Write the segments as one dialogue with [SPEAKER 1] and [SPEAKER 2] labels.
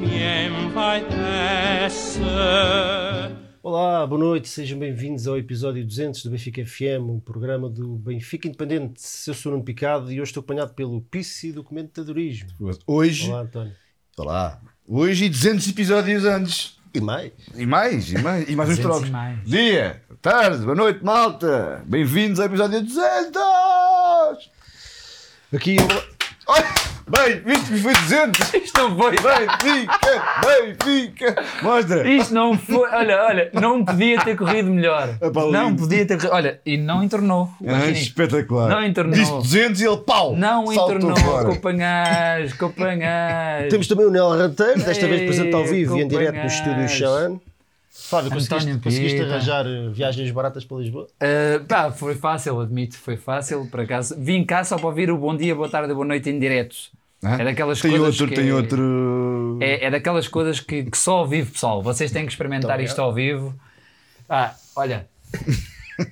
[SPEAKER 1] quem vai descer.
[SPEAKER 2] Olá, boa noite, sejam bem-vindos ao episódio 200 do Benfica FM, um programa do Benfica Independente. Eu sou o Nuno Picado e hoje estou apanhado pelo PICI Documentadorismo.
[SPEAKER 3] Hoje,
[SPEAKER 2] Olá, António.
[SPEAKER 3] olá. hoje 200 episódios antes.
[SPEAKER 2] E mais?
[SPEAKER 3] E mais, e mais, e mais uns
[SPEAKER 4] 200 e
[SPEAKER 3] trocos.
[SPEAKER 4] mais.
[SPEAKER 3] Dia, tarde, boa noite, malta. Bem-vindos ao episódio 200!
[SPEAKER 2] Aqui,
[SPEAKER 3] Oi, bem, viste que foi 200?
[SPEAKER 4] Isto não foi.
[SPEAKER 3] Benfica, Benfica. Mostra.
[SPEAKER 4] Isto não foi. Olha, olha, não podia ter corrido melhor.
[SPEAKER 3] A Paulinho.
[SPEAKER 4] Não podia ter corrido. Olha, e não entornou. o
[SPEAKER 3] É Ah,
[SPEAKER 2] É
[SPEAKER 4] Marquinhos.
[SPEAKER 3] espetacular.
[SPEAKER 4] Não entornou.
[SPEAKER 3] Disse 200 e ele pau.
[SPEAKER 4] Não
[SPEAKER 3] saltou
[SPEAKER 4] entornou.
[SPEAKER 3] fora.
[SPEAKER 4] Companheiros, companheiros.
[SPEAKER 2] temos também o Nel Ranteiro, desta vez
[SPEAKER 4] Ei,
[SPEAKER 2] presente ao vivo e em direto no
[SPEAKER 4] companheiros.
[SPEAKER 2] estúdio Xan. Fábio, conseguiste,
[SPEAKER 4] António
[SPEAKER 2] conseguiste
[SPEAKER 4] Pita.
[SPEAKER 2] arranjar eh, viagens baratas para Lisboa?
[SPEAKER 4] Ah, pá, foi fácil, admito, foi fácil. Por acaso, vim cá só para ouvir o bom dia, boa tarde, boa noite em direto.
[SPEAKER 3] Hã?
[SPEAKER 4] É daquelas
[SPEAKER 3] tem
[SPEAKER 4] coisas
[SPEAKER 3] outro,
[SPEAKER 4] que-
[SPEAKER 3] Tem outro,
[SPEAKER 4] É, é daquelas coisas que, que só ao vivo, pessoal. Vocês têm que experimentar isto ao vivo. Ah, olha,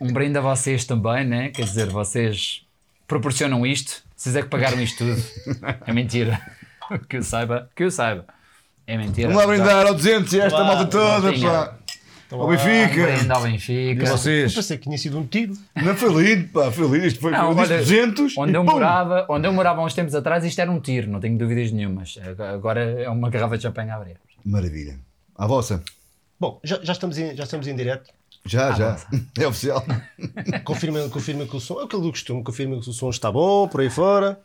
[SPEAKER 4] um brinde a vocês também, né? Quer dizer, vocês proporcionam isto. Vocês é que pagaram isto tudo. É mentira. Que eu saiba, que eu saiba. É mentira.
[SPEAKER 3] Vamos lá brindar ao 200 e esta
[SPEAKER 2] Olá,
[SPEAKER 3] malta toda,
[SPEAKER 4] maltinha.
[SPEAKER 3] pá.
[SPEAKER 2] Então
[SPEAKER 3] Ao
[SPEAKER 4] Um brinde
[SPEAKER 3] Benfica.
[SPEAKER 4] ao Benfica.
[SPEAKER 3] Vocês.
[SPEAKER 2] Eu pensei que tinha sido um tiro.
[SPEAKER 3] Não foi lindo, pá, foi lindo. Isto foi
[SPEAKER 4] Não,
[SPEAKER 3] foi
[SPEAKER 4] olha,
[SPEAKER 3] 200
[SPEAKER 4] Onde
[SPEAKER 3] e
[SPEAKER 4] eu,
[SPEAKER 3] pum!
[SPEAKER 4] morava, onde eu morava há uns tempos atrás, isto era um tiro, não tenho dúvidas nenhumas. Agora é uma garrafa de champanhe a abrir.
[SPEAKER 3] Maravilha. À vossa.
[SPEAKER 2] Bom, já, já estamos em, já estamos em direto.
[SPEAKER 3] Já, já. É oficial.
[SPEAKER 2] Confirmem, confirmem que o som, é aquele do costume, confirmem que o som está bom, por aí fora.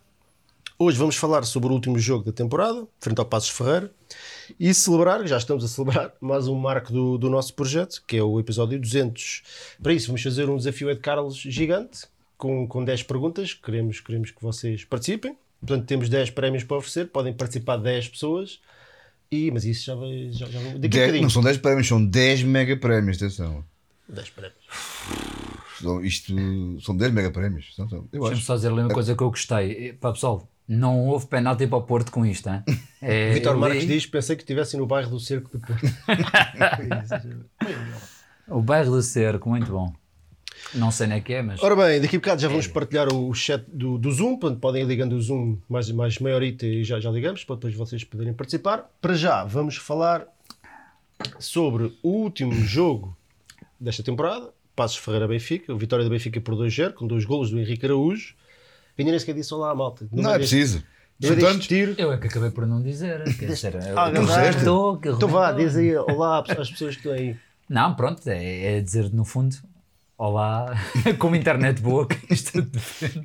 [SPEAKER 2] Hoje vamos falar sobre o último jogo da temporada, frente ao Passos Ferreira, e celebrar, já estamos a celebrar, mais um marco do, do nosso projeto, que é o episódio 200. Para isso, vamos fazer um desafio Ed Carlos gigante, com, com 10 perguntas, queremos, queremos que vocês participem. Portanto, temos 10 prémios para oferecer, podem participar 10 pessoas, e, mas isso já vai... Já, já, daqui a
[SPEAKER 3] Dez-
[SPEAKER 2] bocadinho.
[SPEAKER 3] não são 10 prémios, são 10 mega prémios, atenção.
[SPEAKER 2] 10 prémios.
[SPEAKER 3] São- Isto são 10 mega prémios. São, são, eu
[SPEAKER 4] Deixa-me
[SPEAKER 3] acho.
[SPEAKER 4] só dizer ali uma coisa que eu gostei. Para pessoal, não houve penalti para o Porto com isto, hein? É,
[SPEAKER 2] Vitor
[SPEAKER 4] eu
[SPEAKER 2] Marques
[SPEAKER 4] li-
[SPEAKER 2] diz, pensei que estivessem no bairro do Cerco do Porto.
[SPEAKER 4] O bairro do Cerco, muito bom. Não sei nem é que é, mas.
[SPEAKER 2] Ora bem, daqui a bocado já vamos
[SPEAKER 4] É.
[SPEAKER 2] partilhar o chat do, do Zoom, portanto podem ir ligando o Zoom mais, mais meia horita e já, já ligamos, para depois vocês poderem participar. Para já, vamos falar sobre o último jogo desta temporada, Passos Ferreira-Benfica, vitória do Benfica por 2-0, com dois golos do Henrique Araújo. Ainda nem sequer disse olá à malta.
[SPEAKER 3] Não é
[SPEAKER 2] deste-
[SPEAKER 3] preciso.
[SPEAKER 2] Não é
[SPEAKER 3] Portanto,
[SPEAKER 2] deste tiro.
[SPEAKER 4] Eu é que acabei por não dizer. eh, Quer dizer, eu-
[SPEAKER 2] Ah,
[SPEAKER 4] eu
[SPEAKER 2] gazaste?
[SPEAKER 4] arrebentou, que
[SPEAKER 2] Então vá,
[SPEAKER 4] arrebentou.
[SPEAKER 2] diz aí olá às pessoas que estão aí.
[SPEAKER 4] Não, pronto, é, é dizer no fundo. Olá, com uma internet boa que isto de repente,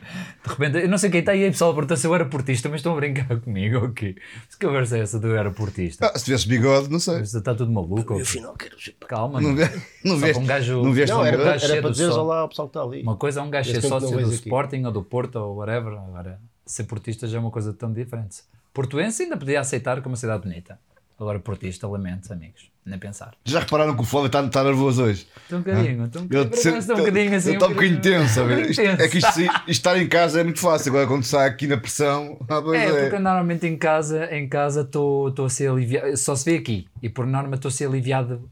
[SPEAKER 4] de repente- eu não sei quem está aí, pessoal, perguntou se eu era portista, mas estão a brincar comigo, ou quê? Que conversa é essa do eu era portista?
[SPEAKER 3] ah, se tivesse bigode, não sei.
[SPEAKER 4] Está tudo maluco? ou quê?
[SPEAKER 2] Afinal, quero dizer-
[SPEAKER 4] Calma,
[SPEAKER 3] Não,
[SPEAKER 4] meu.
[SPEAKER 3] vi- não
[SPEAKER 4] Só
[SPEAKER 3] vieste.
[SPEAKER 4] para um gajo-
[SPEAKER 3] Não vieste
[SPEAKER 4] Este
[SPEAKER 2] Não,
[SPEAKER 3] um
[SPEAKER 2] era,
[SPEAKER 3] bigode.
[SPEAKER 2] para-
[SPEAKER 4] gajo
[SPEAKER 2] era
[SPEAKER 4] cedo
[SPEAKER 2] para dizeres
[SPEAKER 4] só.
[SPEAKER 2] olá ao pessoal que está ali.
[SPEAKER 4] Uma coisa é um gajo
[SPEAKER 2] Esse
[SPEAKER 4] ser
[SPEAKER 2] tempo não
[SPEAKER 4] sócio
[SPEAKER 2] vês
[SPEAKER 4] do
[SPEAKER 2] aqui.
[SPEAKER 4] Sporting ou do Porto ou whatever, agora ser portista já é uma coisa tão diferente. Portuense ainda podia aceitar como uma cidade bonita. Agora portista, lamento, amigos, nem pensar.
[SPEAKER 3] Já repararam que o Flávio está, está nervoso hoje?
[SPEAKER 4] Estou um bocadinho, estou um
[SPEAKER 3] Ele
[SPEAKER 4] bocadinho, por acaso
[SPEAKER 3] está
[SPEAKER 4] estou um bocadinho assim.
[SPEAKER 3] um bocadinho tenso. a ver?
[SPEAKER 4] um
[SPEAKER 3] Isto-
[SPEAKER 4] bocadinho
[SPEAKER 3] É que isto,
[SPEAKER 4] tenso.
[SPEAKER 3] se- isto estar em casa é muito fácil. Agora, quando está aqui na pressão, ah, pois
[SPEAKER 4] É,
[SPEAKER 3] é.
[SPEAKER 4] porque normalmente em casa em casa estou estou a ser aliviado, só se vê aqui, e por norma estou a ser aliviado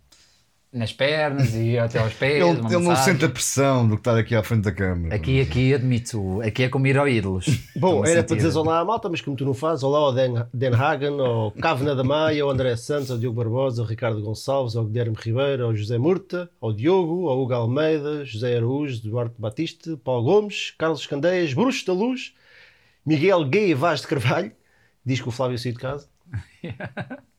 [SPEAKER 4] nas pernas e até aos pés.
[SPEAKER 3] Ele,
[SPEAKER 4] uma
[SPEAKER 3] ele não
[SPEAKER 4] massagem.
[SPEAKER 3] sente a pressão do que estar aqui à frente da câmara.
[SPEAKER 4] Aqui, aqui admito, aqui é como ir ao ídolos.
[SPEAKER 2] Bom,
[SPEAKER 4] Estou-me a
[SPEAKER 2] era
[SPEAKER 4] sentir-
[SPEAKER 2] para dizeres olá à malta, mas como tu não fazes, olá ao Den, Den Hagen, ao Cavena da Maia, ao André Santos, ao Diogo Barbosa, ao Ricardo Gonçalves, ao Guilherme Ribeiro, ao José Murta, ao Diogo, ao Hugo Almeida, José Araújo, Duarte Batista, Paulo Gomes, Carlos Candeias, Bruxo da Luz, Miguel Gay Vaz de Carvalho, diz que o Flávio saiu de casa,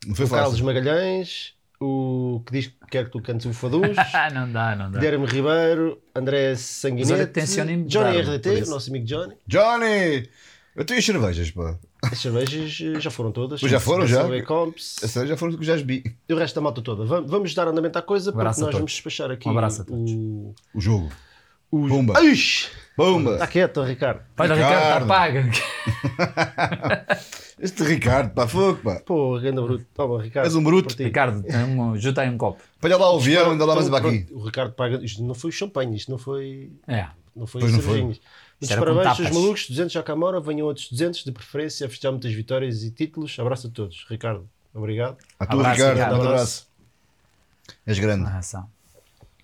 [SPEAKER 3] Não foi
[SPEAKER 2] o Carlos
[SPEAKER 3] fácil.
[SPEAKER 2] Magalhães, o que diz que quer que tu cantes o Faduz,
[SPEAKER 4] Ah, não dá, não dá.
[SPEAKER 2] Guilherme Ribeiro, André
[SPEAKER 4] Mas olha
[SPEAKER 2] Sanguinete,
[SPEAKER 4] que tenciono em
[SPEAKER 2] Johnny
[SPEAKER 4] mudar-me, por
[SPEAKER 2] RDT,
[SPEAKER 4] isso.
[SPEAKER 2] nosso amigo Johnny.
[SPEAKER 3] Johnny! Eu tenho as cervejas, pá.
[SPEAKER 2] As cervejas eh, já foram todas.
[SPEAKER 3] Pois já foram, já.
[SPEAKER 2] Sabe, Comps,
[SPEAKER 3] As cervejas já foram do que já as vi.
[SPEAKER 2] E o resto da malta toda. Vamos, vamos dar andamento à coisa porque nós
[SPEAKER 4] abraço a todos.
[SPEAKER 2] vamos despachar aqui
[SPEAKER 4] Um abraço a todos.
[SPEAKER 2] o.
[SPEAKER 3] O jogo.
[SPEAKER 2] o...
[SPEAKER 3] Pumba.
[SPEAKER 2] Ai, Está
[SPEAKER 3] Bomba!
[SPEAKER 2] Tá quieto, Ricardo.
[SPEAKER 4] Olha, Ricardo, tá
[SPEAKER 3] Ricardo.
[SPEAKER 4] está paga.
[SPEAKER 3] Este Ricardo, pá, fogo, pá.
[SPEAKER 2] Pô, ganda bruto. Toma, Ricardo.
[SPEAKER 3] És um bruto.
[SPEAKER 2] por ti.
[SPEAKER 4] Ricardo, tem um, junta aí um copo.
[SPEAKER 3] Olha lá o Vieira, anda lá mais
[SPEAKER 2] Então,
[SPEAKER 3] para aqui.
[SPEAKER 2] pronto, O Ricardo paga. Isto não foi champanhe, isto não foi.
[SPEAKER 4] É.
[SPEAKER 2] Não foi
[SPEAKER 3] Pois não foi.
[SPEAKER 2] cervejinhas. Muitos
[SPEAKER 4] era com
[SPEAKER 2] parabéns,
[SPEAKER 4] tapas.
[SPEAKER 2] seus malucos. 200 já cá mora, venham outros 200 de preferência a festejar muitas vitórias e títulos. Abraço a todos. Ricardo, obrigado.
[SPEAKER 3] A tu,
[SPEAKER 4] Abraço,
[SPEAKER 3] Ricardo,
[SPEAKER 4] Ricardo.
[SPEAKER 3] um abraço. És grande.
[SPEAKER 4] Na razão.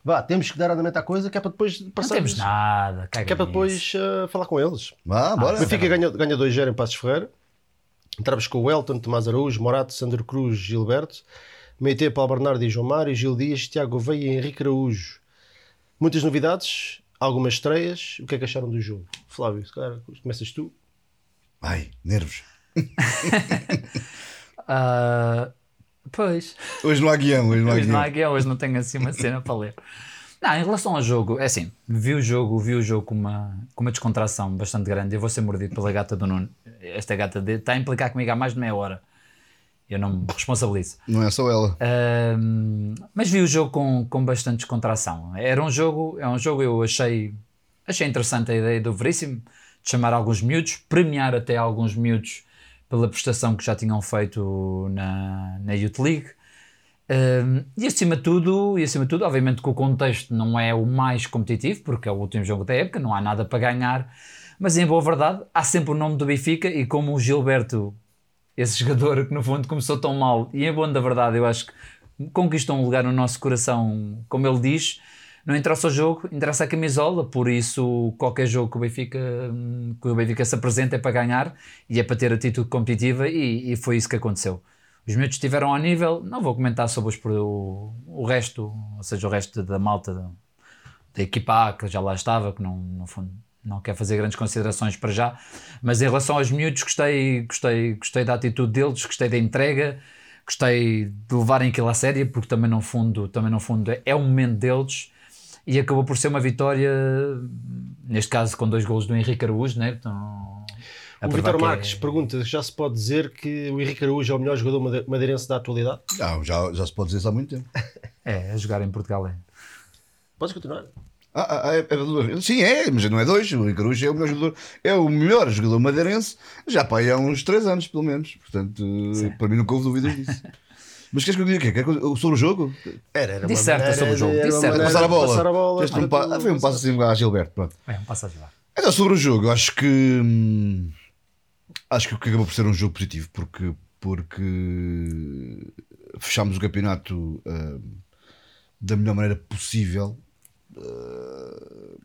[SPEAKER 2] Vá, temos que dar andamento à coisa que é para depois
[SPEAKER 4] Não
[SPEAKER 2] passar.
[SPEAKER 4] temos nada. caga
[SPEAKER 2] Que é
[SPEAKER 4] nisso. Ah,
[SPEAKER 2] para depois eh, falar com eles.
[SPEAKER 3] Vá,
[SPEAKER 2] O
[SPEAKER 3] Ah, bora.
[SPEAKER 2] Benfica ganha, ganha 2-0 em Passos Ferreira. Entramos com o Elton, Tomás Araújo, Morato, Sandro Cruz, Gilberto, Meite, Paulo Bernardo e João Mário, Gil Dias, Tiago Veia e Henrique Araújo. Muitas novidades, algumas estreias. O que é que acharam do jogo? Flávio, se calhar começas tu.
[SPEAKER 3] Ai, nervos.
[SPEAKER 4] Ah, pois.
[SPEAKER 3] Hoje não há guião, hoje não há
[SPEAKER 4] Hoje não
[SPEAKER 3] guião.
[SPEAKER 4] há guião, hoje não tenho assim uma cena para ler. Não, em relação ao jogo, é assim, vi o jogo, vi o jogo com uma, com uma descontração bastante grande. Eu vou ser mordido pela gata do Nuno. Esta gata de- está a implicar comigo há mais de meia hora. Eu não me responsabilizo.
[SPEAKER 3] Não é só ela.
[SPEAKER 4] Ahm, mas vi o jogo com, com bastante descontração. Era um jogo, é um jogo eu achei, achei interessante a ideia do Veríssimo de chamar alguns miúdos, premiar até alguns miúdos pela prestação que já tinham feito na, na Youth League. Ahm, e acima de tudo, e acima de tudo, obviamente que o contexto não é o mais competitivo, porque é o último jogo da época, não há nada para ganhar, mas em boa verdade há sempre o nome do Benfica e como o Gilberto esse jogador que no fundo começou tão mal e é bom da verdade, eu acho que conquistou um lugar no nosso coração, como ele diz, não interessa o jogo, interessa a camisola, por isso qualquer jogo que o Benfica, hum, que o Benfica se apresenta é para ganhar e é para ter atitude competitiva e, e foi isso que aconteceu. Os miúdos estiveram ao nível, não vou comentar sobre os pro- o resto, ou seja, o resto da malta da- da equipa A, que já lá estava, que não, no fundo não quer fazer grandes considerações para já, mas em relação aos miúdos, gostei, gostei, gostei da atitude deles, gostei da entrega, gostei de levarem aquilo a sério, porque também no fundo, também no fundo é o momento deles e acabou por ser uma vitória, neste caso com dois golos do Henrique Araújo, né? Então, a
[SPEAKER 2] o
[SPEAKER 4] provar
[SPEAKER 2] Vitor
[SPEAKER 4] que é-
[SPEAKER 2] Marques pergunta se já se pode dizer que o Henrique Araújo é o melhor jogador made- madeirense da atualidade.
[SPEAKER 3] Ah, já, já se pode dizer isso há muito tempo.
[SPEAKER 4] É, a jogar em Portugal é.
[SPEAKER 2] Podes continuar.
[SPEAKER 3] Ah, ah, ah, é, é dois. Sim, é, mas não é dois. O Icarus é o melhor jogador, é o melhor jogador madeirense, já pá, aí há uns 3 anos, pelo menos. Portanto, para mim nunca houve dúvidas disso. mas queres que eu diga o quê? Quer que eu- sobre o jogo?
[SPEAKER 2] Era, era uma
[SPEAKER 4] Disserta
[SPEAKER 2] maneira
[SPEAKER 4] sobre o jogo,
[SPEAKER 2] de- era uma
[SPEAKER 4] disserta.
[SPEAKER 2] maneira
[SPEAKER 3] Passar a
[SPEAKER 2] de
[SPEAKER 3] bola.
[SPEAKER 2] Passar a bola.
[SPEAKER 3] Teste um
[SPEAKER 2] para
[SPEAKER 3] pa-
[SPEAKER 2] tu
[SPEAKER 3] ah, foi um passo assim a Gilberto, pronto.
[SPEAKER 4] É um passo a jogar.
[SPEAKER 3] Então, sobre o jogo, eu acho que. hum, acho que acabou por ser um jogo positivo, porque, porque fechámos o campeonato hum, da melhor maneira possível. Hum,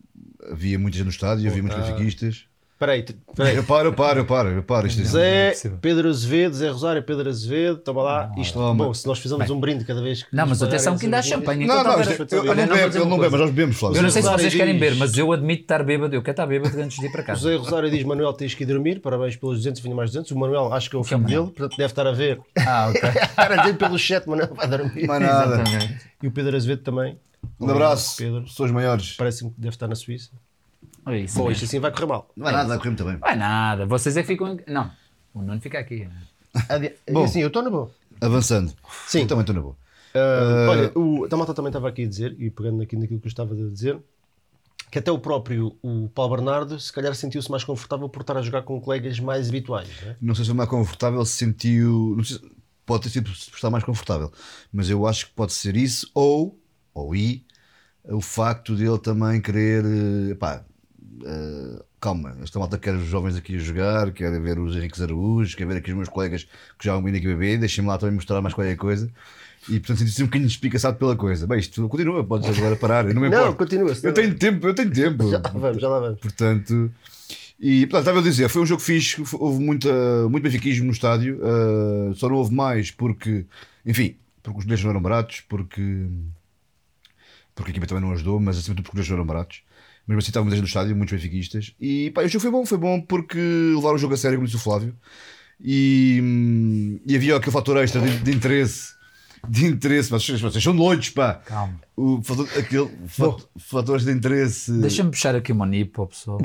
[SPEAKER 3] havia muita gente no estádio, havia muitos benfiquistas.
[SPEAKER 2] Ah. Espera aí, tu- espera aí.
[SPEAKER 3] Eu paro, eu paro, eu paro, eu paro. Isto é-
[SPEAKER 2] Zé
[SPEAKER 4] possível.
[SPEAKER 2] Pedro Azevedo, Zé Rosário, Pedro Azevedo, toma lá. Isto,
[SPEAKER 3] Toma.
[SPEAKER 2] bom, se nós fizermos um brinde cada vez que.
[SPEAKER 4] Não,
[SPEAKER 2] nos
[SPEAKER 4] mas atenção
[SPEAKER 2] pagarem Então,
[SPEAKER 4] que ainda há champanhe.
[SPEAKER 2] essas coisas-
[SPEAKER 3] Não, não,
[SPEAKER 4] estava-
[SPEAKER 3] isto é- eu, eu
[SPEAKER 4] Olha,
[SPEAKER 3] não
[SPEAKER 4] vou
[SPEAKER 3] bebo,
[SPEAKER 4] dizer
[SPEAKER 3] ele
[SPEAKER 4] uma
[SPEAKER 3] não
[SPEAKER 4] coisa.
[SPEAKER 3] bebe, mas nós bebemos,
[SPEAKER 4] Eu não sei
[SPEAKER 3] Flávio.
[SPEAKER 4] se
[SPEAKER 2] Rosário
[SPEAKER 4] vocês querem
[SPEAKER 2] diz-
[SPEAKER 4] beber, mas eu admito estar bêbado. Eu quero estar bêbado antes de ir para
[SPEAKER 2] O
[SPEAKER 4] casa.
[SPEAKER 2] Zé Rosário diz: Manuel, tens que ir dormir. Parabéns pelos 200, vinha mais 200. O Manuel, acho que é o filho
[SPEAKER 4] Manuel?
[SPEAKER 2] dele, portanto deve estar a ver.
[SPEAKER 4] Ah, ok.
[SPEAKER 2] Garantido pelo chat, Manuel, vai dormir.
[SPEAKER 3] Mais nada.
[SPEAKER 4] Exatamente.
[SPEAKER 2] E o Pedro Azevedo também.
[SPEAKER 3] Um abraço,
[SPEAKER 2] Pedro.
[SPEAKER 3] pessoas maiores.
[SPEAKER 2] Parece-me que deve estar na Suíça.
[SPEAKER 4] É isso
[SPEAKER 2] Bom,
[SPEAKER 4] mesmo.
[SPEAKER 2] isto assim vai correr mal.
[SPEAKER 3] Não é nada, correu muito bem.
[SPEAKER 4] Não é nada, vocês é que ficam. em- Não, o Nuno fica aqui.
[SPEAKER 2] Adi-
[SPEAKER 3] Bom.
[SPEAKER 2] Assim, eu estou na boa.
[SPEAKER 3] Avançando.
[SPEAKER 2] Sim.
[SPEAKER 3] Eu também estou na boa.
[SPEAKER 2] Ah, Olha, o Tamata também estava aqui a dizer, e pegando aqui naquilo que eu estava a dizer, que até o próprio o Paulo Bernardo se calhar sentiu-se mais confortável por estar a jogar com colegas mais habituais. não é?
[SPEAKER 3] Não sei se foi mais confortável, se sentiu. Não sei, se- pode ter sido por estar mais confortável, mas eu acho que pode ser isso, ou, ou e, o facto dele também querer. eh, Pá, eh, calma, esta malta quer os jovens aqui a jogar, quer ver os Henrique Araújo, quer ver aqui os meus colegas que já vão vir aqui beber, deixem-me lá também mostrar mais qualquer coisa. E portanto senti-se um bocadinho despicaçado pela coisa. Bem, isto continua, podes agora parar, eu não me
[SPEAKER 2] Não,
[SPEAKER 3] importo.
[SPEAKER 2] continua, senão-
[SPEAKER 3] Eu tenho tempo, eu tenho tempo.
[SPEAKER 2] Já lá vamos, já lá vamos.
[SPEAKER 3] Portanto, e portanto, estava a dizer, foi um jogo fixe, f- houve muita, muito benfiquismo no estádio, ah, só não houve mais porque, enfim, porque os bilhetes não eram baratos, porque, porque a equipa também não ajudou, mas acima de tudo porque os bilhetes não eram baratos. Mesmo assim, estava muita gente no estádio, muitos benfiquistas. E pá, o jogo foi bom, foi bom porque levaram o jogo a sério, como disse o Flávio. E, hum, e havia aquele fator extra de, de interesse. De interesse, mas vocês, vocês são doidos, pá.
[SPEAKER 4] Calma.
[SPEAKER 3] O fator, aquele fat- fator de interesse.
[SPEAKER 4] Deixa-me puxar aqui uma nipa ao pessoal.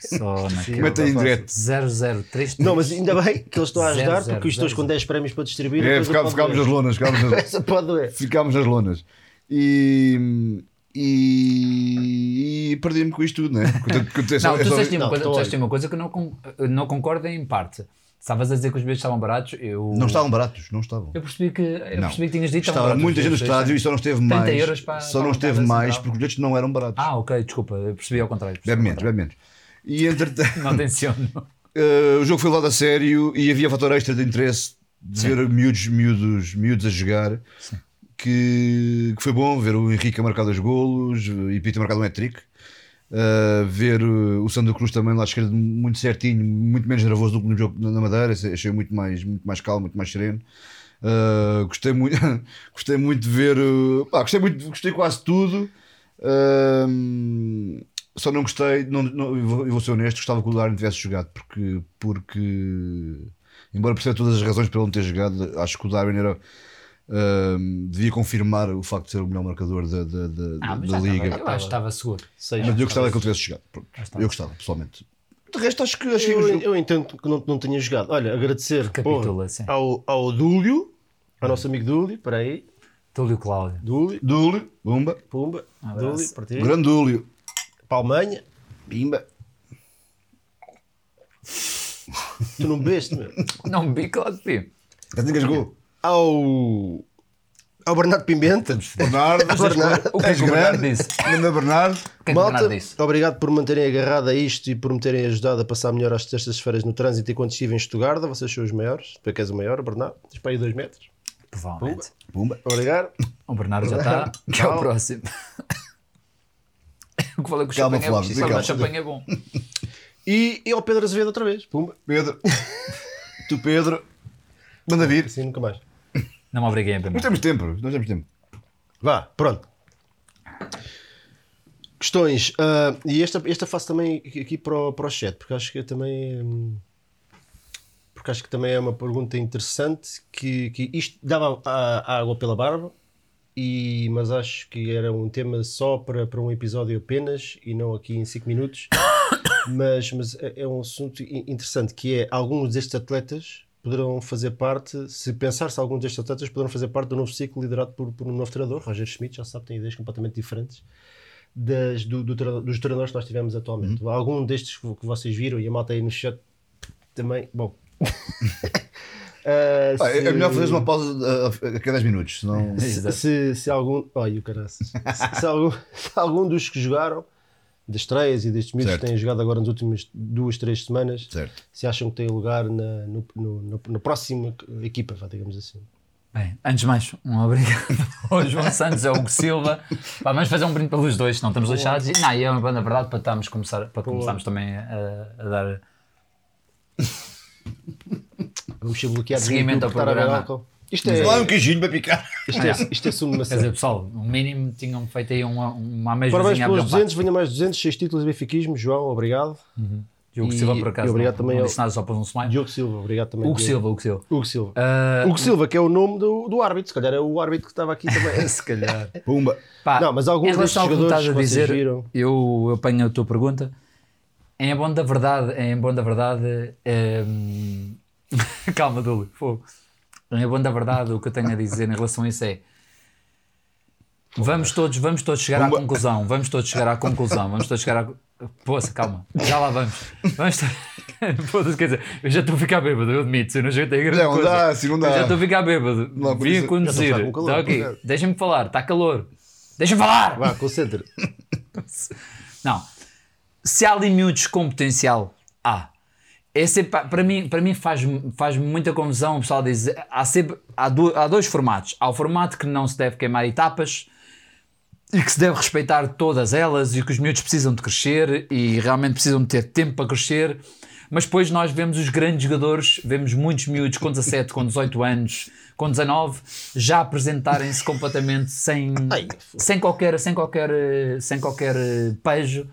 [SPEAKER 4] Só naquele.
[SPEAKER 3] Mete aí em direto.
[SPEAKER 4] 0033.
[SPEAKER 2] Não, mas ainda bem que eles estão a
[SPEAKER 4] Zero,
[SPEAKER 2] ajudar,
[SPEAKER 4] zero,
[SPEAKER 2] porque os
[SPEAKER 4] zero,
[SPEAKER 2] dois com 10 prémios para distribuir. a
[SPEAKER 3] É,
[SPEAKER 2] coisa
[SPEAKER 3] ficá-
[SPEAKER 2] pode
[SPEAKER 3] ficámos
[SPEAKER 2] doer.
[SPEAKER 3] nas lonas, ficámos nas,
[SPEAKER 2] Essa pode doer.
[SPEAKER 3] ficámos nas lonas. E. E, e perdi-me com isto tudo, né? Portanto, porque é só-
[SPEAKER 4] Não, tu
[SPEAKER 3] é só-
[SPEAKER 4] disseste uma
[SPEAKER 2] não,
[SPEAKER 4] coisa- tu
[SPEAKER 2] tô
[SPEAKER 4] disseste uma coisa que eu não, con- eu não concordo em parte. Estavas a dizer que os bilhetes estavam baratos. Eu,
[SPEAKER 3] não estavam baratos, não estavam.
[SPEAKER 4] Eu percebi que, eu
[SPEAKER 3] Não.
[SPEAKER 4] percebi que tinhas dito. que
[SPEAKER 3] Estava
[SPEAKER 4] estavam
[SPEAKER 3] muita gente no
[SPEAKER 4] baratos os bilhetes,
[SPEAKER 3] estádio e só não esteve
[SPEAKER 4] 30
[SPEAKER 3] mais.
[SPEAKER 4] euros para-
[SPEAKER 3] só
[SPEAKER 4] para um
[SPEAKER 3] não
[SPEAKER 4] a
[SPEAKER 3] esteve
[SPEAKER 4] bancada
[SPEAKER 3] mais
[SPEAKER 4] central.
[SPEAKER 3] porque os bilhetes não eram baratos.
[SPEAKER 4] Ah, ok, desculpa, eu percebi ao contrário. percebi
[SPEAKER 3] bebe
[SPEAKER 4] ao
[SPEAKER 3] menos, bebe menos. E entretanto.
[SPEAKER 4] contrário. Não tenciono.
[SPEAKER 3] Uh, o jogo foi levado a sério e havia fator extra de interesse de ver miúdos, miúdos, miúdos a jogar. Que, que foi bom ver o Henrique a marcar dois golos e Pita a marcar um hat-trick. Uh, ver uh, o Sandro Cruz também lá à esquerda muito certinho, muito menos nervoso do que no jogo na na Madeira, achei achei muito mais, muito mais calmo, muito mais sereno. Uh, gostei, muito, gostei muito de ver, uh, pá, gostei, muito, gostei quase de tudo. Uh, só não gostei, não, não, eu vou, eu vou ser honesto, gostava que o Darwin tivesse jogado, porque, porque embora perceba todas as razões para ele não ter jogado, acho que o Darwin era. uh, devia confirmar o facto de ser o melhor marcador da, da, da-
[SPEAKER 4] Ah, mas
[SPEAKER 3] da
[SPEAKER 4] já estava-
[SPEAKER 3] liga.
[SPEAKER 4] Eu acho que estava seguro.
[SPEAKER 2] Seis.
[SPEAKER 3] Mas eu gostava que ele tivesse jogado. Pronto.
[SPEAKER 4] está.
[SPEAKER 3] Eu gostava, pessoalmente. De resto, acho que. Acho que
[SPEAKER 2] Eu, eu entendo que não, não tenha jogado. Olha, agradecer
[SPEAKER 4] Recapitula,
[SPEAKER 2] porra,
[SPEAKER 4] sim.
[SPEAKER 2] ao, ao Dúlio, ao nosso amigo Dúlio, espera aí.
[SPEAKER 4] Túlio Cláudio.
[SPEAKER 2] Dúlio,
[SPEAKER 3] Dúlio, Bumba.
[SPEAKER 2] Pumba,
[SPEAKER 4] abraço.
[SPEAKER 2] Dúlio, partilha.
[SPEAKER 3] Grande Dúlio.
[SPEAKER 2] Palmanha,
[SPEAKER 3] Bimba.
[SPEAKER 2] tu não bebeste, meu.
[SPEAKER 4] Não vi, claro que vi.
[SPEAKER 3] Já te engasgou.
[SPEAKER 2] Ao, ao Bernardo Pimenta.
[SPEAKER 3] Bernardo,
[SPEAKER 2] Bernardo.
[SPEAKER 4] O que é
[SPEAKER 3] és
[SPEAKER 4] que o Bernardo
[SPEAKER 3] grande.
[SPEAKER 4] disse?
[SPEAKER 3] Grande Bernardo.
[SPEAKER 4] O que é que o
[SPEAKER 2] Malta,
[SPEAKER 4] Bernardo disse?
[SPEAKER 2] obrigado por me manterem agarrado a isto e por me terem ajudado a passar melhor às terças-feiras no trânsito enquanto estive em Estugarda. Vocês são os maiores. Tu é que és o maior, Bernardo. Tens para aí dois metros.
[SPEAKER 4] Provavelmente.
[SPEAKER 3] Bumba.
[SPEAKER 2] Obrigado.
[SPEAKER 4] O Bernardo já está. Que é o próximo. O que falei com o
[SPEAKER 3] Calma,
[SPEAKER 4] champanhe é bom.
[SPEAKER 3] Flávio,
[SPEAKER 4] Fala,
[SPEAKER 3] calma.
[SPEAKER 4] O champanhe é bom.
[SPEAKER 2] E, e ao Pedro Azevedo outra vez. Pumba.
[SPEAKER 3] Pedro. tu, Pedro. Manda vir.
[SPEAKER 2] Assim nunca mais.
[SPEAKER 4] Não me obriguei a
[SPEAKER 3] Nós
[SPEAKER 4] primeiro.
[SPEAKER 3] temos tempo. Nós temos tempo.
[SPEAKER 2] Vá, pronto. Questões. ah, e esta, esta faço também aqui para o, para o chat, porque acho que também. hum, Porque acho que também é uma pergunta interessante. Que, que isto dava a, a água pela barba, e, mas acho que era um tema só para, para um episódio apenas e não aqui em 5 minutos. mas, mas é- é um assunto i- interessante que é alguns destes atletas poderão fazer parte, se pensar-se alguns destes atletas poderão fazer parte do novo ciclo liderado por, por um novo treinador, Roger Schmidt, já se sabe, tem ideias completamente diferentes das, do, do treinador- dos treinadores que nós tivemos atualmente. Algum destes que, vo- que vocês viram e a malta aí no chat também, bom. Ah,
[SPEAKER 3] Ah, é, é
[SPEAKER 2] se-
[SPEAKER 3] melhor fazeres uma pausa ah, a, a cada 10 minutos. Senão...
[SPEAKER 4] Exato.
[SPEAKER 2] se, se algum. Ai, o caraças. se, se algum, se algum dos que jogaram, das estreias e destes miúdos que
[SPEAKER 3] Certo.
[SPEAKER 2] têm jogado agora nas últimas duas, três semanas,
[SPEAKER 3] Certo.
[SPEAKER 2] se acham que têm lugar na, no, no, no- na próxima equipa, vá, digamos assim.
[SPEAKER 4] Bem, antes de mais, um obrigado ao João Santos, ao Hugo Silva. Pá, vamos fazer um brinde pelos dois, senão estamos lixados. E, não, e é uma banda verdade para, estarmos começar, para começarmos também a, a dar.
[SPEAKER 2] Vamos ser bloqueados
[SPEAKER 4] Seguimento
[SPEAKER 2] no
[SPEAKER 4] ao
[SPEAKER 2] YouTube por estar a beber
[SPEAKER 4] programa.
[SPEAKER 2] álcool. Isto é,
[SPEAKER 3] Lá um queijinho para picar.
[SPEAKER 2] isto é, isto é sumo de
[SPEAKER 4] Quer
[SPEAKER 2] maçã.
[SPEAKER 4] dizer, pessoal, no mínimo tinham feito aí uma, uma
[SPEAKER 2] Parabéns
[SPEAKER 4] ameijozinha a
[SPEAKER 2] pelos
[SPEAKER 4] abrir um
[SPEAKER 2] 200, venha mais 200, 6 títulos de benfiquismo. João, obrigado.
[SPEAKER 4] E o Hugo
[SPEAKER 2] e-
[SPEAKER 4] Uhum. Silva, por acaso.
[SPEAKER 2] e obrigado
[SPEAKER 4] não,
[SPEAKER 2] também
[SPEAKER 4] não
[SPEAKER 2] ao-
[SPEAKER 4] disse nada só por um smile.
[SPEAKER 2] Diogo Silva, obrigado também.
[SPEAKER 4] Hugo
[SPEAKER 2] Diogo.
[SPEAKER 4] Silva, Hugo Silva.
[SPEAKER 2] Hugo Silva.
[SPEAKER 4] Ah,
[SPEAKER 2] Hugo Silva, que é o nome do, do árbitro. Se calhar é o árbitro que estava aqui também.
[SPEAKER 4] se calhar.
[SPEAKER 3] Pumba.
[SPEAKER 4] Pá,
[SPEAKER 2] Não, mas
[SPEAKER 4] em
[SPEAKER 2] alguns
[SPEAKER 4] relação ao que
[SPEAKER 2] destes
[SPEAKER 4] tu estás a
[SPEAKER 2] jogadores que vocês
[SPEAKER 4] dizer,
[SPEAKER 2] viram-
[SPEAKER 4] eu, eu apanho a tua pergunta. É Em bom da verdade, em bom da verdade, é hum, calma, Dúlio, fogo. Em bom da verdade, o que eu tenho a dizer em relação a isso é vamos todos, vamos todos chegar à conclusão, vamos todos chegar à conclusão, vamos todos chegar à. Poça, calma, já lá vamos. Vamos todos. Foda-se, quer dizer, eu já estou a ficar bêbado, eu admito, se eu não joguei a grande
[SPEAKER 3] Não, não
[SPEAKER 4] coisa.
[SPEAKER 3] dá, assim não dá.
[SPEAKER 4] Eu já estou a ficar bêbado.
[SPEAKER 3] Não, por
[SPEAKER 4] Vim
[SPEAKER 3] isso-
[SPEAKER 4] a conduzir.
[SPEAKER 2] já estou
[SPEAKER 4] Tá
[SPEAKER 2] a ficar com calor,
[SPEAKER 4] ok,
[SPEAKER 2] por isso.
[SPEAKER 4] Deixa-me falar, está calor. Deixa-me falar!
[SPEAKER 2] Vá, concentra.
[SPEAKER 4] Não. Se há ali miúdos com potencial, há. É sempre, pa- para mim, para mim faz, faz muita confusão o pessoal diz há, sempre, há, do- há dois formatos. Há o formato que não se deve queimar etapas e que se deve respeitar todas elas e que os miúdos precisam de crescer e realmente precisam de ter tempo para crescer. Mas depois nós vemos os grandes jogadores, vemos muitos miúdos com 17, com 18 anos, com 19, já apresentarem-se completamente sem,
[SPEAKER 2] Ai,
[SPEAKER 4] sem qualquer, sem qualquer, eh, sem qualquer eh, pejo,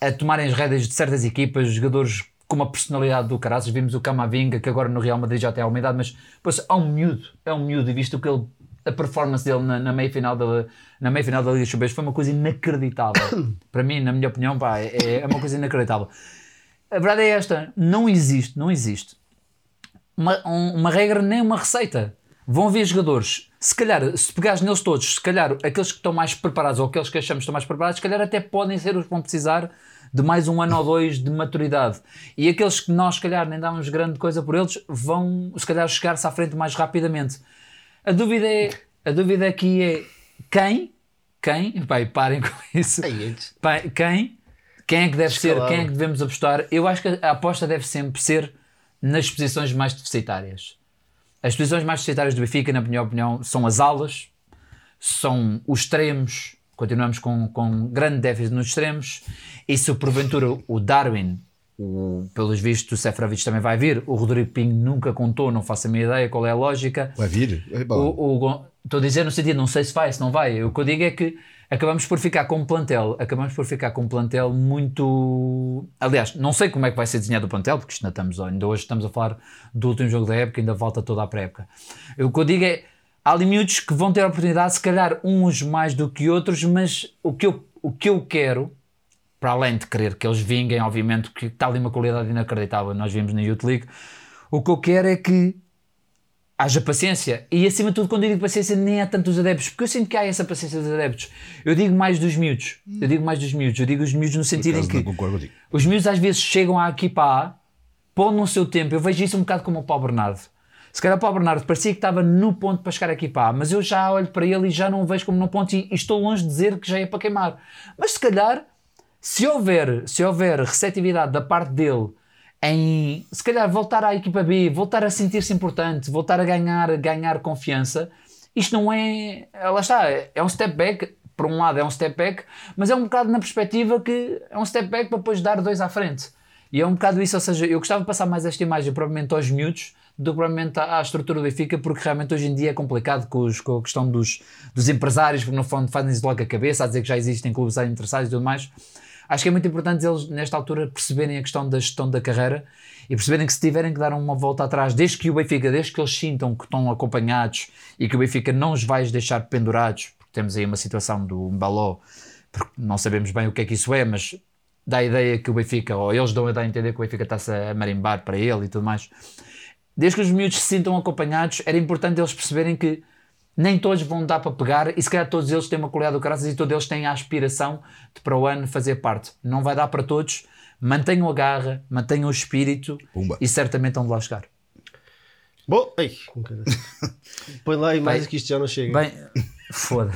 [SPEAKER 4] a tomarem as rédeas de certas equipas, jogadores com uma personalidade do caraças. Vimos o Camavinga, que agora no Real Madrid já tem alguma idade, mas pois, é um miúdo, é um miúdo, e visto que ele, a performance dele na, na meia-final da, na meia-final da Liga dos Campeões foi uma coisa inacreditável. Para mim, na minha opinião, pá, é, é uma coisa inacreditável. A verdade é esta, não existe, não existe uma, um- uma regra nem uma receita. Vão haver jogadores, se calhar, se pegares neles todos, se calhar aqueles que estão mais preparados ou aqueles que achamos que estão mais preparados, se calhar até podem ser os que vão precisar de mais um ano ou dois de maturidade. E aqueles que nós, se calhar, nem damos grande coisa por eles, vão, se calhar, chegar-se à frente mais rapidamente. A dúvida é, a dúvida aqui é quem, quem, pai, parem com isso. Pá, quem? Quem é que deve
[SPEAKER 2] Escalado.
[SPEAKER 4] ser? Quem é que devemos apostar? Eu acho que a aposta deve sempre ser nas posições mais deficitárias. As posições mais deficitárias do Benfica, na minha opinião, são as alas, são os extremos, Continuamos com, com grande déficit nos extremos. E se porventura o Darwin, o- pelos vistos, o Seferovic também vai vir, o Rodrigo Pinho nunca contou, não faço a minha ideia qual é a lógica.
[SPEAKER 3] Vai vir? Ei, pá.
[SPEAKER 4] O- o Gon- Estou a dizer no sentido, não sei se vai, se não vai. O que eu digo é que acabamos por ficar com um plantel, acabamos por ficar com um plantel muito. Aliás, não sei como é que vai ser desenhado o plantel, porque isto ainda estamos, ainda hoje estamos a falar do último jogo da época, ainda volta toda a pré-época. O que eu digo é, há limites que vão ter a oportunidade, se calhar uns mais do que outros, mas o que eu, o que eu quero para além de querer que eles vinguem, obviamente, que está ali uma qualidade inacreditável, nós vimos na Youth League. O que eu quero é que haja paciência. E acima de tudo, quando eu digo paciência, nem há tanto dos adeptos, porque eu sinto que há essa paciência dos adeptos. Eu digo mais dos miúdos. Eu digo mais dos miúdos. Eu digo os miúdos no sentido em
[SPEAKER 3] Caso
[SPEAKER 4] que
[SPEAKER 3] não concordo contigo.
[SPEAKER 4] os miúdos às vezes chegam à equipa A, pondo no seu tempo. Eu vejo isso um bocado como o Paulo Bernardo. Se calhar o Paulo Bernardo parecia que estava no ponto para chegar à equipa A, mas eu já olho para ele e já não o vejo como no ponto e, e estou longe de dizer que já é para queimar. Mas se calhar, se houver, se houver receptividade da parte dele em se calhar voltar à equipa B, voltar a sentir-se importante, voltar a ganhar, a ganhar confiança, isto não é. Lá está, é um step back. Por um lado é um step back, mas é um bocado na perspectiva que é um step back para depois dar dois à frente. E é um bocado isso, ou seja, eu gostava de passar mais esta imagem provavelmente aos miúdos do que provavelmente à à estrutura do Benfica, porque realmente hoje em dia é complicado com, os- com a questão dos, dos empresários, porque no fundo fazem-se logo a cabeça, a dizer que já existem clubes interessados e tudo mais. Acho que é muito importante eles, nesta altura, perceberem a questão da gestão da carreira e perceberem que se tiverem que dar uma volta atrás, desde que o Benfica, desde que eles sintam que estão acompanhados e que o Benfica não os vai deixar pendurados, porque temos aí uma situação do Mbaló, porque não sabemos bem o que é que isso é, mas dá a ideia que o Benfica, ou eles dão a dar a entender que o Benfica está-se a marimbar para ele e tudo mais. Desde que os miúdos se sintam acompanhados, era importante eles perceberem que nem todos vão dar para pegar e se calhar todos eles têm uma qualidade do caraças e todos eles têm a aspiração de para o ano fazer parte. Não vai dar para todos, mantenham a garra, mantenham o espírito
[SPEAKER 3] Pumba.
[SPEAKER 4] e certamente vão de lá chegar.
[SPEAKER 2] Bom, ei, um bocadinho. põe lá e mais
[SPEAKER 4] Bem.
[SPEAKER 2] que isto já não chega.
[SPEAKER 4] Bem, foda.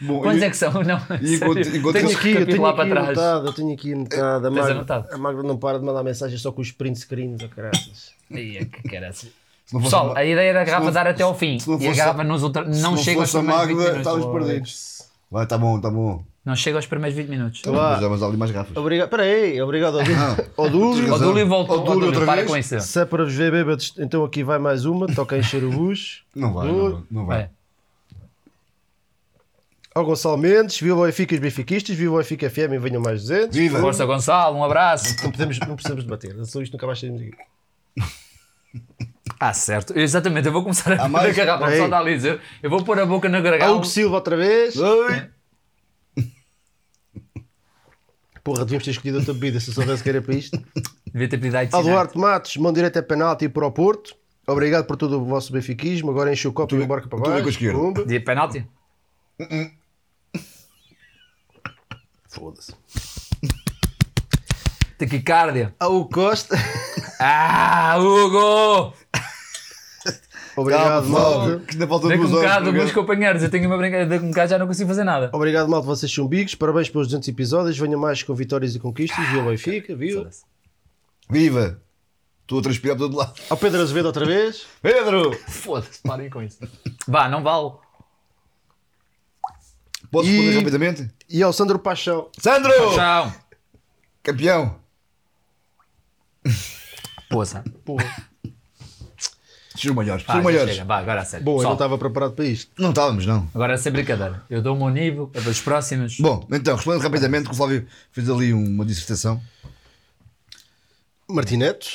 [SPEAKER 3] Bom,
[SPEAKER 4] Quantos
[SPEAKER 3] e-
[SPEAKER 4] é que são? Não,
[SPEAKER 3] e enquanto-
[SPEAKER 4] sério,
[SPEAKER 3] enquanto-
[SPEAKER 4] tenho
[SPEAKER 2] tenho
[SPEAKER 3] Esse
[SPEAKER 2] aqui, eu
[SPEAKER 4] capítulo
[SPEAKER 2] tenho
[SPEAKER 4] lá para
[SPEAKER 2] aqui
[SPEAKER 4] trás.
[SPEAKER 2] anotado, eu tenho aqui anotado. A
[SPEAKER 4] Tens
[SPEAKER 2] Magda,
[SPEAKER 4] anotado?
[SPEAKER 2] a Magda não para de mandar mensagens só com os print screens, oh, caraças.
[SPEAKER 4] Ia, que caraças.
[SPEAKER 3] Se não fosse
[SPEAKER 4] Pessoal,
[SPEAKER 3] uma-
[SPEAKER 4] a ideia era a garrafa
[SPEAKER 3] não-
[SPEAKER 4] dar até ao fim.
[SPEAKER 3] se não
[SPEAKER 4] e a
[SPEAKER 3] fosse-
[SPEAKER 4] garrafa nos ultra...
[SPEAKER 3] se
[SPEAKER 4] não, chega aos
[SPEAKER 3] fosse a
[SPEAKER 4] primeiros 20
[SPEAKER 3] Magda,
[SPEAKER 4] minutos.
[SPEAKER 3] estávamos perdidos. Vai, tá bom, tá bom.
[SPEAKER 4] Não chega aos primeiros 20 minutos.
[SPEAKER 2] Então vá.
[SPEAKER 3] Mas dá mais ali mais garrafas.
[SPEAKER 2] Obrigado. Espera aí, obrigado ao Dúlio.
[SPEAKER 3] Ah.
[SPEAKER 2] Ao Dúlio.
[SPEAKER 4] O Dúlio voltou.
[SPEAKER 3] Ó, Dúlio,
[SPEAKER 4] Ó, Dúlio,
[SPEAKER 3] outra
[SPEAKER 4] para
[SPEAKER 3] vez?
[SPEAKER 4] com isso.
[SPEAKER 2] Se é para vos ver bêbados, então aqui vai mais uma. Toca a encher o bus.
[SPEAKER 3] Não vai, não vai, não vai.
[SPEAKER 4] Vai.
[SPEAKER 2] Ao Gonçalo Mendes. Viva o Benfica e os benfiquistas. Viva o Benfica FM e venham mais 200.
[SPEAKER 3] Viva!
[SPEAKER 4] Força Gonçalo, um abraço.
[SPEAKER 2] Não, podemos, não precisamos debater. Sobre isto nunca mais saímos aqui.
[SPEAKER 4] Ah, certo. Exatamente, eu vou começar a
[SPEAKER 3] mais?
[SPEAKER 4] mais... a garrafa, só
[SPEAKER 2] Ei.
[SPEAKER 4] dá ali a dizer. Eu vou pôr a boca na gargalo.
[SPEAKER 2] Hugo Silva outra vez.
[SPEAKER 3] Oi!
[SPEAKER 2] Porra, devíamos ter escolhido outra bebida se eu soubesse que era para isto.
[SPEAKER 4] Devia ter pedido a
[SPEAKER 2] Ao Duarte Matos. Mão direita é penalti para o Porto. Obrigado por todo o vosso benfiquismo. Agora enche o copo e embarca para
[SPEAKER 3] tu é com a
[SPEAKER 2] baixo.
[SPEAKER 3] esquerda. Uh-uh.
[SPEAKER 2] Pumba.
[SPEAKER 4] De penalti?
[SPEAKER 2] Foda-se.
[SPEAKER 4] Taquicardia.
[SPEAKER 2] Ao Costa.
[SPEAKER 4] Ah, Hugo!
[SPEAKER 2] Obrigado, malta.
[SPEAKER 3] que ainda faltam
[SPEAKER 4] Dei com
[SPEAKER 3] duas
[SPEAKER 4] um
[SPEAKER 3] horas.
[SPEAKER 4] bocado,
[SPEAKER 3] porque-
[SPEAKER 4] meus companheiros, eu tenho uma brincadeira, dei com um bocado já não consigo fazer nada.
[SPEAKER 2] Obrigado, malta, vocês são bigos. Parabéns pelos 200 episódios. Venham mais com vitórias e conquistas. Viu o Benfica, viu?
[SPEAKER 4] Ah, Foda-se.
[SPEAKER 3] Viva! Estou a transpirar para todo lado.
[SPEAKER 2] Ao Pedro Azevedo outra vez.
[SPEAKER 3] Pedro!
[SPEAKER 4] Foda-se, parem com isso. Vá, não vale.
[SPEAKER 3] Posso
[SPEAKER 2] E-
[SPEAKER 3] responder rapidamente?
[SPEAKER 2] E ao Sandro Paixão.
[SPEAKER 3] Sandro!
[SPEAKER 4] Tchau.
[SPEAKER 3] Campeão!
[SPEAKER 4] Poça.
[SPEAKER 2] Porra.
[SPEAKER 3] Sejam maiores,
[SPEAKER 4] Pá,
[SPEAKER 3] sejam
[SPEAKER 4] já
[SPEAKER 3] maiores.
[SPEAKER 4] chega.
[SPEAKER 3] então tá
[SPEAKER 4] Vá, agora a sério.
[SPEAKER 2] Bom, eu não
[SPEAKER 4] Pessoal,
[SPEAKER 2] estava preparado para isto.
[SPEAKER 3] Não estávamos, não.
[SPEAKER 4] Agora sem brincadeira. Eu dou-me um nível, eu dou-os próximos.
[SPEAKER 3] Bom, então, respondendo rapidamente, que o Flávio fez ali uma dissertação.
[SPEAKER 2] Martineto,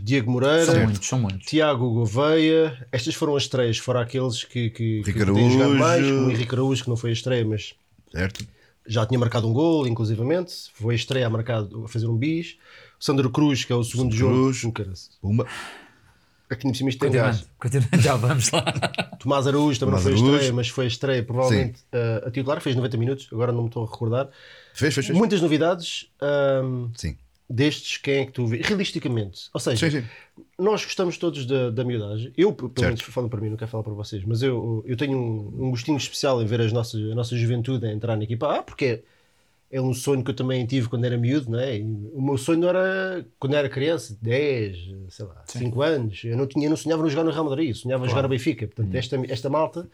[SPEAKER 2] Diego
[SPEAKER 4] são
[SPEAKER 2] Moreira,
[SPEAKER 4] muitos, são muitos.
[SPEAKER 2] Tiago Gouveia. Estas foram as três, fora aqueles que, que, que
[SPEAKER 3] Henrique
[SPEAKER 2] têm jogado
[SPEAKER 3] Araújo.
[SPEAKER 2] mais, como o Henrique Araújo, que não foi a estreia, mas
[SPEAKER 3] Certo?
[SPEAKER 2] já tinha marcado um gol, inclusivamente. Foi a estreia a, marcar, a fazer um bis. O Sandro Cruz, que é o segundo jogo.
[SPEAKER 3] Cruz.
[SPEAKER 2] Cruz. Caralho.
[SPEAKER 3] Pumba.
[SPEAKER 2] Aqui no cima isto tem gás.
[SPEAKER 4] Continuando, continuando, já vamos lá.
[SPEAKER 2] Tomás Araújo também
[SPEAKER 3] Tomás
[SPEAKER 2] não foi
[SPEAKER 3] Araújo.
[SPEAKER 2] a estreia, mas foi a estreia provavelmente eh, a titular, fez 90 minutos, agora não me estou a recordar.
[SPEAKER 3] Fez, fez, fez.
[SPEAKER 2] Muitas novidades ahm,
[SPEAKER 3] Sim.
[SPEAKER 2] destes, quem é que tu vês? Realisticamente, ou seja,
[SPEAKER 3] Sim, sim.
[SPEAKER 2] nós gostamos todos da, da miudagem. Eu, pelo menos,
[SPEAKER 3] Certo.
[SPEAKER 2] falo para mim, não quero falar para vocês, mas eu, eu tenho um, um gostinho especial em ver as nossas, a nossa juventude a entrar na equipa A, Ah, porque é um sonho que eu também tive quando era miúdo, não é? E o meu sonho não era quando era criança, 10, sei lá, 5 anos. Eu não, tinha, não sonhava no jogar no Real Madrid, sonhava em jogar no Benfica. Portanto,
[SPEAKER 3] Uhum.
[SPEAKER 2] esta, esta malta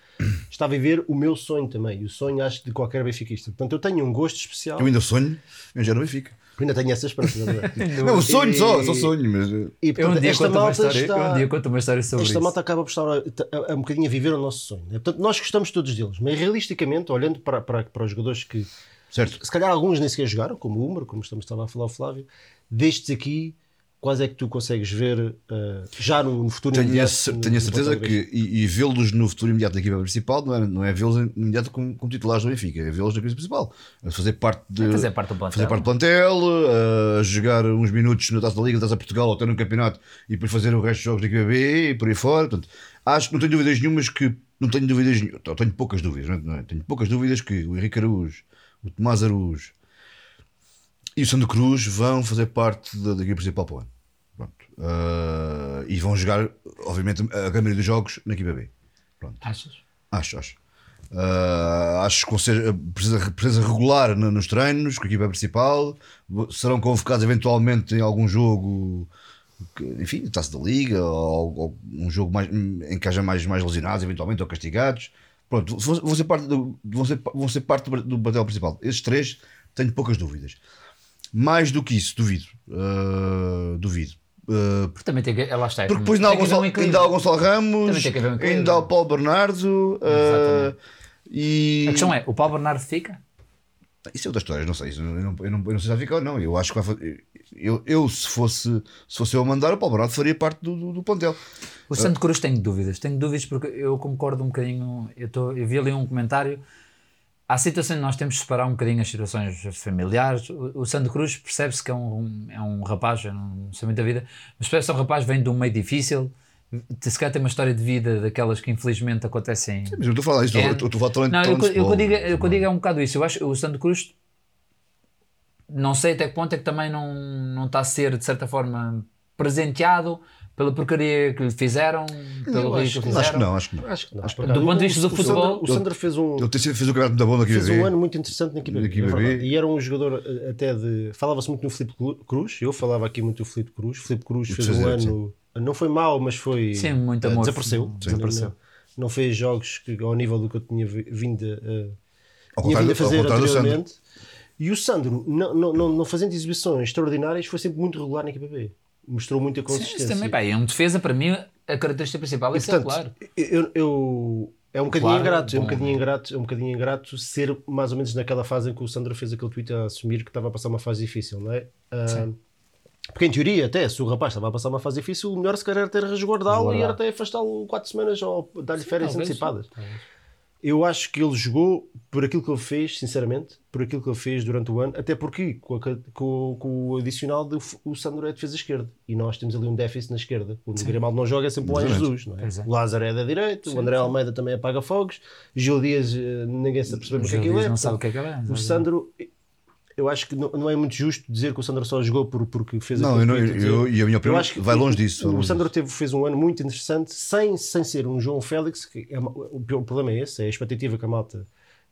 [SPEAKER 2] está a viver o meu sonho também, e o sonho, acho, de qualquer benfiquista. Portanto, eu tenho um gosto especial.
[SPEAKER 3] Eu ainda sonho, eu já não Benfica.
[SPEAKER 2] Eu ainda tenho essa esperança. na verdade.
[SPEAKER 3] Não, eu sonho só,
[SPEAKER 2] E-
[SPEAKER 3] só sonho, mas. eh,
[SPEAKER 2] E,
[SPEAKER 4] Eu um,
[SPEAKER 2] portanto,
[SPEAKER 4] dia
[SPEAKER 2] esta
[SPEAKER 4] conto uma
[SPEAKER 2] malta
[SPEAKER 4] história,
[SPEAKER 2] está...
[SPEAKER 4] eu um dia conto uma história sobre
[SPEAKER 2] Esta
[SPEAKER 4] isso.
[SPEAKER 2] malta acaba por estar a, a- a um bocadinho a viver o nosso sonho. né? Portanto, nós gostamos todos deles, mas realisticamente, olhando para, para, para os jogadores que,
[SPEAKER 3] Certo.
[SPEAKER 2] se calhar alguns nem sequer jogaram, como o Umbro, como estamos estava a falar o Flávio, destes aqui, quais é que tu consegues ver eh, já no, no futuro?
[SPEAKER 3] Tenho,
[SPEAKER 2] imediato,
[SPEAKER 3] esse-
[SPEAKER 2] no-
[SPEAKER 3] tenho a
[SPEAKER 2] no
[SPEAKER 3] certeza
[SPEAKER 2] Porto Alegre?
[SPEAKER 3] que. E, e vê-los no futuro imediato da equipa principal não é, não é vê-los imediato como, como titulares do Benfica, é vê-los na equipa principal. É fazer parte de.
[SPEAKER 4] fazer parte do plantel.
[SPEAKER 3] Fazer parte do plantel, eh, jogar uns minutos na taça da Liga, na taça de Portugal ou até no campeonato e depois fazer o resto dos jogos da equipa B e por aí fora. Portanto, acho que não tenho dúvidas nenhumas que. Não tenho dúvidas. nenhu- ou Tenho poucas dúvidas, não é? não é? Tenho poucas dúvidas que o Henrique Araújo, o Tomás Araújo e o Sandro Cruz vão fazer parte da, da equipa principal para o ano. Pronto. Ah, e vão jogar, obviamente, a maioria dos jogos na equipa B. Pronto.
[SPEAKER 4] Achas?
[SPEAKER 3] Acho, acho. Ah, acho que vão ser- precisa, precisa regular no- nos treinos com a equipa principal. Serão convocados eventualmente em algum jogo, que, enfim, taça da liga, ou, ou um jogo mais, em que haja mais, mais lesionados, eventualmente, ou castigados. Pronto, vão, vão ser parte do, vão, ser, vão ser parte do, do plantel principal. Esses três, tenho poucas dúvidas. Mais do que isso, duvido. Ah, duvido. Ah,
[SPEAKER 4] Porque também tem que. Lá está. é
[SPEAKER 3] porque
[SPEAKER 4] como-
[SPEAKER 3] depois ainda há
[SPEAKER 4] tem que haver um
[SPEAKER 3] o Gonçalo, ainda
[SPEAKER 4] equilíbrio.
[SPEAKER 3] há o Gonçalo
[SPEAKER 4] Também
[SPEAKER 3] Ramos,
[SPEAKER 4] tem que haver um equilíbrio.
[SPEAKER 3] ainda há o Paulo Bernardo.
[SPEAKER 4] Exatamente.
[SPEAKER 3] ah, e.
[SPEAKER 4] A questão é: o Paulo Bernardo fica?
[SPEAKER 3] Isso é outra história, não sei. Isso eu, não, eu, não, eu não sei se vai ficar ou não. Eu acho que vai fazer. Eu, eu, se, fosse, se fosse eu a mandar, o Paulo Bernardo faria parte do, do, do plantel. Eh, Ah.
[SPEAKER 4] O Santo Cruz tenho dúvidas. Tenho dúvidas porque eu concordo um bocadinho. Eu, tô, eu vi ali um comentário. Há situações nós temos de separar um bocadinho as situações familiares. O, o Santo Cruz percebe-se que é um, um- é um rapaz, eu não sei muita vida, mas percebe-se que é um rapaz que vem de um meio difícil. Se calhar tem uma história de vida daquelas que infelizmente acontecem.
[SPEAKER 3] Mas eu não estou a falar isto.
[SPEAKER 4] É.
[SPEAKER 3] Eu estou- eu estou a falar talento-
[SPEAKER 4] Não, eu,
[SPEAKER 3] talento
[SPEAKER 4] co- eu, co-
[SPEAKER 3] futebol.
[SPEAKER 4] digo, eu co- digo é um bocado isso. Eu acho que o Santo Cruz, não sei até que ponto é que também não, não está a ser, de certa forma, presenteado pela porcaria que lhe fizeram, pelo
[SPEAKER 2] Eu
[SPEAKER 4] rio que
[SPEAKER 2] acho
[SPEAKER 4] lhe
[SPEAKER 2] que-
[SPEAKER 4] fizeram.
[SPEAKER 3] Acho que não, acho que não.
[SPEAKER 2] Acho que não.
[SPEAKER 3] Acho que
[SPEAKER 4] não. Do ponto de vista do
[SPEAKER 2] O- o Sandro-
[SPEAKER 4] futebol,
[SPEAKER 2] o Sandro fez um.
[SPEAKER 3] Ele fez, fez um campeonato muito bom na
[SPEAKER 2] Fez um
[SPEAKER 3] equipa
[SPEAKER 2] ano muito interessante na equipa
[SPEAKER 3] Na
[SPEAKER 2] B.
[SPEAKER 3] equipa
[SPEAKER 2] é verdade.
[SPEAKER 3] B.
[SPEAKER 2] E era um jogador eh, até de. Falava-se muito no Filipe Cru- Cruz, eu falava aqui muito do Filipe Cruz. Filipe Cruz
[SPEAKER 3] Muito
[SPEAKER 2] fez um
[SPEAKER 3] fazer,
[SPEAKER 2] ano. Não foi mau, mas foi.
[SPEAKER 4] Sim, muito
[SPEAKER 2] eh,
[SPEAKER 4] amor.
[SPEAKER 2] Desapareceu.
[SPEAKER 4] Sim.
[SPEAKER 2] Não-
[SPEAKER 4] Desapareceu.
[SPEAKER 2] Não, não fez jogos que, ao nível do que eu tinha vi- vindo a. eh,
[SPEAKER 3] Ao
[SPEAKER 2] tinha
[SPEAKER 3] contrário-
[SPEAKER 2] vindo a
[SPEAKER 3] ao
[SPEAKER 2] fazer
[SPEAKER 3] contrário do Sandro.
[SPEAKER 2] anteriormente. E o Sandro, não, não, não, não fazendo exibições extraordinárias, foi sempre muito regular na equipa B. Mostrou muita
[SPEAKER 4] Sim,
[SPEAKER 2] consistência.
[SPEAKER 4] isso também, pá, é um defesa, para mim, a característica principal é
[SPEAKER 2] E,
[SPEAKER 4] ser
[SPEAKER 2] portanto,
[SPEAKER 4] claro.
[SPEAKER 2] eu, eu- é um bocadinho
[SPEAKER 4] Claro,
[SPEAKER 2] ingrato, é um
[SPEAKER 4] bom.
[SPEAKER 2] bocadinho ingrato, é um bocadinho ingrato ser mais ou menos naquela fase em que o Sandro fez aquele tweet a assumir que estava a passar uma fase difícil, não é? Ah, porque em teoria, até se o rapaz estava a passar uma fase difícil, o melhor se calhar era ter resguardá-lo e era até afastá-lo quatro semanas ou dar-lhe férias
[SPEAKER 4] talvez,
[SPEAKER 2] antecipadas. Eu acho que ele jogou por aquilo que ele fez, sinceramente, por aquilo que ele fez durante o ano, até porque com, a ca- com- com o adicional de f- o Sandro é defesa esquerda e nós temos ali um déficit na esquerda. O Grimaldo não joga é sempre o Anjo Jesus, não é?
[SPEAKER 4] Pois é.
[SPEAKER 2] O Lázaro é da direita, o André Almeida também apaga fogos, Gil Dias eh, ninguém se apercebe o que
[SPEAKER 4] Gil
[SPEAKER 2] aquilo
[SPEAKER 4] Dias
[SPEAKER 2] é.
[SPEAKER 4] não sabe o que é
[SPEAKER 2] portanto,
[SPEAKER 4] que ele é,
[SPEAKER 2] O
[SPEAKER 4] exatamente.
[SPEAKER 2] Sandro, eu acho que não, não é muito justo dizer que o Sandro só jogou por, porque fez
[SPEAKER 3] Não,
[SPEAKER 2] aquele
[SPEAKER 3] eu não-
[SPEAKER 2] tweet,
[SPEAKER 3] eu-
[SPEAKER 2] dizer-
[SPEAKER 3] eu- e a minha opinião vai
[SPEAKER 2] o-
[SPEAKER 3] longe disso, vai
[SPEAKER 2] O
[SPEAKER 3] longe
[SPEAKER 2] Sandro teve, fez um ano muito interessante sem, sem ser um João Félix, que é uma- o pior- o problema é esse, é a expectativa que a malta,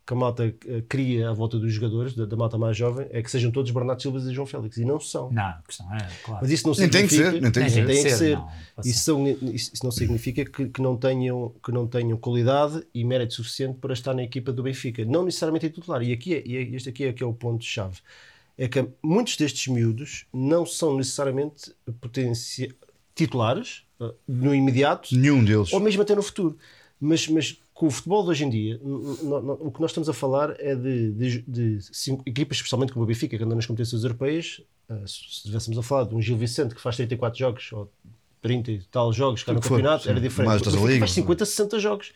[SPEAKER 2] que a malta eh, cria à volta dos jogadores, da, da malta mais jovem, é que sejam todos Bernardo Silva e João Félix, e não são.
[SPEAKER 4] Não, a questão é, claro.
[SPEAKER 2] Mas isso não
[SPEAKER 3] Nem tem que
[SPEAKER 2] significa
[SPEAKER 3] ser, nem tem que
[SPEAKER 4] ser.
[SPEAKER 2] tem que ser.
[SPEAKER 4] não,
[SPEAKER 3] Tá
[SPEAKER 4] assim.
[SPEAKER 2] Isso, são- isso- isso não significa que, que não tenham, que não tenham qualidade e mérito suficiente para estar na equipa do Benfica. Não necessariamente em titular. E, aqui é, e é- este aqui é que é o ponto-chave. É que muitos destes miúdos não são necessariamente potencia- titulares eh, no imediato,
[SPEAKER 3] Nenhum deles.
[SPEAKER 2] ou mesmo até no futuro. Mas, mas com o futebol de hoje em dia, n- n- n- o que nós estamos a falar é de, de- de cinco equipas, especialmente como o Benfica, que anda nas competições europeias. Ah, se se estivéssemos a falar de um Gil Vicente que faz 34 jogos, ou 30 e tal jogos cá no
[SPEAKER 3] que for,
[SPEAKER 2] campeonato,
[SPEAKER 3] sim.
[SPEAKER 2] era diferente.
[SPEAKER 3] Mais
[SPEAKER 2] O
[SPEAKER 3] das
[SPEAKER 2] Benfica
[SPEAKER 3] ligas,
[SPEAKER 2] faz
[SPEAKER 3] não é?
[SPEAKER 2] 50, 60 jogos.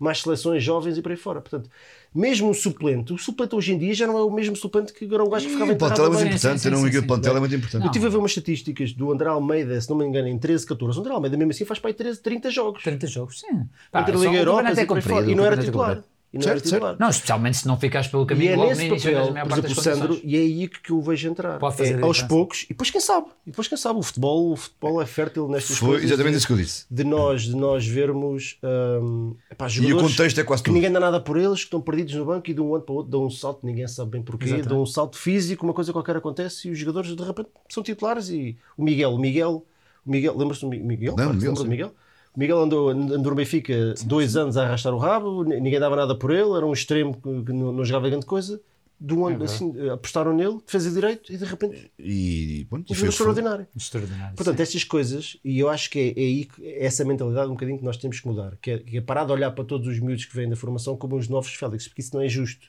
[SPEAKER 2] Mais seleções jovens e por aí fora. Portanto, mesmo um suplente, o suplente hoje em dia já não é o mesmo suplente que era o gajo que ficava
[SPEAKER 3] E o plantel é
[SPEAKER 2] enterrado
[SPEAKER 3] muito
[SPEAKER 4] Sim,
[SPEAKER 2] bem.
[SPEAKER 3] importante.
[SPEAKER 4] sim,
[SPEAKER 3] Ter
[SPEAKER 4] sim,
[SPEAKER 3] um equipe
[SPEAKER 4] sim.
[SPEAKER 3] de plantel é muito
[SPEAKER 2] Eu
[SPEAKER 3] importante.
[SPEAKER 2] estive a ver umas estatísticas do André Almeida, se não me engano, em 13, 14. O André Almeida, mesmo assim, faz para aí 13, 30 jogos.
[SPEAKER 4] 30 jogos, sim.
[SPEAKER 2] Interliga
[SPEAKER 4] só- o
[SPEAKER 2] Europa
[SPEAKER 4] campeonato
[SPEAKER 2] e por aí
[SPEAKER 4] comprido,
[SPEAKER 2] fora, e
[SPEAKER 4] o
[SPEAKER 2] não era
[SPEAKER 4] campeonato é
[SPEAKER 2] titular.
[SPEAKER 4] comprido.
[SPEAKER 2] e não
[SPEAKER 3] Certo,
[SPEAKER 2] era titular.
[SPEAKER 4] Não, especialmente se não ficares pelo
[SPEAKER 2] E
[SPEAKER 4] caminho
[SPEAKER 2] é
[SPEAKER 4] logo no
[SPEAKER 2] nesse
[SPEAKER 4] início
[SPEAKER 2] papel,
[SPEAKER 4] das maior
[SPEAKER 2] por
[SPEAKER 4] parte das
[SPEAKER 2] exemplo, o
[SPEAKER 4] condições.
[SPEAKER 2] Sandro, e é aí que eu o vejo entrar.
[SPEAKER 4] Pode fazer
[SPEAKER 2] É
[SPEAKER 4] a
[SPEAKER 2] aos
[SPEAKER 4] diferença.
[SPEAKER 2] poucos, e depois quem sabe, e depois quem sabe, o futebol, o futebol é fértil nestas
[SPEAKER 3] Foi
[SPEAKER 2] coisas.
[SPEAKER 3] exatamente
[SPEAKER 2] de-
[SPEAKER 3] isso que eu disse.
[SPEAKER 2] de nós, de nós vermos hum, epá,
[SPEAKER 3] E o
[SPEAKER 2] jogadores
[SPEAKER 3] contexto é quase
[SPEAKER 2] que
[SPEAKER 3] tudo.
[SPEAKER 2] ninguém dá nada por eles, que estão perdidos no banco e de um ano para o outro dão um salto, ninguém sabe bem porquê,
[SPEAKER 4] Exatamente.
[SPEAKER 2] dão um salto físico, uma coisa qualquer acontece e os jogadores de repente são titulares e o Miguel, o Miguel, o Miguel, lembras-te do Mi- Miguel?
[SPEAKER 3] Não,
[SPEAKER 2] Claro que
[SPEAKER 3] Miguel,
[SPEAKER 2] lembras do
[SPEAKER 3] sim.
[SPEAKER 2] Miguel? O Miguel andou, andou no Benfica dois anos a arrastar o rabo, ni- ninguém dava nada por ele, era um extremo que que não, não jogava grande coisa. De
[SPEAKER 4] É
[SPEAKER 2] um ano assim, apostaram nele, fez a direito e de repente
[SPEAKER 3] E pronto,
[SPEAKER 2] um jogador
[SPEAKER 3] e foi o que foi.
[SPEAKER 2] extraordinário.
[SPEAKER 4] Extraordinário.
[SPEAKER 2] Portanto, estas coisas, e eu acho que é, é aí que- é essa mentalidade um bocadinho que nós temos que mudar, que é, que é parar de olhar para todos os miúdos que vêm da formação como os novos Félix, porque isso não é justo.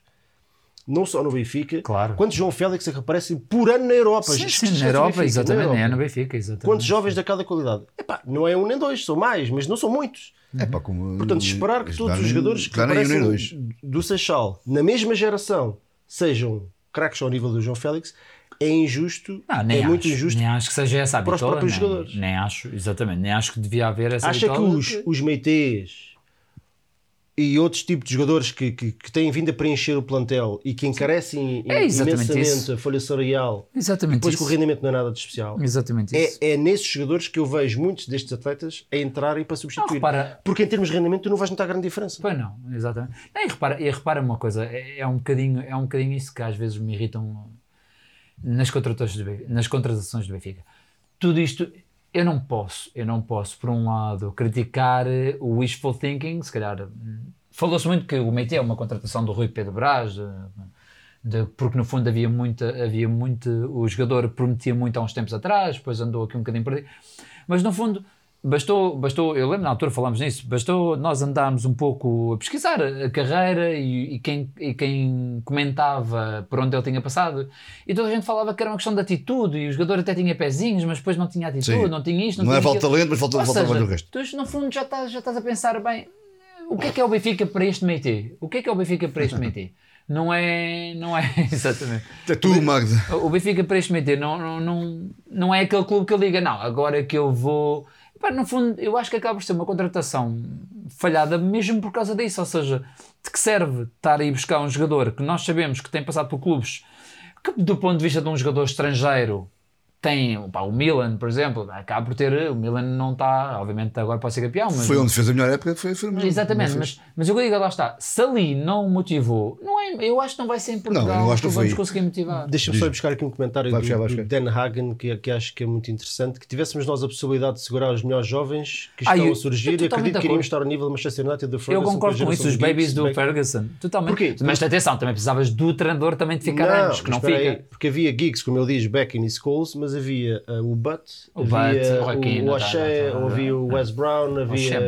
[SPEAKER 2] Não só no Benfica,
[SPEAKER 4] Claro.
[SPEAKER 2] quantos João Félix é que aparecem por ano na Europa?
[SPEAKER 4] sim,
[SPEAKER 2] Esquece
[SPEAKER 4] sim,
[SPEAKER 2] do
[SPEAKER 4] na Europa,
[SPEAKER 2] Benfica,
[SPEAKER 4] exatamente.
[SPEAKER 2] Europa.
[SPEAKER 4] É, no Benfica, exatamente.
[SPEAKER 2] Quantos jovens daquela qualidade? Epá, não é um nem dois, são mais, mas não são muitos.
[SPEAKER 3] É pá, como-
[SPEAKER 2] Portanto, esperar que
[SPEAKER 3] eles
[SPEAKER 2] todos
[SPEAKER 3] darem-
[SPEAKER 2] os jogadores que
[SPEAKER 3] eles darem um nem
[SPEAKER 2] aparecem
[SPEAKER 3] dois.
[SPEAKER 2] do Seixal, na mesma geração, sejam craques ao nível do João Félix, é injusto,
[SPEAKER 4] Não, Ah, nem
[SPEAKER 2] é
[SPEAKER 4] acho,
[SPEAKER 2] muito injusto
[SPEAKER 4] Nem acho que seja essa a
[SPEAKER 2] para os
[SPEAKER 4] bitola,
[SPEAKER 2] próprios
[SPEAKER 4] nem,
[SPEAKER 2] jogadores.
[SPEAKER 4] Nem acho, exatamente. Nem acho que devia haver essa
[SPEAKER 2] Acha que
[SPEAKER 4] bitola.
[SPEAKER 2] os, os Meitês e outros tipos de jogadores que, que, que têm vindo a preencher o plantel e que encarecem
[SPEAKER 4] É exatamente
[SPEAKER 2] imensamente
[SPEAKER 4] isso.
[SPEAKER 2] a folha salarial,
[SPEAKER 4] Exatamente
[SPEAKER 2] depois que o
[SPEAKER 4] isso.
[SPEAKER 2] rendimento não é nada de especial,
[SPEAKER 4] Exatamente isso.
[SPEAKER 2] é, é nesses jogadores que eu vejo muitos destes atletas a entrarem para
[SPEAKER 4] Não,
[SPEAKER 2] substituir.
[SPEAKER 4] repara-
[SPEAKER 2] Porque em termos de rendimento tu não vais notar grande diferença.
[SPEAKER 4] Pois não, exatamente. Não, e, repara, e repara uma coisa, é, é um bocadinho, é um bocadinho isso que às vezes me irritam nas contratações, do Benfica, nas contratações do Benfica. Tudo isto, eu não posso, eu não posso, por um lado, criticar eh, o wishful thinking, se calhar. hum, Falou-se muito que o Meite é uma contratação do Rui Pedro Brás, de- de- porque no fundo havia muito, havia muito, o jogador prometia muito há uns tempos atrás, depois andou aqui um bocadinho perdido. Mas no fundo, bastou, bastou eu lembro na altura falámos nisso, bastou nós andarmos um pouco a pesquisar a carreira e, e quem, e quem comentava por onde ele tinha passado. E toda a gente falava que era uma questão de atitude e o jogador até tinha pezinhos, mas depois não tinha atitude,
[SPEAKER 3] Sim.
[SPEAKER 4] não tinha isto, não,
[SPEAKER 3] Não
[SPEAKER 4] tinha
[SPEAKER 3] é falta
[SPEAKER 4] aquilo.
[SPEAKER 3] talento, mas falta
[SPEAKER 4] Ou
[SPEAKER 3] falta
[SPEAKER 4] seja,
[SPEAKER 3] trabalho do resto.
[SPEAKER 4] Tu, no fundo, já estás, já estás a pensar, bem, o que é que é o Benfica para este Meite? O que é que é o Benfica para este Meite? Não é, não é, exatamente.
[SPEAKER 3] É tu, Magda.
[SPEAKER 4] O o Benfica, para este meter, não, não, não, não é aquele clube que eu liga, não. Agora que eu vou. Pá, no fundo, eu acho que acaba por ser uma contratação falhada mesmo por causa disso. Ou seja, de que serve estar aí buscar um jogador que nós sabemos que tem passado por clubes que, do ponto de vista de um jogador estrangeiro, tem. pá, o Milan, por exemplo, acaba por ter. O Milan não está. Obviamente, agora pode ser campeão, mas.
[SPEAKER 3] Foi onde fez a melhor época, foi, um foi o Milan.
[SPEAKER 4] Exatamente,
[SPEAKER 3] Não
[SPEAKER 4] mas, mas o que eu digo, é, lá está. Se ali não o motivou, não é, eu acho que não vai ser em Portugal
[SPEAKER 3] eu acho que não foi
[SPEAKER 4] vamos
[SPEAKER 3] aí.
[SPEAKER 4] conseguir motivar.
[SPEAKER 2] Deixa-me só ir buscar aqui um comentário
[SPEAKER 3] Vai
[SPEAKER 2] do,
[SPEAKER 3] buscar, vai
[SPEAKER 2] do
[SPEAKER 3] buscar.
[SPEAKER 2] Dan Hagen que, que acho que é muito interessante. Que tivéssemos nós a possibilidade de segurar os melhores jovens que
[SPEAKER 4] Ah,
[SPEAKER 2] estão
[SPEAKER 4] eu-
[SPEAKER 2] a surgir
[SPEAKER 4] eu
[SPEAKER 2] e
[SPEAKER 4] totalmente de
[SPEAKER 2] acredito que
[SPEAKER 4] acordo.
[SPEAKER 2] iríamos estar ao nível do Manchester United do
[SPEAKER 4] Eu
[SPEAKER 2] Ferguson, é
[SPEAKER 4] concordo
[SPEAKER 2] a
[SPEAKER 4] com isso,
[SPEAKER 2] geração
[SPEAKER 4] os
[SPEAKER 2] de Gibbs,
[SPEAKER 4] babies do
[SPEAKER 2] Beck-
[SPEAKER 4] Ferguson. Totalmente.
[SPEAKER 2] Porquê?
[SPEAKER 4] Mas atenção, também precisavas do treinador também de ficar anos, que
[SPEAKER 2] mas
[SPEAKER 4] não
[SPEAKER 2] espera
[SPEAKER 4] fica.
[SPEAKER 2] aí, porque havia gigs, como ele diz, Beckham e Scholes, mas havia ah, o Butt,
[SPEAKER 4] O Butt,
[SPEAKER 2] havia
[SPEAKER 4] o Raquinho,
[SPEAKER 2] o
[SPEAKER 4] tá,
[SPEAKER 2] O'Shea,
[SPEAKER 4] tá, tá, tá.
[SPEAKER 2] havia o Wes Brown, havia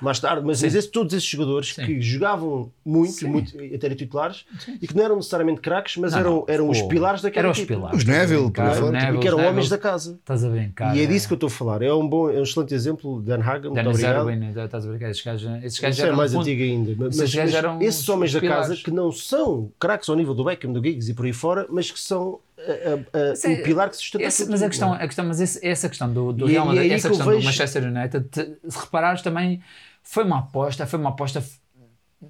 [SPEAKER 4] mais tarde.
[SPEAKER 2] mas esses- todos esses jogadores que jogavam muito, muito até eram titulares e que não eram necessariamente craques, mas
[SPEAKER 4] Não,
[SPEAKER 2] eram,
[SPEAKER 4] não.
[SPEAKER 2] eram os
[SPEAKER 4] Oh,
[SPEAKER 2] pilares daquela
[SPEAKER 4] Era os
[SPEAKER 2] equipa.
[SPEAKER 4] pilares.
[SPEAKER 3] Os Neville,
[SPEAKER 4] Cara,
[SPEAKER 3] por favor.
[SPEAKER 4] Neville,
[SPEAKER 2] E que eram
[SPEAKER 4] os
[SPEAKER 2] homens
[SPEAKER 4] Neville.
[SPEAKER 2] da casa.
[SPEAKER 4] Estás a brincar. né?
[SPEAKER 2] e é disso que eu estou a falar. É um bom, é um excelente exemplo, Dan Hagen, muito
[SPEAKER 4] Dennis
[SPEAKER 2] obrigado.
[SPEAKER 4] Irwin, né? Tá, estás a brincar. Esses gajos esses gajos
[SPEAKER 2] Isso é
[SPEAKER 4] eram.
[SPEAKER 2] mais
[SPEAKER 4] um-
[SPEAKER 2] antigo ainda. Mas,
[SPEAKER 4] esses gajos
[SPEAKER 2] mas
[SPEAKER 4] eram
[SPEAKER 2] esses
[SPEAKER 4] os-
[SPEAKER 2] homens
[SPEAKER 4] os
[SPEAKER 2] da casa
[SPEAKER 4] pilares.
[SPEAKER 2] que não são craques ao nível do Beckham, do Giggs e por aí fora, mas que são a, a- a-
[SPEAKER 4] Mas é-
[SPEAKER 2] o pilar que sustenta
[SPEAKER 4] Esse-
[SPEAKER 2] aquilo
[SPEAKER 4] mas a
[SPEAKER 2] tudo,
[SPEAKER 4] questão,
[SPEAKER 2] não é?
[SPEAKER 4] a questão, mas esse- essa questão do, do
[SPEAKER 2] E- é
[SPEAKER 4] Real
[SPEAKER 2] e
[SPEAKER 4] Madrid,
[SPEAKER 2] aí
[SPEAKER 4] essa
[SPEAKER 2] que eu
[SPEAKER 4] questão do
[SPEAKER 2] vejo-
[SPEAKER 4] Manchester United, te- se reparares também, foi uma aposta, foi uma aposta f-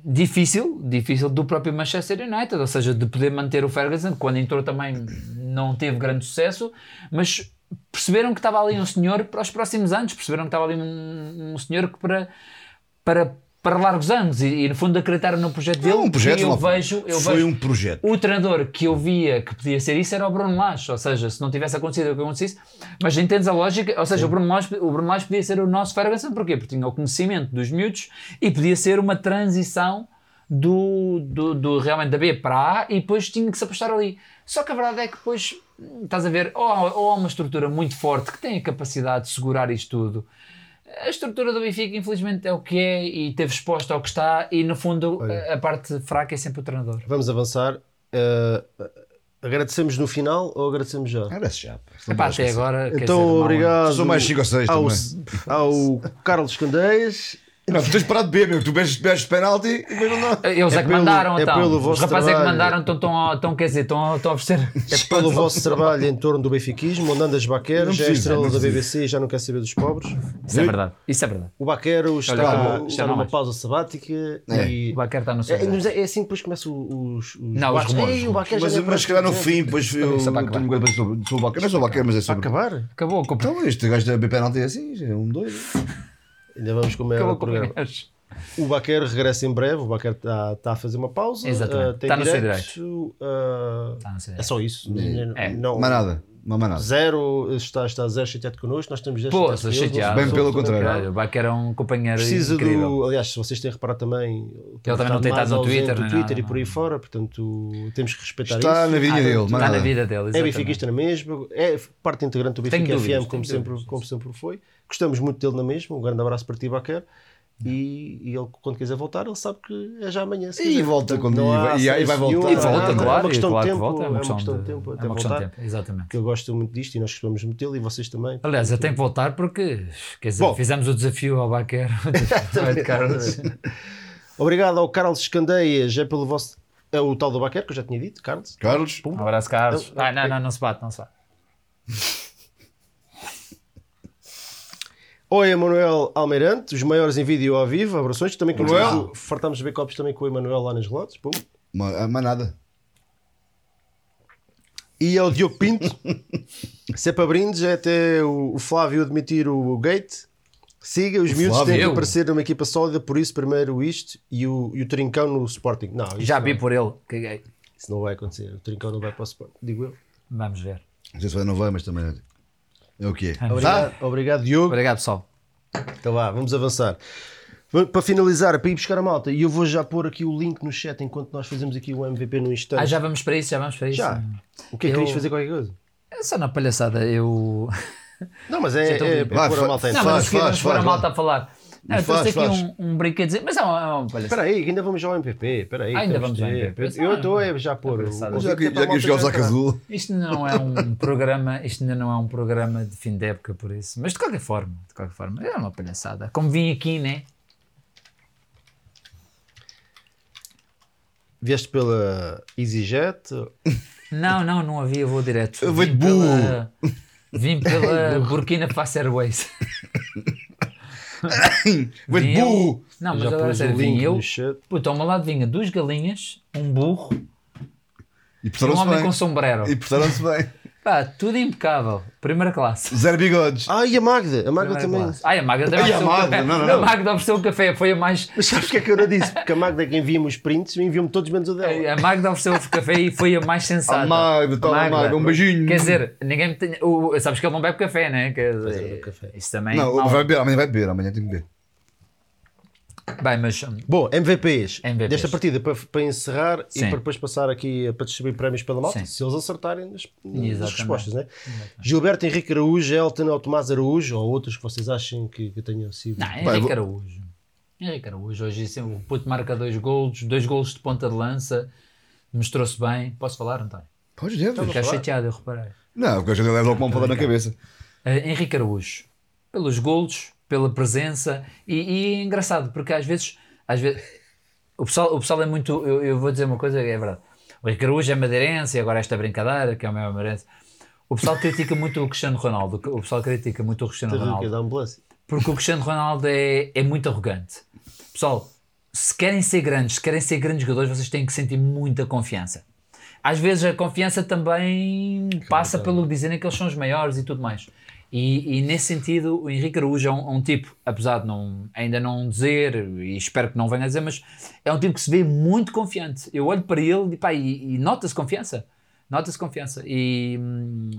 [SPEAKER 4] difícil, difícil do próprio Manchester United, ou seja, de poder manter o Ferguson, que quando entrou também não teve grande sucesso, mas perceberam que estava ali um senhor para os próximos anos, perceberam que estava ali um, um senhor que para, para, para largos anos e, e no fundo acreditaram no projeto dele.
[SPEAKER 3] Não, um projeto.
[SPEAKER 4] e eu
[SPEAKER 3] uma-
[SPEAKER 4] vejo, eu
[SPEAKER 3] Foi
[SPEAKER 4] vejo
[SPEAKER 3] um projeto.
[SPEAKER 4] o treinador que eu via que podia ser isso era o Bruno Lage, ou seja, se não tivesse acontecido o que acontecesse, mas entendes a lógica, ou seja, o Bruno, Lage, o Bruno Lage podia ser o nosso Ferguson, porquê? Porque tinha o conhecimento dos miúdos e podia ser uma transição do, do, do- realmente da B para A e depois tinha que se apostar ali. Só que a verdade é que depois hum, estás a ver, ou, há- ou há uma estrutura muito forte que tem a capacidade de segurar isto tudo. A estrutura do Benfica, infelizmente, é o que é e teve exposta ao que está, e no fundo a, a parte fraca é sempre o treinador.
[SPEAKER 2] Vamos avançar. Ah, agradecemos no final ou agradecemos já?
[SPEAKER 3] Era já. pá.
[SPEAKER 4] Epá, até agora. quer dizer,
[SPEAKER 2] Então,
[SPEAKER 4] mal-
[SPEAKER 2] obrigado
[SPEAKER 3] São mais cinco ou seis
[SPEAKER 2] ao,
[SPEAKER 3] também.
[SPEAKER 2] ao Carlos Candeias
[SPEAKER 3] Não, tu tens parado de beber, meu. Tu bebes, bebes penalti e depois não dá.
[SPEAKER 4] Eles é,
[SPEAKER 2] É
[SPEAKER 4] que
[SPEAKER 2] pelo-
[SPEAKER 4] mandaram,
[SPEAKER 2] é
[SPEAKER 4] então.
[SPEAKER 2] pelo
[SPEAKER 4] Os
[SPEAKER 2] vosso
[SPEAKER 4] rapazes é que
[SPEAKER 2] trabalho.
[SPEAKER 4] mandaram, estão, estão, estão quer dizer, estão, estão a oferecer.
[SPEAKER 2] É pelo vosso trabalho em torno do benfiquismo, onde andas Baquero,
[SPEAKER 3] Não
[SPEAKER 2] já é
[SPEAKER 3] precisa,
[SPEAKER 2] estrela
[SPEAKER 3] não
[SPEAKER 2] da
[SPEAKER 3] precisa.
[SPEAKER 2] BBC e já não quer saber dos pobres.
[SPEAKER 4] Isso é verdade. Isso é verdade.
[SPEAKER 2] O Baquero está,
[SPEAKER 4] acabou,
[SPEAKER 2] está
[SPEAKER 4] já não
[SPEAKER 2] numa
[SPEAKER 4] mais.
[SPEAKER 2] pausa sabática e...
[SPEAKER 4] O Baquer está no seu.
[SPEAKER 2] É, mas é assim que depois começam os, os
[SPEAKER 4] Não, os
[SPEAKER 2] boatos.
[SPEAKER 4] rumores,
[SPEAKER 2] Ei,
[SPEAKER 4] os
[SPEAKER 2] o Baquero já é
[SPEAKER 3] Mas,
[SPEAKER 2] nem
[SPEAKER 3] mas
[SPEAKER 2] parece
[SPEAKER 3] se calhar no
[SPEAKER 2] que-
[SPEAKER 3] fim, depois eu
[SPEAKER 4] Só é para
[SPEAKER 3] tenho
[SPEAKER 4] acabar.
[SPEAKER 3] uma coisa sobre sobre o Baquer. Não é sobre o Baquer, mas é
[SPEAKER 2] Vai
[SPEAKER 3] sobre.
[SPEAKER 2] acabar?
[SPEAKER 4] Acabou, acabou.
[SPEAKER 3] Então, este gajo da beber penalti é assim, é um doido.
[SPEAKER 2] Ainda vamos com o maior
[SPEAKER 4] Acabou com
[SPEAKER 2] programa. O Baquer regressa em breve, o Baquer está tá a fazer uma pausa.
[SPEAKER 4] Exatamente.
[SPEAKER 2] ah, tem
[SPEAKER 4] Tá no seu
[SPEAKER 2] direito. ah,
[SPEAKER 4] Tá no seu
[SPEAKER 2] é só isso.
[SPEAKER 4] É.
[SPEAKER 2] Não,
[SPEAKER 3] Mas nada, não mais nada.
[SPEAKER 2] Zero está, está zero chateado connosco, nós estamos zero
[SPEAKER 4] Pô,
[SPEAKER 2] chateados com
[SPEAKER 4] sou
[SPEAKER 2] eles, não
[SPEAKER 4] chateado.
[SPEAKER 2] somos
[SPEAKER 3] Bem pelo
[SPEAKER 2] absolutamente
[SPEAKER 3] contrário.
[SPEAKER 2] nada.
[SPEAKER 4] Olha, O Baquer é um companheiro
[SPEAKER 2] Precisa
[SPEAKER 4] incrível.
[SPEAKER 2] do. Aliás, se vocês têm reparado também. ele
[SPEAKER 4] também não tem
[SPEAKER 2] mais
[SPEAKER 4] estado no
[SPEAKER 2] ausente
[SPEAKER 4] Twitter, né?
[SPEAKER 2] do
[SPEAKER 4] nem
[SPEAKER 2] Twitter
[SPEAKER 4] nada,
[SPEAKER 2] e por aí fora, portanto temos que respeitar
[SPEAKER 3] Está
[SPEAKER 2] isso.
[SPEAKER 3] na vida
[SPEAKER 4] Ah,
[SPEAKER 3] dele, mais
[SPEAKER 4] Está na
[SPEAKER 3] nada.
[SPEAKER 4] vida dele.
[SPEAKER 2] É
[SPEAKER 4] exatamente.
[SPEAKER 2] benfiquista na mesma, é parte integrante do Benfica
[SPEAKER 4] Tenho dúvidas,
[SPEAKER 2] FM, como
[SPEAKER 4] tenho
[SPEAKER 2] sempre, como sempre foi. Gostamos muito dele na mesma. Um grande abraço para ti, Baquer. E, e ele, quando quiser voltar, ele sabe que é já amanhã. se
[SPEAKER 3] E
[SPEAKER 2] quiser.
[SPEAKER 3] volta
[SPEAKER 2] Portanto,
[SPEAKER 3] quando-
[SPEAKER 2] não há
[SPEAKER 3] e aí vai
[SPEAKER 2] acesso
[SPEAKER 3] voltar.
[SPEAKER 2] nenhum,
[SPEAKER 4] E
[SPEAKER 2] não há
[SPEAKER 4] volta,
[SPEAKER 2] nada.
[SPEAKER 4] claro.
[SPEAKER 2] É uma questão
[SPEAKER 4] claro
[SPEAKER 2] de
[SPEAKER 4] que
[SPEAKER 2] tempo,
[SPEAKER 4] volta,
[SPEAKER 2] é uma questão de tempo
[SPEAKER 4] É
[SPEAKER 2] até
[SPEAKER 4] uma questão de
[SPEAKER 2] voltar.
[SPEAKER 4] tempo, exatamente.
[SPEAKER 2] Que eu gosto muito disto e nós gostamos muito dele e vocês também.
[SPEAKER 4] Aliás, eu tenho que voltar porque quer dizer,
[SPEAKER 2] Bom.
[SPEAKER 4] fizemos o desafio ao Baquer. o desafio ao Ed Carlos.
[SPEAKER 2] Obrigado ao Carlos Escandeias, é pelo vosso. É o tal do Baquer, que eu já tinha dito, Carlos. Então,
[SPEAKER 3] Carlos,
[SPEAKER 4] Um abraço, Carlos. Ah, não, não, não se bate, não se bate.
[SPEAKER 2] Oi, Emanuel Almeirante, os maiores em vídeo ao vivo, abrações. Também com
[SPEAKER 3] Manuel.
[SPEAKER 2] fartámos de ver copos também com o Emanuel lá nas relotes. Pum.
[SPEAKER 3] ma- ah, mais nada.
[SPEAKER 2] E ao Diogo Pinto, se é para brindes, é até o, o Flávio admitir o, gate. Siga, os miúdos
[SPEAKER 3] Flávio?
[SPEAKER 2] têm que aparecer numa equipa sólida, por isso primeiro o isto e o, e o Trincão no Sporting. Não, isso,
[SPEAKER 4] Já vi por ele, caguei.
[SPEAKER 2] isso não vai acontecer. O Trincão não vai para o Sporting, digo eu.
[SPEAKER 4] Vamos ver.
[SPEAKER 3] Não sei se vai ou não vai, mas também é. É o
[SPEAKER 4] Ah,
[SPEAKER 3] que é.
[SPEAKER 2] Obrigado, obrigado
[SPEAKER 4] Tá?
[SPEAKER 2] Diogo.
[SPEAKER 4] Obrigado, pessoal.
[SPEAKER 2] Então vá, vamos avançar. Va- Para finalizar, para ir buscar a malta, e eu vou já pôr aqui o link no chat enquanto nós fazemos aqui o MVP no instante.
[SPEAKER 4] Ah, já vamos para isso, já vamos para isso.
[SPEAKER 2] Então Já. O que é
[SPEAKER 4] Eu-
[SPEAKER 2] que querias fazer qualquer coisa?
[SPEAKER 4] É só na palhaçada, eu.
[SPEAKER 2] Não, mas é, é, é
[SPEAKER 3] Vai,
[SPEAKER 2] pôr
[SPEAKER 3] fa-
[SPEAKER 2] a malta em
[SPEAKER 4] Não,
[SPEAKER 3] Faz,
[SPEAKER 4] mas faz,
[SPEAKER 3] faz,
[SPEAKER 4] vamos pôr a
[SPEAKER 3] faz,
[SPEAKER 4] malta a falar. Não, eu
[SPEAKER 3] Faz,
[SPEAKER 4] trouxe aqui
[SPEAKER 3] faz.
[SPEAKER 4] um, um brinquedozinho, mas é uma, é uma palhaçada.
[SPEAKER 2] Espera aí, ainda vamos já ao MPP. Espera aí,
[SPEAKER 4] Ah, ainda
[SPEAKER 2] temos
[SPEAKER 4] vamos
[SPEAKER 2] de
[SPEAKER 4] ao
[SPEAKER 2] ver.
[SPEAKER 4] MPP.
[SPEAKER 2] Eu estou a já pôr. o-
[SPEAKER 4] Já
[SPEAKER 2] o- é
[SPEAKER 3] Já é que, já que jogámos à Cazul.
[SPEAKER 4] Isto não é um programa, isto ainda não é um programa de fim de época, por isso. Mas de qualquer forma, de qualquer forma, é uma palhaçada. Como vim aqui, né?
[SPEAKER 2] Vieste pela EasyJet.
[SPEAKER 4] Não, não, não havia voo direto.
[SPEAKER 3] Eu vou de
[SPEAKER 4] Vim
[SPEAKER 3] burro.
[SPEAKER 4] pela- Vim pela Burkina Faso Airways.
[SPEAKER 3] Vai de
[SPEAKER 4] Vim eu-
[SPEAKER 3] burro!
[SPEAKER 4] Não, mas
[SPEAKER 2] Já
[SPEAKER 4] agora a
[SPEAKER 2] pôs o
[SPEAKER 4] sério, vim
[SPEAKER 2] link
[SPEAKER 4] eu.
[SPEAKER 2] no chat.
[SPEAKER 4] Puta, ao meu lado vinha duas galinhas, um burro
[SPEAKER 3] E
[SPEAKER 4] e um
[SPEAKER 3] portaram-se
[SPEAKER 4] homem com
[SPEAKER 3] bem.
[SPEAKER 4] sombrero.
[SPEAKER 3] E portaram-se bem.
[SPEAKER 4] Pá, tudo impecável. Primeira classe.
[SPEAKER 3] Zero bigodes.
[SPEAKER 2] Ah, e a Magda? A Magda
[SPEAKER 4] Primeira
[SPEAKER 2] também.
[SPEAKER 4] classe. Ai, a Magda também
[SPEAKER 3] Ai, a
[SPEAKER 4] ofereceu o
[SPEAKER 3] Magda,
[SPEAKER 4] café.
[SPEAKER 3] não, não, não.
[SPEAKER 4] A Magda ofereceu o café, foi a mais.
[SPEAKER 2] Mas sabes o que é que eu não disse? Porque a Magda que envia-me os prints, enviou-me todos menos o dela.
[SPEAKER 4] A Magda ofereceu o café e foi a mais sensata.
[SPEAKER 3] A Magda, toma Magda. um beijinho.
[SPEAKER 4] Quer dizer, ninguém me tem. o- sabes que ele não bebe café, né? Quer dizer, Isso também.
[SPEAKER 3] Não,
[SPEAKER 4] mal.
[SPEAKER 3] vai beber, amanhã vai beber, amanhã tem que beber.
[SPEAKER 4] Bem, mas. hum,
[SPEAKER 2] Bom, MVPs.
[SPEAKER 4] MVPs.
[SPEAKER 2] Desta partida, para, para encerrar e
[SPEAKER 4] Sim.
[SPEAKER 2] para depois passar aqui para distribuir prémios pela malta,
[SPEAKER 4] Sim.
[SPEAKER 2] se eles acertarem nas, nas
[SPEAKER 4] Exatamente.
[SPEAKER 2] respostas, né? Gilberto Henrique Araújo, Elton ou Tomás Araújo, ou outros que vocês achem que, que tenham sido.
[SPEAKER 4] Não,
[SPEAKER 3] Bem,
[SPEAKER 4] Henrique
[SPEAKER 3] vou-
[SPEAKER 4] Araújo. Henrique Araújo, hoje sim, o puto marca dois golos, dois golos de ponta de lança, mostrou-se bem. Posso falar, António?
[SPEAKER 3] Podes dizer, mas-
[SPEAKER 4] Ficaste chateado, eu reparei.
[SPEAKER 3] Não, o gajo dele é leva uma palavra na cabeça.
[SPEAKER 4] Eh, Henrique Araújo, pelos golos, pela presença e, e é engraçado, porque às vezes, às vezes o, pessoal, o pessoal é muito. Eu, eu vou dizer uma coisa, é verdade. O Henrique Araújo é madeirense e agora esta brincadeira, que é o meu madeirense. O pessoal critica muito o Cristiano Ronaldo. O pessoal critica muito o Cristiano
[SPEAKER 2] Teve o quê? um
[SPEAKER 4] Ronaldo.
[SPEAKER 2] Da ambulância.
[SPEAKER 4] Porque o Cristiano Ronaldo é, é muito arrogante. Pessoal, se querem ser grandes, se querem ser grandes jogadores, vocês têm que sentir muita confiança. Às vezes a confiança também passa pelo dizerem que eles são os maiores e tudo mais. E, e nesse sentido, o Henrique Araújo é um, é um tipo, apesar de não, ainda não dizer, e espero que não venha a dizer, mas é um tipo que se vê muito confiante. Eu olho para ele e, pá, e, e nota-se confiança. Nota-se confiança. E, hum,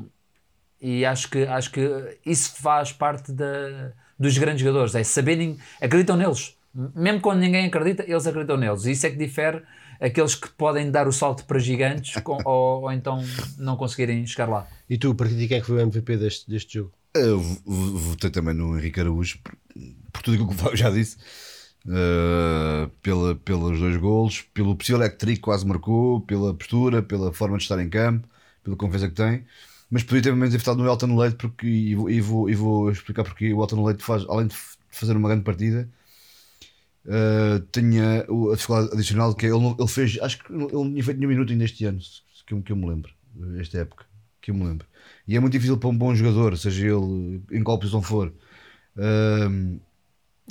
[SPEAKER 4] e acho que, acho que isso faz parte da, dos grandes jogadores, é saberem, acreditam neles. Mesmo quando ninguém acredita, eles acreditam neles. E isso é que difere aqueles que podem dar o salto para gigantes com- ou, ou então não conseguirem chegar lá.
[SPEAKER 2] E tu, a partir de quem é que foi o MVP deste, deste jogo?
[SPEAKER 3] Eu v- v- Ah, votei também no Henrique Araújo por, por tudo aquilo que o Fábio já disse. Uh, pela, pelos dois golos, pelo possível electric que quase marcou, pela postura, pela forma de estar em campo, pela confiança que tem. Mas podia ter mesmo votado no Elton Leite, porque, e, vou, e, vou, e vou explicar porque o Elton Leite faz, além de f- fazer uma grande partida, Uh, tinha o- a dificuldade adicional que é ele, não- ele fez, acho que ele não tinha feito nenhum minuto ainda este ano, se- que, eu- que eu me lembro, esta época, que eu me lembro. E é muito difícil para um bom jogador, seja ele em qual posição for, uh,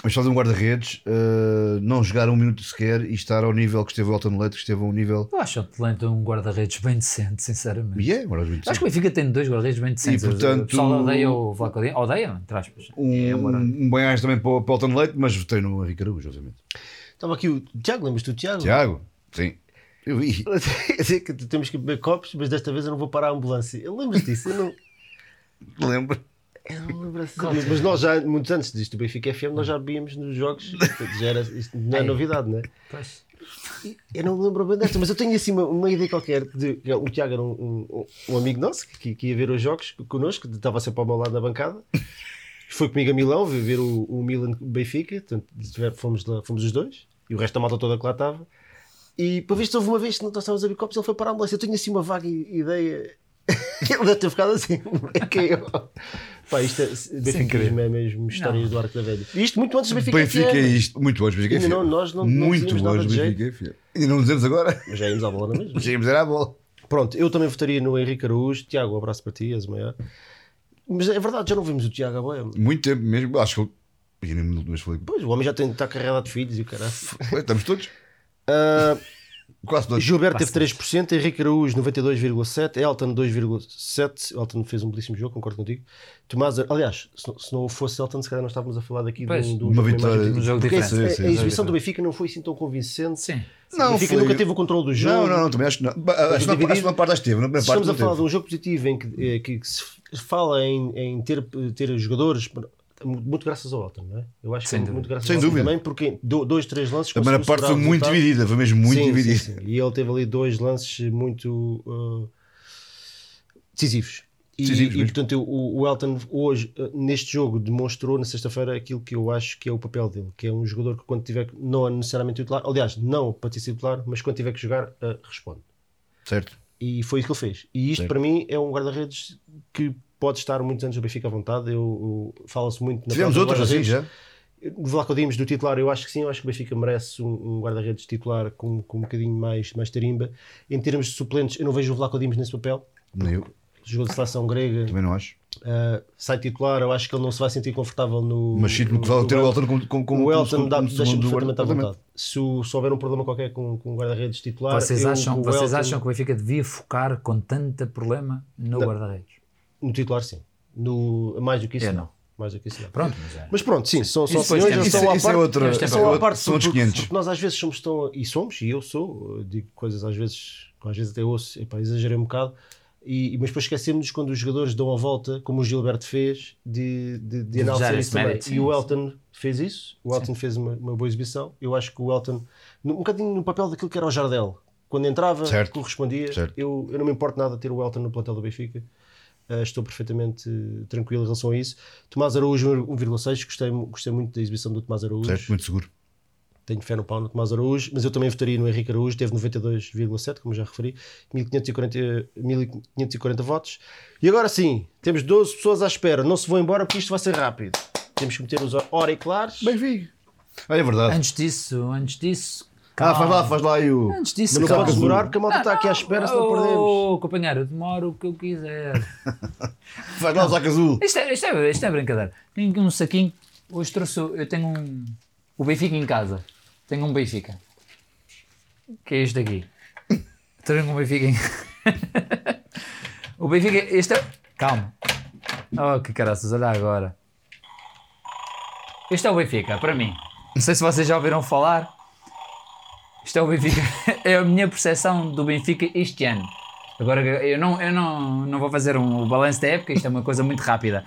[SPEAKER 3] mas fazer um guarda-redes, uh, não jogar um minuto sequer e estar ao nível que esteve o Elton Leite, que esteve a um nível.
[SPEAKER 4] Eu acho o Atlanta um guarda-redes bem decente, sinceramente.
[SPEAKER 3] E é,
[SPEAKER 2] um
[SPEAKER 3] agora aos 25.
[SPEAKER 4] Acho que o Benfica tem dois guarda-redes bem decentes.
[SPEAKER 3] E, portanto,
[SPEAKER 4] o pessoal odeia o Vlaco Odeia, odeia, entre aspas. É,
[SPEAKER 3] um, um bem mais também para o para o Elton Leite, mas votei no Henrique Araújo, obviamente.
[SPEAKER 2] Estava aqui o Tiago, lembras-te do Tiago?
[SPEAKER 3] Tiago, sim, eu vi.
[SPEAKER 2] Eu sei que temos que beber copos, mas desta vez eu não vou parar a ambulância. Eu lembro disso, eu não,
[SPEAKER 3] Lembro.
[SPEAKER 2] eu não lembro assim. Mas nós já, muitos antes disto do Benfica FM, nós já bebíamos nos jogos. Portanto, Já era, isto não é novidade, não é?
[SPEAKER 4] Pois.
[SPEAKER 2] Eu não me lembro bem desta, mas eu tenho assim uma, uma ideia qualquer. De, o Tiago era um, um- um amigo nosso que, que ia ver os jogos connosco, estava sempre ao meu lado na bancada. Foi comigo a Milão ver, ver o, o Milan Benfica, portanto, tive- fomos, lá- fomos os dois, e o resto da malta toda que lá estava. E para visto, houve uma vez que não estávamos a bicopos, ele foi para a ambulância. Eu tenho assim uma vaga i- ideia. ele deve ter ficado assim, que eu. Pá, isto é, Benfica é mesmo histórias do Arco da Velha. E Isto muito antes do Benfica.
[SPEAKER 3] Benfica é
[SPEAKER 2] FM.
[SPEAKER 3] isto. Muito bons, Benfica é
[SPEAKER 2] Ainda
[SPEAKER 3] fiel.
[SPEAKER 2] não- nós não- não
[SPEAKER 3] Muito
[SPEAKER 2] dizíamos nada
[SPEAKER 3] bons,
[SPEAKER 2] de
[SPEAKER 3] Benfica é fiel. Ainda não dizemos agora.
[SPEAKER 2] Mas já íamos à bola na mesma.
[SPEAKER 3] Chegamos a ir à bola.
[SPEAKER 2] Pronto, eu também votaria no Henrique Araújo. Tiago, um abraço para ti, és o maior. Mas é verdade, já não vimos o Tiago Aboia.
[SPEAKER 3] Muito tempo mesmo. Acho que ele. E nem me mas falei.
[SPEAKER 2] Pois, o homem já tem, tá está carregado de filhos e o caralho.
[SPEAKER 3] "Ué, Estamos todos.
[SPEAKER 2] Ah,
[SPEAKER 3] Quase todos.
[SPEAKER 2] Gilberto teve 3%, Henrique Araújo 92,7%, Elton 2,7%. Elton fez um belíssimo jogo, concordo contigo. Tomás, aliás, se, não- se não fosse Elton, se calhar não estávamos a falar daqui
[SPEAKER 4] Pois,
[SPEAKER 2] de um, de um
[SPEAKER 3] uma
[SPEAKER 2] jogo bem
[SPEAKER 3] vitória.
[SPEAKER 2] mais
[SPEAKER 4] Um jogo
[SPEAKER 2] Porque é, a-
[SPEAKER 4] diferente.
[SPEAKER 2] a-
[SPEAKER 3] Sim, sim,
[SPEAKER 2] a,
[SPEAKER 3] sim.
[SPEAKER 2] exibição do Benfica não foi assim tão convincente.
[SPEAKER 4] Sim.
[SPEAKER 2] o Benfica
[SPEAKER 3] foi-
[SPEAKER 2] nunca teve o controle do jogo.
[SPEAKER 3] Não, não, não. Também acho que não. Bah, Acho que na- acho que na parte acho que teve. Na primeira
[SPEAKER 2] Se
[SPEAKER 3] parte
[SPEAKER 2] estamos
[SPEAKER 3] não
[SPEAKER 2] a falar de
[SPEAKER 3] teve.
[SPEAKER 2] um jogo positivo em que, eh, que se fala em, em ter, ter jogadores, muito graças ao Elton, não é? Eu acho
[SPEAKER 4] Sem
[SPEAKER 2] que é
[SPEAKER 4] dúvida.
[SPEAKER 2] muito graças
[SPEAKER 3] Sem
[SPEAKER 2] ao Elton
[SPEAKER 3] dúvida.
[SPEAKER 2] também, porque do- dois, três lances.
[SPEAKER 3] A primeira
[SPEAKER 2] conseguiu
[SPEAKER 3] parte foi
[SPEAKER 2] segurar o
[SPEAKER 3] muito
[SPEAKER 2] resultado.
[SPEAKER 3] dividida. Foi mesmo muito
[SPEAKER 2] Sim, sim,
[SPEAKER 3] dividida.
[SPEAKER 2] sim. E ele teve ali dois lances muito uh, decisivos. E,
[SPEAKER 3] Decisivos
[SPEAKER 2] e,
[SPEAKER 3] mesmo.
[SPEAKER 2] portanto, eu- o, o Elton hoje, uh, neste jogo, demonstrou na sexta-feira aquilo que eu acho que é o papel dele, que é um jogador que quando tiver, que- não é necessariamente titular, aliás, não para ser titular, mas quando tiver que jogar, uh, responde.
[SPEAKER 3] Certo.
[SPEAKER 2] E foi isso que ele fez. E isto,
[SPEAKER 3] Sim.
[SPEAKER 2] para mim, é um guarda-redes que pode estar muitos anos no Benfica à vontade. Eu, eu- Fala-se muito na
[SPEAKER 3] Tivemos
[SPEAKER 2] pauta
[SPEAKER 3] outros
[SPEAKER 2] de
[SPEAKER 3] assim
[SPEAKER 2] guarda-redes.
[SPEAKER 3] já.
[SPEAKER 2] Vlaco Dimes do titular, eu acho que sim. Eu acho que o Benfica merece um, um guarda-redes titular com, com um bocadinho mais, mais tarimba. Em termos de suplentes, eu não vejo o Vlaco Dimes nesse papel.
[SPEAKER 3] Nem eu.
[SPEAKER 2] Jogou de seleção grega,
[SPEAKER 3] Também não acho.
[SPEAKER 2] ah, sai titular. Eu acho que ele não se vai sentir confortável no.
[SPEAKER 3] Mas sinto-me
[SPEAKER 2] no-
[SPEAKER 3] que vai
[SPEAKER 2] no
[SPEAKER 3] ter o
[SPEAKER 2] banco.
[SPEAKER 3] Elton como- como. como-
[SPEAKER 2] O
[SPEAKER 3] como-
[SPEAKER 2] Elton dá-
[SPEAKER 3] como
[SPEAKER 2] deixa-me
[SPEAKER 3] segundo
[SPEAKER 2] perfeitamente à
[SPEAKER 3] guarda-
[SPEAKER 2] vontade. Se, o- se houver um problema qualquer com, com um guarda-redes titular,
[SPEAKER 4] Vocês,
[SPEAKER 2] eu,
[SPEAKER 4] acham,
[SPEAKER 2] o
[SPEAKER 4] vocês
[SPEAKER 2] Elton-
[SPEAKER 4] acham que o Benfica devia focar com tanta problema no guarda-redes?
[SPEAKER 2] No titular, sim. No, mais do que isso,
[SPEAKER 4] Eu
[SPEAKER 2] não.
[SPEAKER 4] não.
[SPEAKER 2] Mais do que isso, não.
[SPEAKER 4] Pronto, mas é.
[SPEAKER 2] Mas pronto, sim, são só
[SPEAKER 4] Isso depois temos-
[SPEAKER 2] opiniões, são
[SPEAKER 3] Isso,
[SPEAKER 2] à
[SPEAKER 3] isso é
[SPEAKER 2] parte-
[SPEAKER 3] outra.
[SPEAKER 4] Temos tempo.
[SPEAKER 2] são à
[SPEAKER 3] São,
[SPEAKER 2] parte
[SPEAKER 3] são outros
[SPEAKER 2] porque-
[SPEAKER 3] 500.
[SPEAKER 2] porque Nós às vezes somos tão. E somos, e eu sou, eu digo coisas às vezes, às vezes até ouço, epá, exagerei um bocado. E, mas depois esquecemos quando os jogadores dão a volta, como o Gilberto fez, de, de, de
[SPEAKER 4] usar
[SPEAKER 2] analisar
[SPEAKER 4] esse
[SPEAKER 2] isso também.
[SPEAKER 4] mérito, sim,
[SPEAKER 2] e o
[SPEAKER 4] sim.
[SPEAKER 2] Elton fez isso, o Elton fez uma, uma boa exibição. Eu acho que o Elton, num- um bocadinho no papel daquilo que era o Jardel, quando entrava,
[SPEAKER 3] Certo.
[SPEAKER 2] correspondia.
[SPEAKER 3] Certo.
[SPEAKER 2] Eu, eu não me importo nada de ter o Elton no plantel do Benfica. Uh, estou perfeitamente uh, tranquilo em relação a isso. Tomás Araújo, 1,6. Gostei, mu- gostei muito da exibição do Tomás Araújo.
[SPEAKER 3] Certo, muito seguro.
[SPEAKER 2] Tenho fé no pau no Tomás Araújo, mas eu também votaria no Henrique Araújo. Teve 92,7, como já referi. 1540, 1540 votos. E agora sim, temos 12 pessoas à espera. Não se vão embora porque isto vai ser rápido. Temos que meter os hora e claros.
[SPEAKER 3] Bem vi. Ah, é verdade.
[SPEAKER 4] Antes disso, antes disso.
[SPEAKER 3] Ah, faz
[SPEAKER 4] calma.
[SPEAKER 3] lá, faz lá aí o.
[SPEAKER 4] Antes disso,
[SPEAKER 2] Mas não
[SPEAKER 4] calma.
[SPEAKER 2] podes demorar porque a malta está aqui à espera, senão perdemos.
[SPEAKER 4] Oh, companheiro, eu demoro o que eu quiser.
[SPEAKER 3] Faz lá o saco azul.
[SPEAKER 4] Isto é, isto é, isto é brincadeira. Tenho aqui um saquinho. Hoje trouxe. Eu tenho um. O Benfica em casa. Tenho um Benfica. Que é este aqui. Tenho um Benfica em. o Benfica. Este é. Calma. Oh, que caraças, olha agora. Este é o Benfica, para mim. Não sei se vocês já ouviram falar. Isto é o Benfica. É a minha percepção do Benfica este ano. Agora eu não, eu não, não vou fazer um balanço da época, isto é uma coisa muito rápida.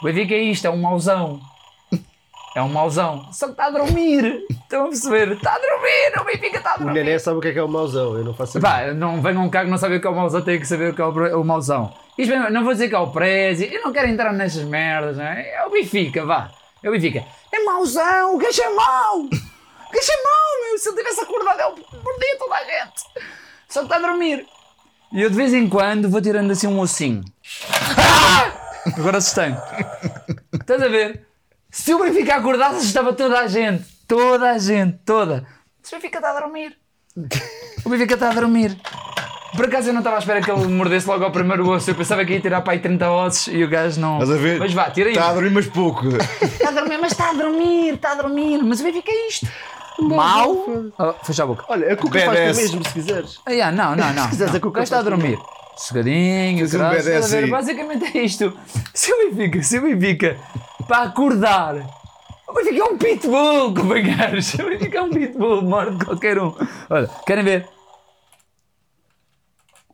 [SPEAKER 4] O Benfica é isto, é um mauzão. É um mauzão. Só que está a dormir. Estão a perceber? Tá Está a dormir, o Benfica está a
[SPEAKER 2] O
[SPEAKER 4] dormir.
[SPEAKER 2] Nené sabe o que é que é o mauzão. Eu não faço ideia.
[SPEAKER 4] Pá, não venham cá que não sabem o que é o mauzão, têm que saber o que é o, pre- o mauzão. Isto mesmo, não vou dizer que é o Prezi, eu não quero entrar nessas merdas, não é? É o Benfica, vá. É o Benfica. É mauzão, o gajo é mau! O gajo é mau, meu! Se ele tivesse acordado, eu perdia toda a gente. Só que está a dormir. E eu de vez em quando vou tirando assim um ossinho. Ah! Agora assustei-me. Estás a ver? Se o Benfica acordasse, estava toda a gente. Toda a gente, toda. O Benfica está a dormir. O Benfica está a dormir. Por acaso eu não estava à espera que ele mordesse logo ao primeiro osso. Eu pensava que ia tirar para aí 30 ossos e o gajo não.
[SPEAKER 3] Estás a ver?
[SPEAKER 4] Mas vá, tira aí.
[SPEAKER 3] Está a dormir, mas pouco.
[SPEAKER 4] Está a dormir, mas está a dormir, está a dormir. Mas o Benfica é isto. Mal. Oh, fecha a boca.
[SPEAKER 2] Olha, a Cuca
[SPEAKER 3] BDS.
[SPEAKER 2] faz tu mesmo, se quiseres.
[SPEAKER 4] Ah, yeah, não, não, não.
[SPEAKER 2] Se quiseres, é que
[SPEAKER 4] não.
[SPEAKER 2] o
[SPEAKER 4] O gajo está a
[SPEAKER 2] Costa-
[SPEAKER 4] dormir. Sossegadinho,
[SPEAKER 3] um
[SPEAKER 4] graças, estás a ver?
[SPEAKER 3] BDSI.
[SPEAKER 4] Basicamente é isto. Se o Benfica, se o Benfica, para acordar, o Benfica é um pitbull, companheiros. O Benfica é um pitbull, morde qualquer um. Olha, querem ver?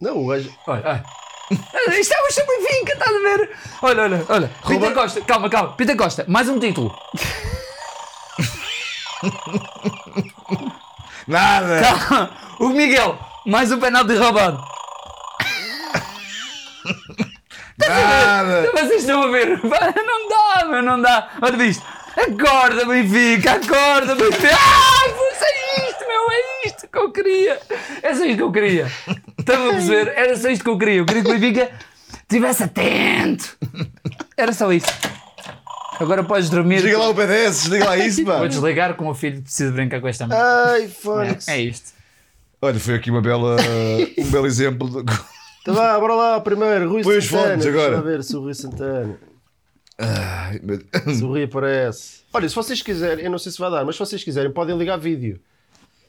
[SPEAKER 2] Não, o gajo.
[SPEAKER 4] Olha, olha. Olha, Isto é o seu Benfica, estás a ver? Olha, olha, olha. Pita
[SPEAKER 2] Rouba-
[SPEAKER 4] Costa, calma, calma. Pita Costa, mais um título.
[SPEAKER 3] Nada.
[SPEAKER 4] Calma. O Miguel, mais um penalti roubado.
[SPEAKER 3] Nada.
[SPEAKER 4] Então Vocês estão a ver? Não dá, meu, não dá. Olha isto. Acorda, Benfica, acorda, Benfica. Ai, putz, é isto, meu, é isto que eu queria. É só isto que eu queria. Estão a perceber? Era só isto que eu queria. Eu queria que o Benfica estivesse atento. Era só isso. Agora podes dormir.
[SPEAKER 3] Diga lá o BDS, diga lá isso, pá. Ah,
[SPEAKER 4] Vou desligar com o meu filho, preciso brincar com esta mãe.
[SPEAKER 2] Ai, fone.
[SPEAKER 4] É isto.
[SPEAKER 3] Olha, foi aqui uma bela, um belo exemplo. De...
[SPEAKER 2] Tá lá, bora lá primeiro, Rui
[SPEAKER 3] Põe os
[SPEAKER 2] Santana.
[SPEAKER 3] fones agora.
[SPEAKER 2] Deixa eu ver se o Rui Santana.
[SPEAKER 3] Ai, meu-
[SPEAKER 2] Se o Rui aparece. Olha, se vocês quiserem, eu não sei se vai dar, mas se vocês quiserem, podem ligar vídeo.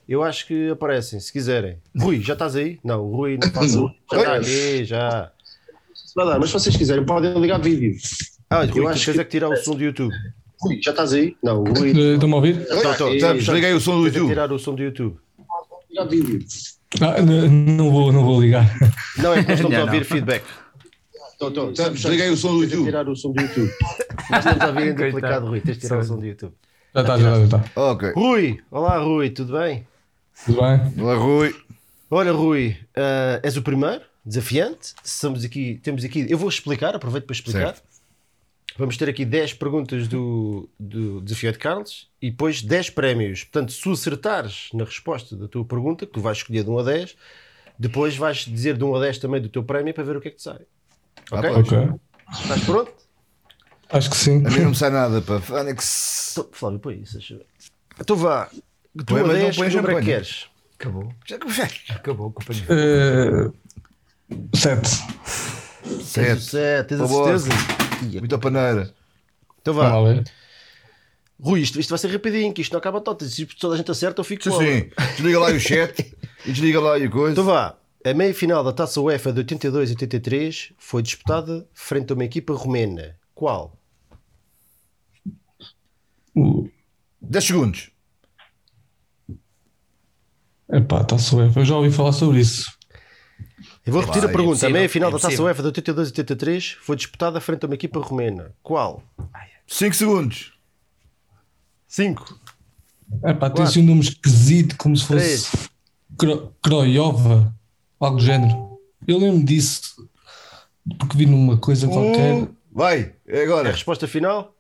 [SPEAKER 2] Eu acho que aparecem, se quiserem. Rui, já estás aí? Não, o Rui não faz o. Já está ali, já. Se vai dar, mas se vocês quiserem, podem ligar vídeo.
[SPEAKER 3] Ah,
[SPEAKER 2] Eu acho que tens é que tirar o som do YouTube. Rui, já estás aí? Não, o Rui.
[SPEAKER 1] Estão-me a ouvir?
[SPEAKER 3] Então, então,
[SPEAKER 2] E-
[SPEAKER 3] já desliguei o som do
[SPEAKER 2] Tens é que
[SPEAKER 3] YouTube.
[SPEAKER 2] tirar o som do YouTube.
[SPEAKER 5] Ligar vídeo.
[SPEAKER 1] Ah, n- não, vou, não vou ligar.
[SPEAKER 2] Não, é que nós estamos a
[SPEAKER 4] Não, não.
[SPEAKER 2] ouvir feedback.
[SPEAKER 3] Já Tá, Desliguei o som do
[SPEAKER 2] Tens de
[SPEAKER 3] YouTube.
[SPEAKER 2] tirar o som do YouTube. Nós estamos a ouvir em
[SPEAKER 4] Coitado.
[SPEAKER 2] duplicado, Rui. Tens de tirar o som do YouTube.
[SPEAKER 1] Já
[SPEAKER 3] tá,
[SPEAKER 1] está, já está, já está.
[SPEAKER 3] Ok.
[SPEAKER 2] Rui, olá Rui, tudo bem?
[SPEAKER 1] Tudo bem?
[SPEAKER 3] Olá, Rui.
[SPEAKER 2] Olha, Rui, ah, és o primeiro, desafiante. Estamos aqui, temos aqui. Eu vou explicar, aproveito para explicar. Vamos ter aqui 10 perguntas do, do desafiante Carlos e depois 10 prémios. Portanto, se acertares na resposta da tua pergunta, que tu vais escolher de 1 a 10, depois vais dizer de 1 a 10 também do teu prémio para ver o que é que te sai. Ok?
[SPEAKER 3] Ah,
[SPEAKER 1] Ok.
[SPEAKER 2] Estás pronto?
[SPEAKER 1] Acho que sim.
[SPEAKER 3] A mim não me sai nada, pá. Fónix.
[SPEAKER 2] Então, Flávio, põe isso. deixa eu ver. Então vá. De
[SPEAKER 3] Põe,
[SPEAKER 2] 1 a
[SPEAKER 3] mas não
[SPEAKER 2] 10,
[SPEAKER 3] põe
[SPEAKER 2] que número é que
[SPEAKER 3] champanhe.
[SPEAKER 2] queres?
[SPEAKER 4] Acabou,
[SPEAKER 3] Já que já-
[SPEAKER 4] acabou, companheiro.
[SPEAKER 1] Eh, Sete.
[SPEAKER 2] Tens o
[SPEAKER 3] Sete.
[SPEAKER 2] sete, tens a
[SPEAKER 3] Por favor.
[SPEAKER 2] certeza? é Ia.
[SPEAKER 3] Muita paneira.
[SPEAKER 2] Então
[SPEAKER 4] Tá
[SPEAKER 1] Vamos
[SPEAKER 2] vá.
[SPEAKER 1] lá
[SPEAKER 4] é?
[SPEAKER 1] ver.
[SPEAKER 2] Rui, isto, isto vai ser rapidinho, que isto não acaba tota. Se toda a gente acerta, eu fico
[SPEAKER 3] Sim,
[SPEAKER 2] logo.
[SPEAKER 3] sim. Desliga lá o chat e desliga lá a coisa.
[SPEAKER 2] Então vá. A meia-final da Taça UEFA de 82 e 83 foi disputada frente a uma equipa romena. Qual?
[SPEAKER 3] 10 segundos.
[SPEAKER 1] Epá, está soberbo. Eu já ouvi falar sobre isso.
[SPEAKER 2] Eu vou repetir a
[SPEAKER 3] é
[SPEAKER 2] pergunta. a
[SPEAKER 4] impossível,
[SPEAKER 2] meia-final
[SPEAKER 4] é
[SPEAKER 2] da Taça
[SPEAKER 4] impossível.
[SPEAKER 2] UEFA de 82 e 83 foi disputada frente a uma equipa romena. Qual?
[SPEAKER 3] 5 segundos.
[SPEAKER 2] 5,
[SPEAKER 1] Epá, tem assim um nome esquisito, como se
[SPEAKER 2] Três.
[SPEAKER 1] fosse Cro Croiova, algo do género. Eu lembro disso porque vi numa coisa qualquer.
[SPEAKER 3] Um. Vai, é
[SPEAKER 2] a
[SPEAKER 3] agora.
[SPEAKER 2] resposta final?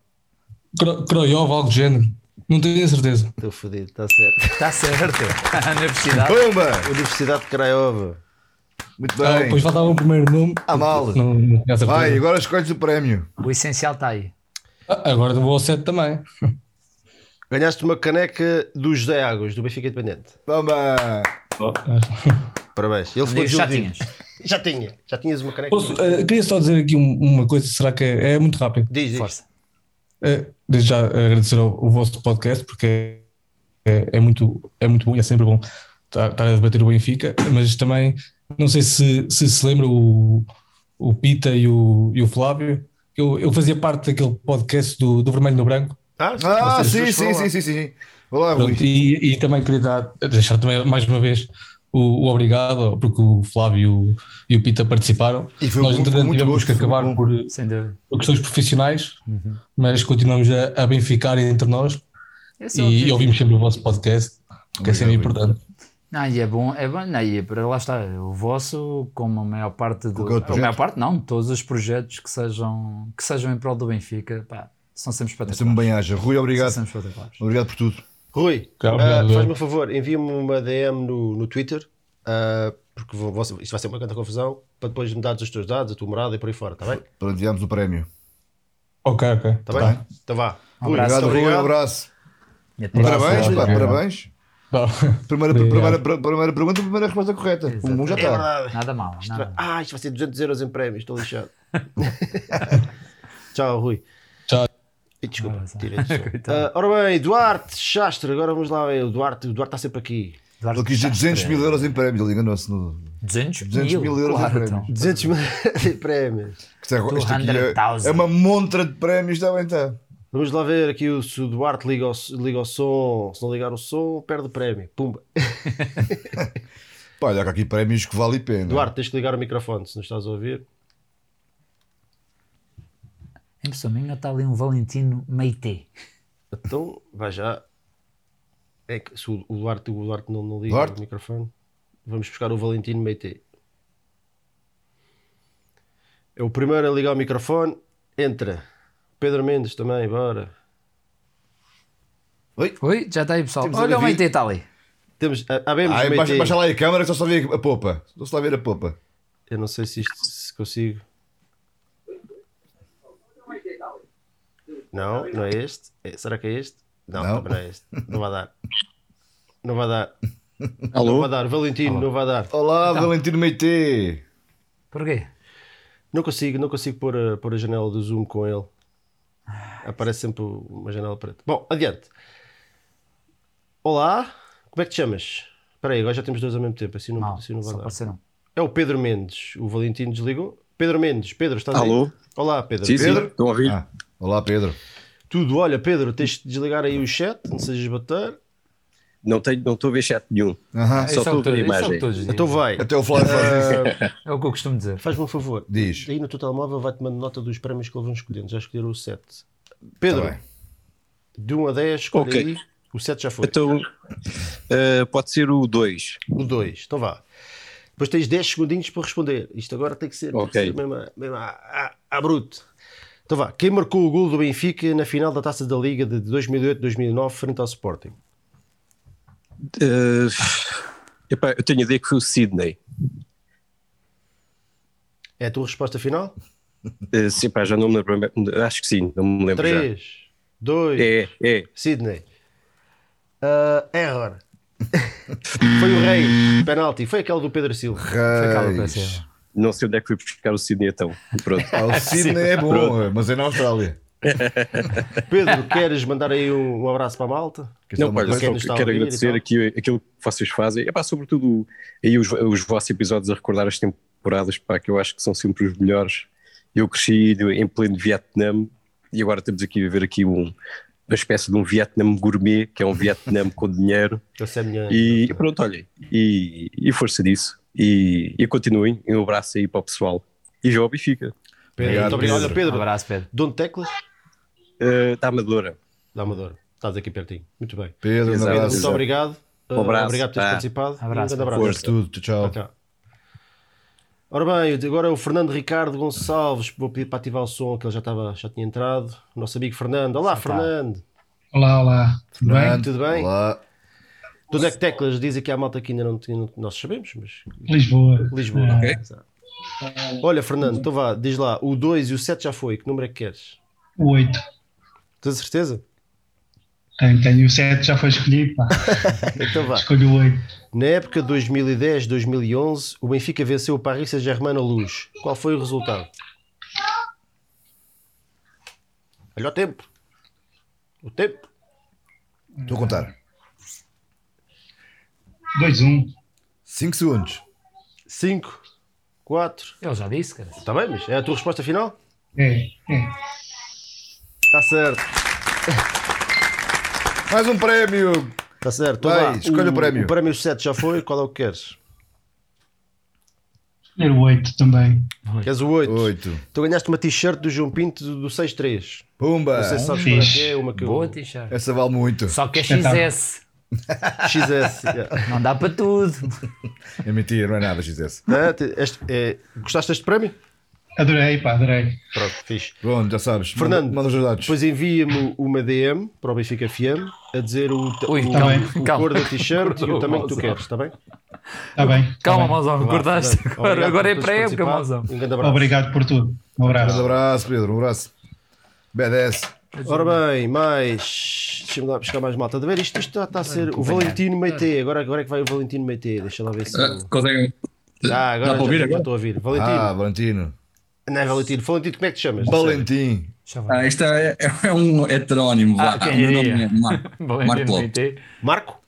[SPEAKER 1] Cro Croiova, algo do género. Não tenho a certeza.
[SPEAKER 2] Estou fodido, está tá certo.
[SPEAKER 4] Está Tá certo. A universidade.
[SPEAKER 3] Pumba!
[SPEAKER 2] Universidade de Craiova.
[SPEAKER 3] Muito
[SPEAKER 1] Ah, depois
[SPEAKER 3] bem.
[SPEAKER 1] faltava o primeiro nome.
[SPEAKER 3] Ah, mal.
[SPEAKER 1] Não, não tinha a certeza.
[SPEAKER 3] Vai, agora escolhes o prémio.
[SPEAKER 4] O essencial está aí.
[SPEAKER 1] Ah, Agora vou ao 7 também.
[SPEAKER 2] Ganhaste uma caneca do José Águas, do Benfica Independente.
[SPEAKER 3] Pumba!
[SPEAKER 1] Ah.
[SPEAKER 2] Parabéns. Ele ficou
[SPEAKER 4] Diz, Já
[SPEAKER 2] desiludido.
[SPEAKER 4] tinhas.
[SPEAKER 2] Já tinha. Já tinhas uma caneca.
[SPEAKER 1] Posso, eh, queria só dizer aqui um- uma coisa, será que é, é muito rápido?
[SPEAKER 2] Diz, diz.
[SPEAKER 4] Força.
[SPEAKER 1] Eh, Desde já agradecer ao, ao vosso podcast, porque é, é- é muito, é muito bom e é sempre bom estar, estar a debater o Benfica, mas também não sei se se, se lembra o, o Pita e o, e o Flávio, eu, eu fazia parte daquele podcast do, do Vermelho no Branco,
[SPEAKER 2] Ah,
[SPEAKER 3] Ah,
[SPEAKER 2] vocês
[SPEAKER 3] sim,
[SPEAKER 2] dois
[SPEAKER 3] sim,
[SPEAKER 2] foram lá.
[SPEAKER 3] sim, sim, sim. Olá, Rui.
[SPEAKER 1] Pronto, e, e também queria dar- deixar também mais uma vez o, o obrigado, porque o Flávio e o Pita participaram.
[SPEAKER 3] E foi
[SPEAKER 1] Nós,
[SPEAKER 3] muito-
[SPEAKER 1] entretanto,
[SPEAKER 3] muito
[SPEAKER 1] tivemos
[SPEAKER 3] gosto,
[SPEAKER 1] que
[SPEAKER 3] foi um
[SPEAKER 1] acabar
[SPEAKER 3] bom.
[SPEAKER 1] por,
[SPEAKER 4] Sem dúvida. Uhum.
[SPEAKER 1] por questões profissionais, mas continuamos a, a benficar entre nós
[SPEAKER 4] Esse é o
[SPEAKER 1] e,
[SPEAKER 4] objetivo.
[SPEAKER 1] ouvimos sempre o vosso podcast, que é sempre
[SPEAKER 3] Obrigado,
[SPEAKER 1] importante.
[SPEAKER 4] Não, e é bom, é bom, não, e é para lá está, o vosso, como a maior parte do,
[SPEAKER 3] Qualquer outro
[SPEAKER 4] a
[SPEAKER 3] projeto.
[SPEAKER 4] maior parte não, todos os projetos que sejam, que sejam em prol do Benfica, pá, são sempre
[SPEAKER 3] Sempre
[SPEAKER 4] espetaculares.
[SPEAKER 3] Assim, bem haja. é Rui,
[SPEAKER 4] São
[SPEAKER 3] obrigado.
[SPEAKER 4] sempre espetaculares.
[SPEAKER 3] Obrigado por tudo.
[SPEAKER 2] Rui,
[SPEAKER 1] Claro,
[SPEAKER 2] ah,
[SPEAKER 1] obrigado, eu.
[SPEAKER 2] faz-me um favor, envia-me uma DM no, no Twitter, ah, porque vou, vou- isto vai ser uma grande confusão, para depois me dares os teus dados, a tua morada e por aí fora, está bem? Está
[SPEAKER 3] Pronto, tivemos o prémio. Tá
[SPEAKER 1] Ok, Tá ok.
[SPEAKER 2] bem? Então vá. Rui,
[SPEAKER 4] abraço.
[SPEAKER 2] muito
[SPEAKER 3] Obrigado, Rui. Um
[SPEAKER 2] obrigado.
[SPEAKER 3] abraço.
[SPEAKER 4] E até-
[SPEAKER 3] Parabéns, pá,
[SPEAKER 1] Obrigado.
[SPEAKER 3] parabéns.
[SPEAKER 1] Não.
[SPEAKER 3] Primeira, primeira, primeira pergunta, primeira resposta correta. Um bom já
[SPEAKER 2] É
[SPEAKER 3] está.
[SPEAKER 2] verdade.
[SPEAKER 4] Nada mal, nada mal.
[SPEAKER 2] Ah, isto vai ser 200 euros em prémios, estou lixado. Tchau, Rui.
[SPEAKER 1] Tchau.
[SPEAKER 2] Ih, Desculpa,
[SPEAKER 4] Ah, sim.
[SPEAKER 2] tirei uh, Ora bem, Duarte Chastre, agora vamos lá ver. O Duarte, o Duarte está sempre aqui.
[SPEAKER 3] Ele quis dizer 200 mil euros em prémios, ele enganou-se. no-
[SPEAKER 4] 200
[SPEAKER 3] 200 mil euros em
[SPEAKER 4] claro,
[SPEAKER 3] prémios.
[SPEAKER 4] então.
[SPEAKER 2] 200 mil de prémios.
[SPEAKER 3] Isto é- isto aqui é,
[SPEAKER 4] 200,000.
[SPEAKER 3] é uma montra de prémios, está bem, está.
[SPEAKER 2] Vamos lá ver aqui o- se o Duarte liga o, liga o som. Se não ligar o som, perde o prémio. Pumba.
[SPEAKER 3] Pá, olha, há aqui prémios que vale a pena.
[SPEAKER 2] Duarte, tens que ligar o microfone se não estás a ouvir.
[SPEAKER 4] Em pessoa minha está ali um Valentino Meite.
[SPEAKER 2] Então, vai já. É que se o o Duarte, o Duarte não, não liga
[SPEAKER 3] Duarte?
[SPEAKER 2] o microfone, vamos buscar o Valentino Meite. É o primeiro a ligar o microfone. Entra. Pedro Mendes também, bora.
[SPEAKER 4] Oi, já está aí pessoal.
[SPEAKER 3] Temos
[SPEAKER 4] Olha
[SPEAKER 3] a
[SPEAKER 4] o
[SPEAKER 3] David.
[SPEAKER 4] Meite está ali.
[SPEAKER 2] Temos, há- há mesmo
[SPEAKER 3] Ah,
[SPEAKER 2] Meite.
[SPEAKER 3] baixa, baixa lá aí a câmara que só se lá vê a popa. Só se lá ver a popa.
[SPEAKER 2] Eu não sei se isto se consigo. Não, não é este. É- será que é este? Não,
[SPEAKER 3] Não.
[SPEAKER 2] também não é este. Não vai dar. Não vai dar. Não
[SPEAKER 5] Alô?
[SPEAKER 2] vai dar. Valentino, não vai dar.
[SPEAKER 3] Olá, Valentino Meite.
[SPEAKER 4] Então. Porquê?
[SPEAKER 2] Não consigo, não consigo pôr a, pôr a janela do Zoom com ele. Aparece sempre uma janela preta. Bom, adiante. Olá, como é que te chamas? Espera aí, agora já temos dois ao mesmo tempo, assim não,
[SPEAKER 4] Mal,
[SPEAKER 2] assim não vai
[SPEAKER 4] só
[SPEAKER 2] dar.
[SPEAKER 4] apareceram.
[SPEAKER 2] É o Pedro Mendes, o Valentino desligou. Pedro Mendes, Pedro, estás aí?
[SPEAKER 5] Alô?
[SPEAKER 2] Olá, Pedro.
[SPEAKER 5] Sim, sim,
[SPEAKER 2] Pedro,
[SPEAKER 5] estou a ouvir.
[SPEAKER 3] Ah, olá, Pedro.
[SPEAKER 2] tudo, olha, Pedro, tens de desligar aí o chat, não sejas bater.
[SPEAKER 5] Não tenho- não estou a ver chat nenhum.
[SPEAKER 3] Aham.
[SPEAKER 5] Só
[SPEAKER 4] Isso é o
[SPEAKER 5] tu
[SPEAKER 4] que todos- isso é
[SPEAKER 5] a
[SPEAKER 4] o que
[SPEAKER 5] imagem.
[SPEAKER 4] todos dizem.
[SPEAKER 2] Então vai,
[SPEAKER 3] Até o Flávio faz isso.
[SPEAKER 4] É o que eu costumo dizer.
[SPEAKER 2] faz-me um favor.
[SPEAKER 3] Diz.
[SPEAKER 2] Aí no teu telemóvel vai-te mandar nota dos prémios que eles vão escolhendo. Já escolheram o 7. Pedro,
[SPEAKER 3] Tá bem.
[SPEAKER 2] de 1 a 10, escolhe
[SPEAKER 5] Ok.
[SPEAKER 2] aí. O 7 já foi.
[SPEAKER 5] Então, eh, pode ser o 2.
[SPEAKER 2] O 2, então vá. Depois tens 10 segundinhos para responder. Isto agora tem que ser, tem que
[SPEAKER 5] Ok.
[SPEAKER 2] ser mesmo, a- mesmo a, a- a bruto. Então vá. Quem marcou o gol do Benfica na final da Taça da Liga de 2008-2009 frente ao Sporting?
[SPEAKER 5] Eh, epá, eu tenho a ideia que foi o Sidney.
[SPEAKER 2] É a tua resposta final?
[SPEAKER 5] Eh, sim, pá, já não me lembro. Acho que sim, não me lembro já.
[SPEAKER 2] 3, 2,
[SPEAKER 5] É, é.
[SPEAKER 2] Sidney. Ah, error. Foi o rei. Penalti. Foi aquele do Pedro Silva.
[SPEAKER 4] Foi assim. aquela
[SPEAKER 3] Reis.
[SPEAKER 4] coisa.
[SPEAKER 5] Não sei onde é que fui buscar o Sidney então. Pronto.
[SPEAKER 3] Ah, o Sydney é bom, mas é na Austrália.
[SPEAKER 2] Pedro, queres mandar aí um, um abraço para a malta?
[SPEAKER 3] Quer dizer
[SPEAKER 5] Não,
[SPEAKER 3] é uma
[SPEAKER 5] pá,
[SPEAKER 3] coisa?
[SPEAKER 2] quem
[SPEAKER 5] só
[SPEAKER 2] nos está a
[SPEAKER 5] quero
[SPEAKER 2] ouvir e
[SPEAKER 5] agradecer
[SPEAKER 2] tal.
[SPEAKER 5] aqui, aquilo que vocês fazem. Epá, sobretudo aí os, os vossos episódios a recordar as temporadas, pá, que eu acho que são sempre os melhores. Eu cresci em pleno Vietnã e agora estamos aqui a ver aqui um, uma espécie de um Vietnã gourmet, que é um Vietnã com dinheiro.
[SPEAKER 2] Essa é a minha.
[SPEAKER 5] E pronto, olhem, e, e força disso. E, e continuem. E um abraço aí para o pessoal. E Job e fica.
[SPEAKER 2] Pedro,
[SPEAKER 3] Obrigado,
[SPEAKER 2] muito obrigado.
[SPEAKER 3] Pedro.
[SPEAKER 4] Um
[SPEAKER 2] Pedro,
[SPEAKER 4] abraço, Pedro.
[SPEAKER 2] dono de teclas?
[SPEAKER 5] Eh, da Amadora.
[SPEAKER 2] Da Amadora. Estás aqui pertinho. Muito bem.
[SPEAKER 3] Pedro, um
[SPEAKER 5] Exato.
[SPEAKER 2] Pedro,
[SPEAKER 3] abraço.
[SPEAKER 2] muito
[SPEAKER 5] exato.
[SPEAKER 2] obrigado.
[SPEAKER 5] Um abraço,
[SPEAKER 2] Uh, obrigado por teres
[SPEAKER 5] pá.
[SPEAKER 2] participado. Um
[SPEAKER 4] Abraço,
[SPEAKER 2] grande
[SPEAKER 3] Força,
[SPEAKER 2] abraço.
[SPEAKER 3] tudo, tchau.
[SPEAKER 2] Tchau, tchau. Ora bem, agora é o Fernando Ricardo Gonçalves. Vou pedir para ativar o som, que ele já, estava, já tinha entrado. O nosso amigo Fernando. Olá, Fernando.
[SPEAKER 6] Olá, olá, tudo bem?
[SPEAKER 2] Tudo bem?
[SPEAKER 3] Olá.
[SPEAKER 2] De onde é que teclas? Diz aqui à malta que ainda não, tinha- nós sabemos, mas
[SPEAKER 6] Lisboa.
[SPEAKER 2] Lisboa.
[SPEAKER 6] Ah,
[SPEAKER 2] Exato. Olha, Fernando, então vá, diz lá, o 2 e o 7 já foi, que número é que queres?
[SPEAKER 6] O 8.
[SPEAKER 2] Tens a certeza?
[SPEAKER 6] Tenho, tenho o 7, já foi escolhido. Pá.
[SPEAKER 2] Então vá.
[SPEAKER 6] Escolhi o 8.
[SPEAKER 2] Na época de 2010-2011, o Benfica venceu o Paris Saint-Germain na luz. Qual foi o resultado? Olha o tempo. O tempo.
[SPEAKER 3] Estou a contar.
[SPEAKER 6] 2-1.
[SPEAKER 3] 5 segundos.
[SPEAKER 2] 5, 4.
[SPEAKER 4] Ele já disse, cara.
[SPEAKER 2] Está bem, mas é a tua resposta final?
[SPEAKER 6] É, é.
[SPEAKER 2] Está certo.
[SPEAKER 3] Mais um prémio.
[SPEAKER 2] Está certo. Então
[SPEAKER 3] Vai,
[SPEAKER 2] vá.
[SPEAKER 3] escolha o prémio.
[SPEAKER 2] O prémio 7 já foi, qual é o que queres?
[SPEAKER 6] Escolher o 8 também.
[SPEAKER 2] Queres o 8?
[SPEAKER 3] 8.
[SPEAKER 2] Tu ganhaste uma t-shirt do João Pinto do do 6-3.
[SPEAKER 3] Pumba.
[SPEAKER 2] Não sei se sabes
[SPEAKER 6] fixe. Então.
[SPEAKER 2] qual é que é, uma que eu-
[SPEAKER 4] Boa t-shirt.
[SPEAKER 3] Essa vale muito.
[SPEAKER 4] Só que é XS.
[SPEAKER 2] XS. yeah.
[SPEAKER 4] Não dá para tudo.
[SPEAKER 3] É mentira, não é nada, XS.
[SPEAKER 2] Ah, te- este- é, gostaste deste prémio?
[SPEAKER 6] Adorei, pá, adorei.
[SPEAKER 2] Pronto, fixe.
[SPEAKER 3] Pronto, já sabes.
[SPEAKER 2] Fernando,
[SPEAKER 3] manda, manda os dados.
[SPEAKER 2] Depois envia-me uma DM para o Benfica FM a dizer o, ta-
[SPEAKER 4] Ui,
[SPEAKER 2] o-
[SPEAKER 4] calma,
[SPEAKER 2] o
[SPEAKER 4] calma.
[SPEAKER 2] cor da t-shirt e o
[SPEAKER 4] Cortou,
[SPEAKER 2] tamanho que tu
[SPEAKER 4] Mozão.
[SPEAKER 2] queres, está bem?
[SPEAKER 6] Está bem. tá
[SPEAKER 4] Calma,
[SPEAKER 6] bem.
[SPEAKER 4] Mozão,
[SPEAKER 2] Vá,
[SPEAKER 4] acordaste
[SPEAKER 2] Fernando,
[SPEAKER 4] agora.
[SPEAKER 2] obrigado
[SPEAKER 4] Agora é
[SPEAKER 2] por
[SPEAKER 4] para a
[SPEAKER 2] teres
[SPEAKER 4] época,
[SPEAKER 2] participado.
[SPEAKER 4] Mozão.
[SPEAKER 2] Um grande abraço.
[SPEAKER 6] Obrigado por tudo. Um
[SPEAKER 3] Um
[SPEAKER 6] abraço.
[SPEAKER 3] abraço, Pedro. Um abraço. BDS.
[SPEAKER 2] Ora bem, mais. Deixa-me lá buscar mais malta. De ver, isto, isto está, está a ser o Valentino Meite. Agora, agora é que vai o Valentino Meite. Deixa lá ver se.
[SPEAKER 7] Ah, Conseguem.
[SPEAKER 2] Ah, agora
[SPEAKER 7] Dá para
[SPEAKER 2] já-
[SPEAKER 7] ouvir
[SPEAKER 2] já
[SPEAKER 7] agora?
[SPEAKER 2] estou a ouvir. Valentino.
[SPEAKER 3] Ah, Valentino.
[SPEAKER 2] Não é Valentino. Valentino, como é que te chamas?
[SPEAKER 3] Valentim.
[SPEAKER 7] Ah, isto é, é- é um heterónimo. vá.
[SPEAKER 4] Ah, quem
[SPEAKER 7] O meu nome
[SPEAKER 4] diria?
[SPEAKER 7] é Mar- Marco Lopes.
[SPEAKER 2] Marco?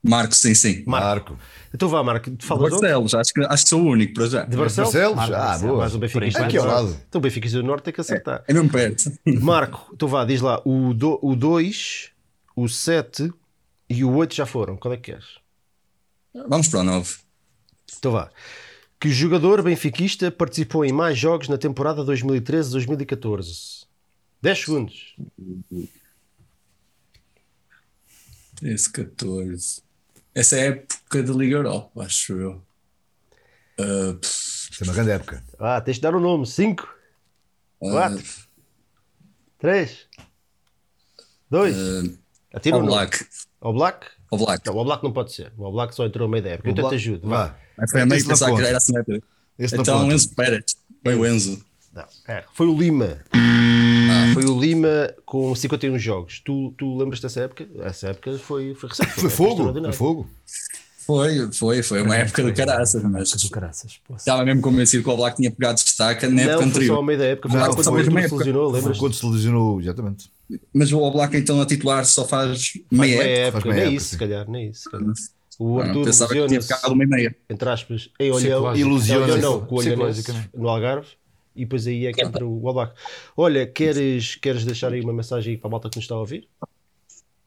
[SPEAKER 7] Marco, sim, sim.
[SPEAKER 3] Marco.
[SPEAKER 2] Então vá, Marco. Tu falas de onde?
[SPEAKER 7] Barcelos, acho que, acho que sou o único para já.
[SPEAKER 2] De Barcelos?
[SPEAKER 3] Barcelos?
[SPEAKER 2] de
[SPEAKER 3] Ah,
[SPEAKER 2] Barcelos.
[SPEAKER 3] boa.
[SPEAKER 2] Mais um Benfica.
[SPEAKER 4] Por
[SPEAKER 3] Aqui ao lado.
[SPEAKER 2] Então, Benfica do Norte tem que acertar.
[SPEAKER 7] É mesmo perto.
[SPEAKER 2] Marco, então vá, diz lá. O 2, o 7 e o 8 já foram. Qual é que queres?
[SPEAKER 7] Vamos para o 9.
[SPEAKER 2] Então vá. Que jogador benfiquista participou em mais jogos na temporada 2013-2014? 10 segundos.
[SPEAKER 7] 13, 14. Essa é a época da Liga Europa, acho eu. Ah, pff,
[SPEAKER 3] Isto é uma grande época.
[SPEAKER 2] Ah, tens de dar o nome. 5, Quatro.
[SPEAKER 7] ah,
[SPEAKER 2] 3, 2.
[SPEAKER 7] ah,
[SPEAKER 2] Atira
[SPEAKER 7] All
[SPEAKER 2] o nome.
[SPEAKER 7] Black.
[SPEAKER 2] Ao Black?
[SPEAKER 7] All Black.
[SPEAKER 2] Não, o Black não pode ser. O Black só entrou a meio da época. Eu
[SPEAKER 3] O
[SPEAKER 2] até te
[SPEAKER 3] Black-
[SPEAKER 2] ajudo. Vá.
[SPEAKER 3] Vá.
[SPEAKER 7] Foi a meio
[SPEAKER 3] Esse
[SPEAKER 7] que
[SPEAKER 3] não
[SPEAKER 7] pensava que
[SPEAKER 3] conta.
[SPEAKER 7] era assim. era.
[SPEAKER 3] Esse não
[SPEAKER 7] Então,
[SPEAKER 3] conta.
[SPEAKER 7] Enzo Pérez. Foi o Enzo. Ah.
[SPEAKER 2] Não, é, foi o Lima. Foi o Lima com 51 jogos. Tu, tu lembras dessa época? Essa época foi, foi recente.
[SPEAKER 3] Foi
[SPEAKER 2] uma época
[SPEAKER 3] fogo. Foi
[SPEAKER 2] extraordinária.
[SPEAKER 3] fogo.
[SPEAKER 7] Foi, foi, foi uma época do caraças, mas
[SPEAKER 4] Graças, poça.
[SPEAKER 7] estava mesmo convencido que o All Black tinha pegado destaque na época
[SPEAKER 2] Não, foi só
[SPEAKER 7] anterior.
[SPEAKER 2] ao meio da época. Foi
[SPEAKER 3] Não,
[SPEAKER 2] lá quando
[SPEAKER 7] foi
[SPEAKER 2] o
[SPEAKER 7] mesmo
[SPEAKER 2] Arthur se
[SPEAKER 7] época.
[SPEAKER 2] lesionou,
[SPEAKER 3] Foi
[SPEAKER 2] lembras?
[SPEAKER 3] quando se lesionou, exatamente.
[SPEAKER 7] Mas o All Black, então, a titular só faz meia
[SPEAKER 2] Meia
[SPEAKER 7] época.
[SPEAKER 2] época.
[SPEAKER 3] meia
[SPEAKER 2] Nem
[SPEAKER 3] época,
[SPEAKER 2] isso,
[SPEAKER 3] sim.
[SPEAKER 2] se calhar. Nem isso. se calhar.
[SPEAKER 7] Não, Ah,
[SPEAKER 2] O Arthur
[SPEAKER 7] pensava que tinha
[SPEAKER 2] lesiona-se,
[SPEAKER 7] ficado uma e meia.
[SPEAKER 2] entre aspas, em olhão.
[SPEAKER 4] Psicológico.
[SPEAKER 3] Ilusiona-se.
[SPEAKER 2] Olhão Não, com o Olhanense
[SPEAKER 4] Psicologicamente.
[SPEAKER 2] no Algarve. E depois aí é que entra o Albac. Olha, queres, queres deixar aí uma mensagem aí para a malta que nos está a ouvir?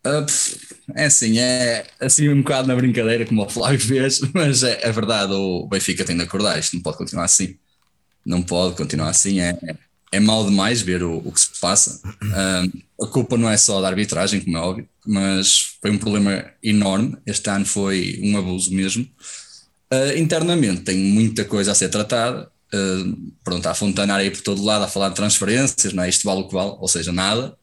[SPEAKER 7] Ah, pff, é assim, é assim um bocado na brincadeira, como o Flávio fez, mas é, é verdade, o Benfica tem de acordar, isto não pode continuar assim. Não pode continuar assim, é, é mau demais ver o, o que se passa. Ah, a culpa não é só da arbitragem, como é óbvio, mas foi um problema enorme. Este ano foi um abuso mesmo. Ah, internamente tem muita coisa a ser tratada. Ah, pronto, há fontanar aí por todo lado a falar de transferências, não é? Isto vale o que vale, ou seja, nada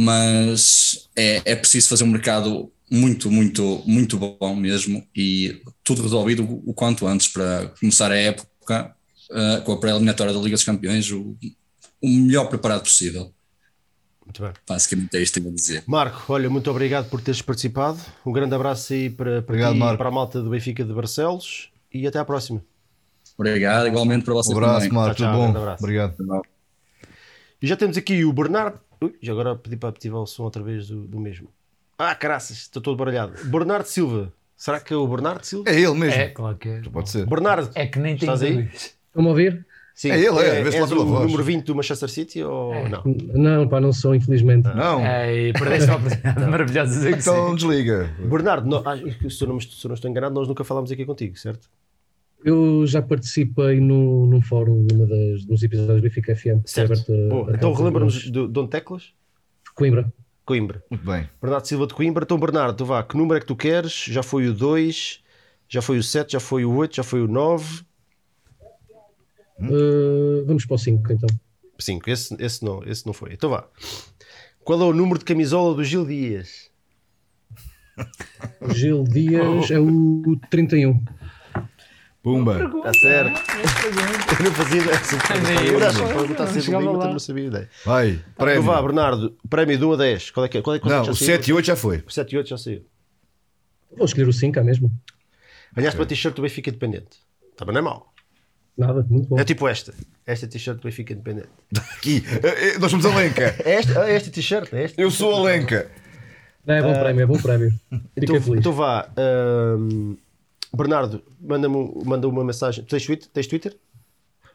[SPEAKER 7] mas é, é preciso fazer um mercado muito, muito, muito bom mesmo e tudo resolvido o quanto antes para começar a época ah, com a pré-eliminatória da Liga dos Campeões o, o melhor preparado possível.
[SPEAKER 2] Muito bem.
[SPEAKER 7] Basicamente é isto que tenho a dizer.
[SPEAKER 2] Marco, olha, muito obrigado por teres participado. Um grande abraço aí para, para,
[SPEAKER 3] Obrigado,
[SPEAKER 2] ti, e
[SPEAKER 3] Marco.
[SPEAKER 2] para a malta do Benfica de Barcelos e até à próxima.
[SPEAKER 7] Obrigado, igualmente para
[SPEAKER 3] Um
[SPEAKER 7] vocês
[SPEAKER 3] abraço,
[SPEAKER 7] também.
[SPEAKER 3] Marco.
[SPEAKER 2] Tchau,
[SPEAKER 3] Tudo
[SPEAKER 2] tchau, grande
[SPEAKER 3] bom.
[SPEAKER 2] abraço.
[SPEAKER 3] Obrigado.
[SPEAKER 2] E já temos aqui o Bernardo. Ui, já agora pedi para ativar o som outra vez do, do mesmo. Ah, caraças, estou todo baralhado. Bernardo Silva. Será que é o Bernardo Silva?
[SPEAKER 3] É ele mesmo.
[SPEAKER 4] É, claro que é.
[SPEAKER 3] Pode ser.
[SPEAKER 2] Bernardo.
[SPEAKER 4] É que nem tem
[SPEAKER 2] Estás aí?
[SPEAKER 4] luz.
[SPEAKER 8] Estão-me a ouvir?
[SPEAKER 2] Sim,
[SPEAKER 3] É ele, é, vê-se lá
[SPEAKER 2] és
[SPEAKER 3] pela
[SPEAKER 2] o
[SPEAKER 3] voz.
[SPEAKER 2] número 20 do Manchester City ou
[SPEAKER 4] É.
[SPEAKER 2] não?
[SPEAKER 8] Não, pá, não sou, infelizmente. É,
[SPEAKER 3] Não.
[SPEAKER 4] Ei, É, perdeste a oportunidade maravilhosa de dizer que
[SPEAKER 3] Então desliga.
[SPEAKER 2] Bernardo, não, ah, se, eu não, me- se eu não estou enganado, nós nunca falámos aqui contigo, certo?
[SPEAKER 8] Eu já participei no, num fórum numa das, nos episódios do Benfica FM. que foi
[SPEAKER 2] Certo.
[SPEAKER 8] aberto
[SPEAKER 4] É,
[SPEAKER 8] a-
[SPEAKER 2] Boa,
[SPEAKER 8] a-
[SPEAKER 2] então
[SPEAKER 8] a-
[SPEAKER 2] relembra-nos de de onde teclas?
[SPEAKER 8] Coimbra.
[SPEAKER 2] Coimbra.
[SPEAKER 3] Muito bem.
[SPEAKER 2] Bernardo Silva de Coimbra. Então, Bernardo, tu vá, que número é que tu queres? Já foi o 2, já foi o 7, já foi o 8, já foi o 9.
[SPEAKER 8] Uh, vamos para o 5, então.
[SPEAKER 2] 5, esse, esse, não, esse não foi. Então vá. Qual é o número de camisola do Gil Dias?
[SPEAKER 8] Gil Dias é o 31.
[SPEAKER 3] Pumba.
[SPEAKER 2] Está Tá certo. Eu não fazia ideia. essa pergunta.
[SPEAKER 4] Nem eu,
[SPEAKER 2] Eu acho
[SPEAKER 4] não.
[SPEAKER 2] que perguntar
[SPEAKER 4] Não
[SPEAKER 2] se é do
[SPEAKER 4] chegava
[SPEAKER 2] Lima,
[SPEAKER 4] lá.
[SPEAKER 2] então não sabia ideia.
[SPEAKER 3] Vai.
[SPEAKER 2] Então
[SPEAKER 3] Prémio.
[SPEAKER 2] vá, Bernardo, prémio de 1 a 10. Qual é que é? Qual é que
[SPEAKER 3] Não, o 7 e 8 já foi.
[SPEAKER 2] 7 e 8 já saiu.
[SPEAKER 8] Vou escolher o 5, há mesmo.
[SPEAKER 2] Olhaste para a t-shirt do Benfica Independente. Também não é mau.
[SPEAKER 8] Nada, muito bom.
[SPEAKER 2] É tipo esta. Esta t-shirt do Benfica Independente.
[SPEAKER 3] Aqui. Eh, eh, Nós somos a Lenca.
[SPEAKER 2] É esta, ah, esta t-shirt, é esta.
[SPEAKER 3] Eu sou a Lenca.
[SPEAKER 8] Não, é bom prémio, é bom prémio. Fiquei
[SPEAKER 2] Então,
[SPEAKER 8] feliz.
[SPEAKER 2] então vá. ahm, Bernardo, manda-me um, manda uma mensagem. Tu Tens Twitter? Tens Twitter?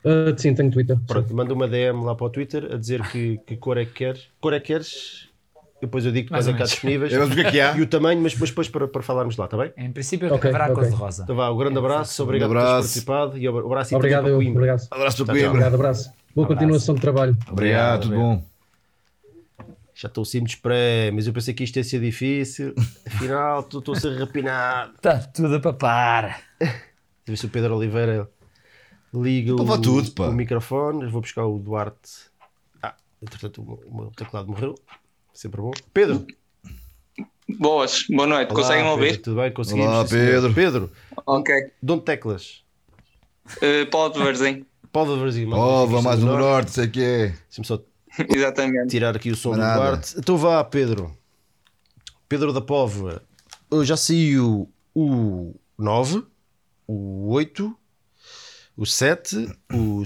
[SPEAKER 8] Uh, sim, tenho Twitter.
[SPEAKER 2] Pronto, manda uma DM lá para o Twitter a dizer que, que cor é que queres. Cor é que queres? Depois eu digo quais
[SPEAKER 4] Mais
[SPEAKER 2] é
[SPEAKER 4] ou
[SPEAKER 2] que há
[SPEAKER 4] menos.
[SPEAKER 2] disponíveis.
[SPEAKER 3] É, mas o que é que há?
[SPEAKER 2] E o tamanho, mas depois, depois para, para falarmos lá, está bem?
[SPEAKER 4] Em princípio
[SPEAKER 8] Ok,
[SPEAKER 4] haverá
[SPEAKER 8] ok.
[SPEAKER 4] cor de rosa.
[SPEAKER 2] Então vá, um grande abraço, obrigado
[SPEAKER 3] Grande abraço.
[SPEAKER 2] por teres participado e abra- abraço e
[SPEAKER 8] Obrigado,
[SPEAKER 2] tudo
[SPEAKER 8] eu.
[SPEAKER 2] para Coimbra.
[SPEAKER 8] Obrigado.
[SPEAKER 3] Abraço do
[SPEAKER 2] tchau.
[SPEAKER 3] Coimbra.
[SPEAKER 8] Obrigado, abraço. Boa continuação de trabalho.
[SPEAKER 3] Obrigado, tudo bom.
[SPEAKER 2] Já estou sempre dos prémios, eu pensei que isto ia ser difícil, afinal estou estou a ser rapinado.
[SPEAKER 3] Tá
[SPEAKER 4] Está tudo a papar.
[SPEAKER 2] Deixa eu ver se o Pedro Oliveira liga
[SPEAKER 3] Então vá
[SPEAKER 2] o,
[SPEAKER 3] tudo, pá.
[SPEAKER 2] o microfone. Eu vou buscar o Duarte. Ah, entretanto o, meu- o meu teclado morreu. Sempre bom. Pedro!
[SPEAKER 9] Boas, boa noite.
[SPEAKER 2] Olá,
[SPEAKER 9] Conseguem
[SPEAKER 2] Pedro,
[SPEAKER 9] ouvir?
[SPEAKER 2] Tudo bem? Conseguimos?
[SPEAKER 3] Olá,
[SPEAKER 2] sim, senhor.
[SPEAKER 3] Pedro.
[SPEAKER 2] Pedro,
[SPEAKER 9] Ok.
[SPEAKER 2] de onde teclas?
[SPEAKER 9] Uh, Paulo de Varzim.
[SPEAKER 2] Paulo de Brasil.
[SPEAKER 3] Ova, mais um do um norte, sei que é.
[SPEAKER 2] Deixa-me só
[SPEAKER 9] Exatamente.
[SPEAKER 2] tirar aqui o som
[SPEAKER 3] Nada.
[SPEAKER 2] do quarto. Então vá, Pedro. Pedro da Póvoa. Eu Já saiu o 9, o 8, o 7, o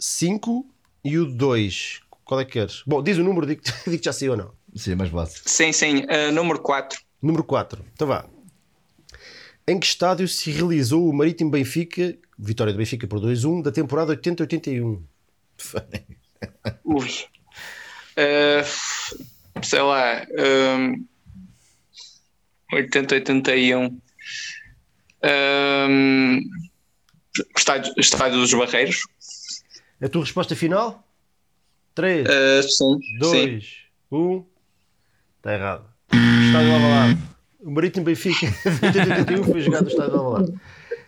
[SPEAKER 2] 5 e o 2. Qual é que queres? Bom, diz o número, digo, digo que já saiu ou não.
[SPEAKER 3] Sim, é mais fácil.
[SPEAKER 9] Sim, sim. Ah, número 4.
[SPEAKER 2] Número 4. Então vá. Em que estádio se realizou o Marítimo Benfica, vitória do Benfica por 2-1, da temporada 80-81?
[SPEAKER 9] Ui. Ah, sei lá. ehm, ahm, 80, 81. Ahm, Ehm, estádio, estádio dos Barreiros.
[SPEAKER 2] A tua resposta final? 3,
[SPEAKER 9] Ah, sim. sim.
[SPEAKER 2] 2, 1. Está Um. Tá errado. Estádio do Alvalade. O Marítimo Benfica de 81 foi jogado no estádio do Alvalade.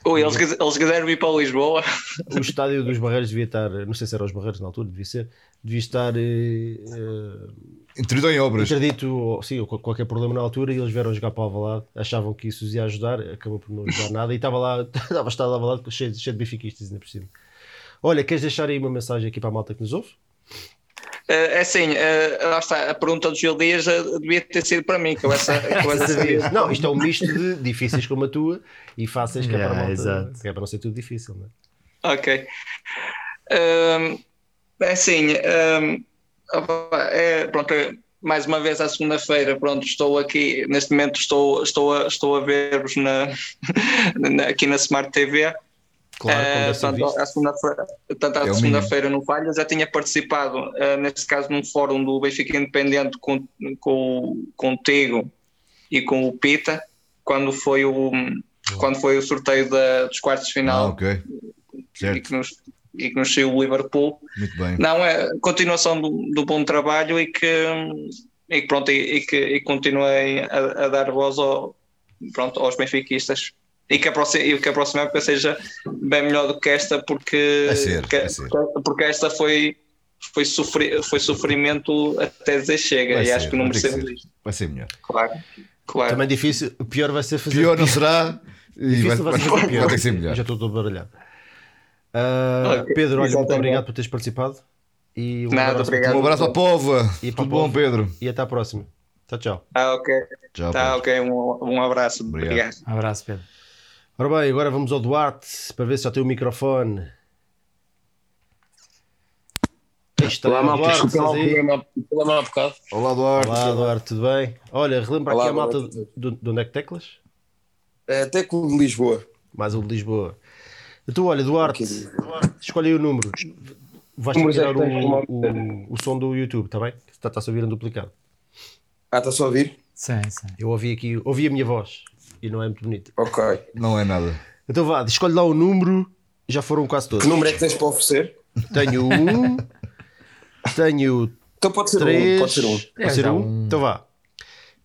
[SPEAKER 9] Ui, eles, quis- eles quiseram ir para Lisboa.
[SPEAKER 2] O estádio dos Barreiros devia estar, não sei se eram os Barreiros na altura, devia ser, devia estar eh, eh,
[SPEAKER 3] Entretanto, em obras.
[SPEAKER 2] interdito, ou, sim, ou qual- qualquer problema na altura, e eles vieram jogar para o Alvalade, achavam que isso os ia ajudar, acabou por não ajudar nada, e estava lá, estava o estádio do Alvalade cheio, cheio de benfiquistas ainda por cima. Olha, queres deixar aí uma mensagem aqui para a malta que nos ouve?
[SPEAKER 9] Ah, é assim, ah, lá está, a pergunta do Gil Dias ah, devia ter sido para mim, que eu essa, que eu essa sabia.
[SPEAKER 2] Não, isto é um misto de difíceis como a tua e fáceis que é para a
[SPEAKER 4] Yeah,
[SPEAKER 2] malta,
[SPEAKER 4] exato.
[SPEAKER 2] que é para não ser tudo difícil, não é?
[SPEAKER 9] Ok. Ahm, é assim, ahm, opa, é, pronto, é, mais uma vez à segunda-feira, pronto, estou aqui, neste momento estou, estou a, estou a ver-vos na, na- aqui na Smart TV.
[SPEAKER 2] Claro, como
[SPEAKER 9] Eh,
[SPEAKER 2] deve ser
[SPEAKER 9] portanto,
[SPEAKER 2] visto.
[SPEAKER 9] à segunda-feira- portanto, à
[SPEAKER 3] É o
[SPEAKER 9] segunda-feira não falha. Já tinha participado, eh, neste caso, num fórum do Benfica Independente com, com, contigo e com o Pita, quando foi o, quando foi o sorteio da- dos quartos de
[SPEAKER 3] Ah,
[SPEAKER 9] final
[SPEAKER 3] ok.
[SPEAKER 9] e,
[SPEAKER 3] Certo,
[SPEAKER 9] que nos, e que nos saiu o Liverpool.
[SPEAKER 3] muito bem.
[SPEAKER 9] Não, é continuação do, do bom trabalho e que, e que pronto, e, e que e continuem a, a dar voz ao, pronto, aos benfiquistas. E que, a próxima, e que a próxima época seja bem melhor do que esta, porque,
[SPEAKER 3] Vai ser,
[SPEAKER 9] porque,
[SPEAKER 3] vai ser.
[SPEAKER 9] porque esta foi, foi, sofri, foi sofrimento até dizer chega.
[SPEAKER 3] Vai
[SPEAKER 9] e
[SPEAKER 3] ser,
[SPEAKER 9] acho que não
[SPEAKER 3] vai ter que
[SPEAKER 9] merecemos
[SPEAKER 3] ser.
[SPEAKER 9] isto,
[SPEAKER 3] Vai ser melhor.
[SPEAKER 9] claro. claro.
[SPEAKER 2] Também difícil, o pior vai ser fazer
[SPEAKER 3] Pior não será. E vai,
[SPEAKER 2] Difícil
[SPEAKER 3] vai,
[SPEAKER 2] vai ser fazer
[SPEAKER 3] vai
[SPEAKER 2] pior.
[SPEAKER 3] ter que ser melhor.
[SPEAKER 2] Já estou todo baralhado. Ah,
[SPEAKER 9] Ok,
[SPEAKER 2] Pedro, olha, muito
[SPEAKER 9] exatamente.
[SPEAKER 2] obrigado por teres participado. E um
[SPEAKER 9] Nada,
[SPEAKER 2] abraço para
[SPEAKER 9] obrigado.
[SPEAKER 3] Um abraço à Pova.
[SPEAKER 2] E para
[SPEAKER 3] Tudo
[SPEAKER 2] a
[SPEAKER 3] bom,
[SPEAKER 2] Póvoa.
[SPEAKER 3] Pedro?
[SPEAKER 2] ti E até à próxima. Tchau, tchau.
[SPEAKER 9] Ah, ok.
[SPEAKER 3] Tchau,
[SPEAKER 9] Tá,
[SPEAKER 3] Pedro.
[SPEAKER 9] ok. Um, um abraço.
[SPEAKER 3] Obrigado.
[SPEAKER 9] Obrigado.
[SPEAKER 4] Um abraço, Pedro.
[SPEAKER 2] Ora bem, agora vamos ao Duarte para ver se já tem o microfone. Aí Está
[SPEAKER 10] Olá, malta,
[SPEAKER 2] Duarte,
[SPEAKER 10] desculpa lá
[SPEAKER 2] estás
[SPEAKER 10] o
[SPEAKER 2] aí?
[SPEAKER 10] problema, o problema há bocado.
[SPEAKER 3] Olá, Duarte.
[SPEAKER 2] Olá, Duarte, tudo bem? Olha, relembra
[SPEAKER 10] Olá,
[SPEAKER 2] aqui a malta
[SPEAKER 10] Duarte.
[SPEAKER 2] de, de onde é que teclas?
[SPEAKER 10] É até Clube de Lisboa.
[SPEAKER 2] Mais um de Lisboa. Então, olha, Duarte, escolhe aí o número. Vais ter que
[SPEAKER 10] Números é
[SPEAKER 2] tirar
[SPEAKER 10] que tens,
[SPEAKER 2] o,
[SPEAKER 10] Tomás?
[SPEAKER 2] o, o som do YouTube, está bem? Está- Está-se a ouvir um duplicado.
[SPEAKER 10] Ah, está só a ouvir?
[SPEAKER 4] Sim, sim.
[SPEAKER 2] Eu ouvi aqui, ouvi a minha voz e não é muito bonita.
[SPEAKER 10] Ok.
[SPEAKER 3] Não é nada.
[SPEAKER 2] Então vá, escolhe lá o número, já foram quase todos.
[SPEAKER 10] Que número é que tens para oferecer?
[SPEAKER 2] Tenho um, tenho
[SPEAKER 10] Então pode ser
[SPEAKER 2] três.
[SPEAKER 10] um, pode ser um.
[SPEAKER 3] É,
[SPEAKER 2] Pode ser
[SPEAKER 4] já
[SPEAKER 2] um?
[SPEAKER 4] um.
[SPEAKER 2] Então vá.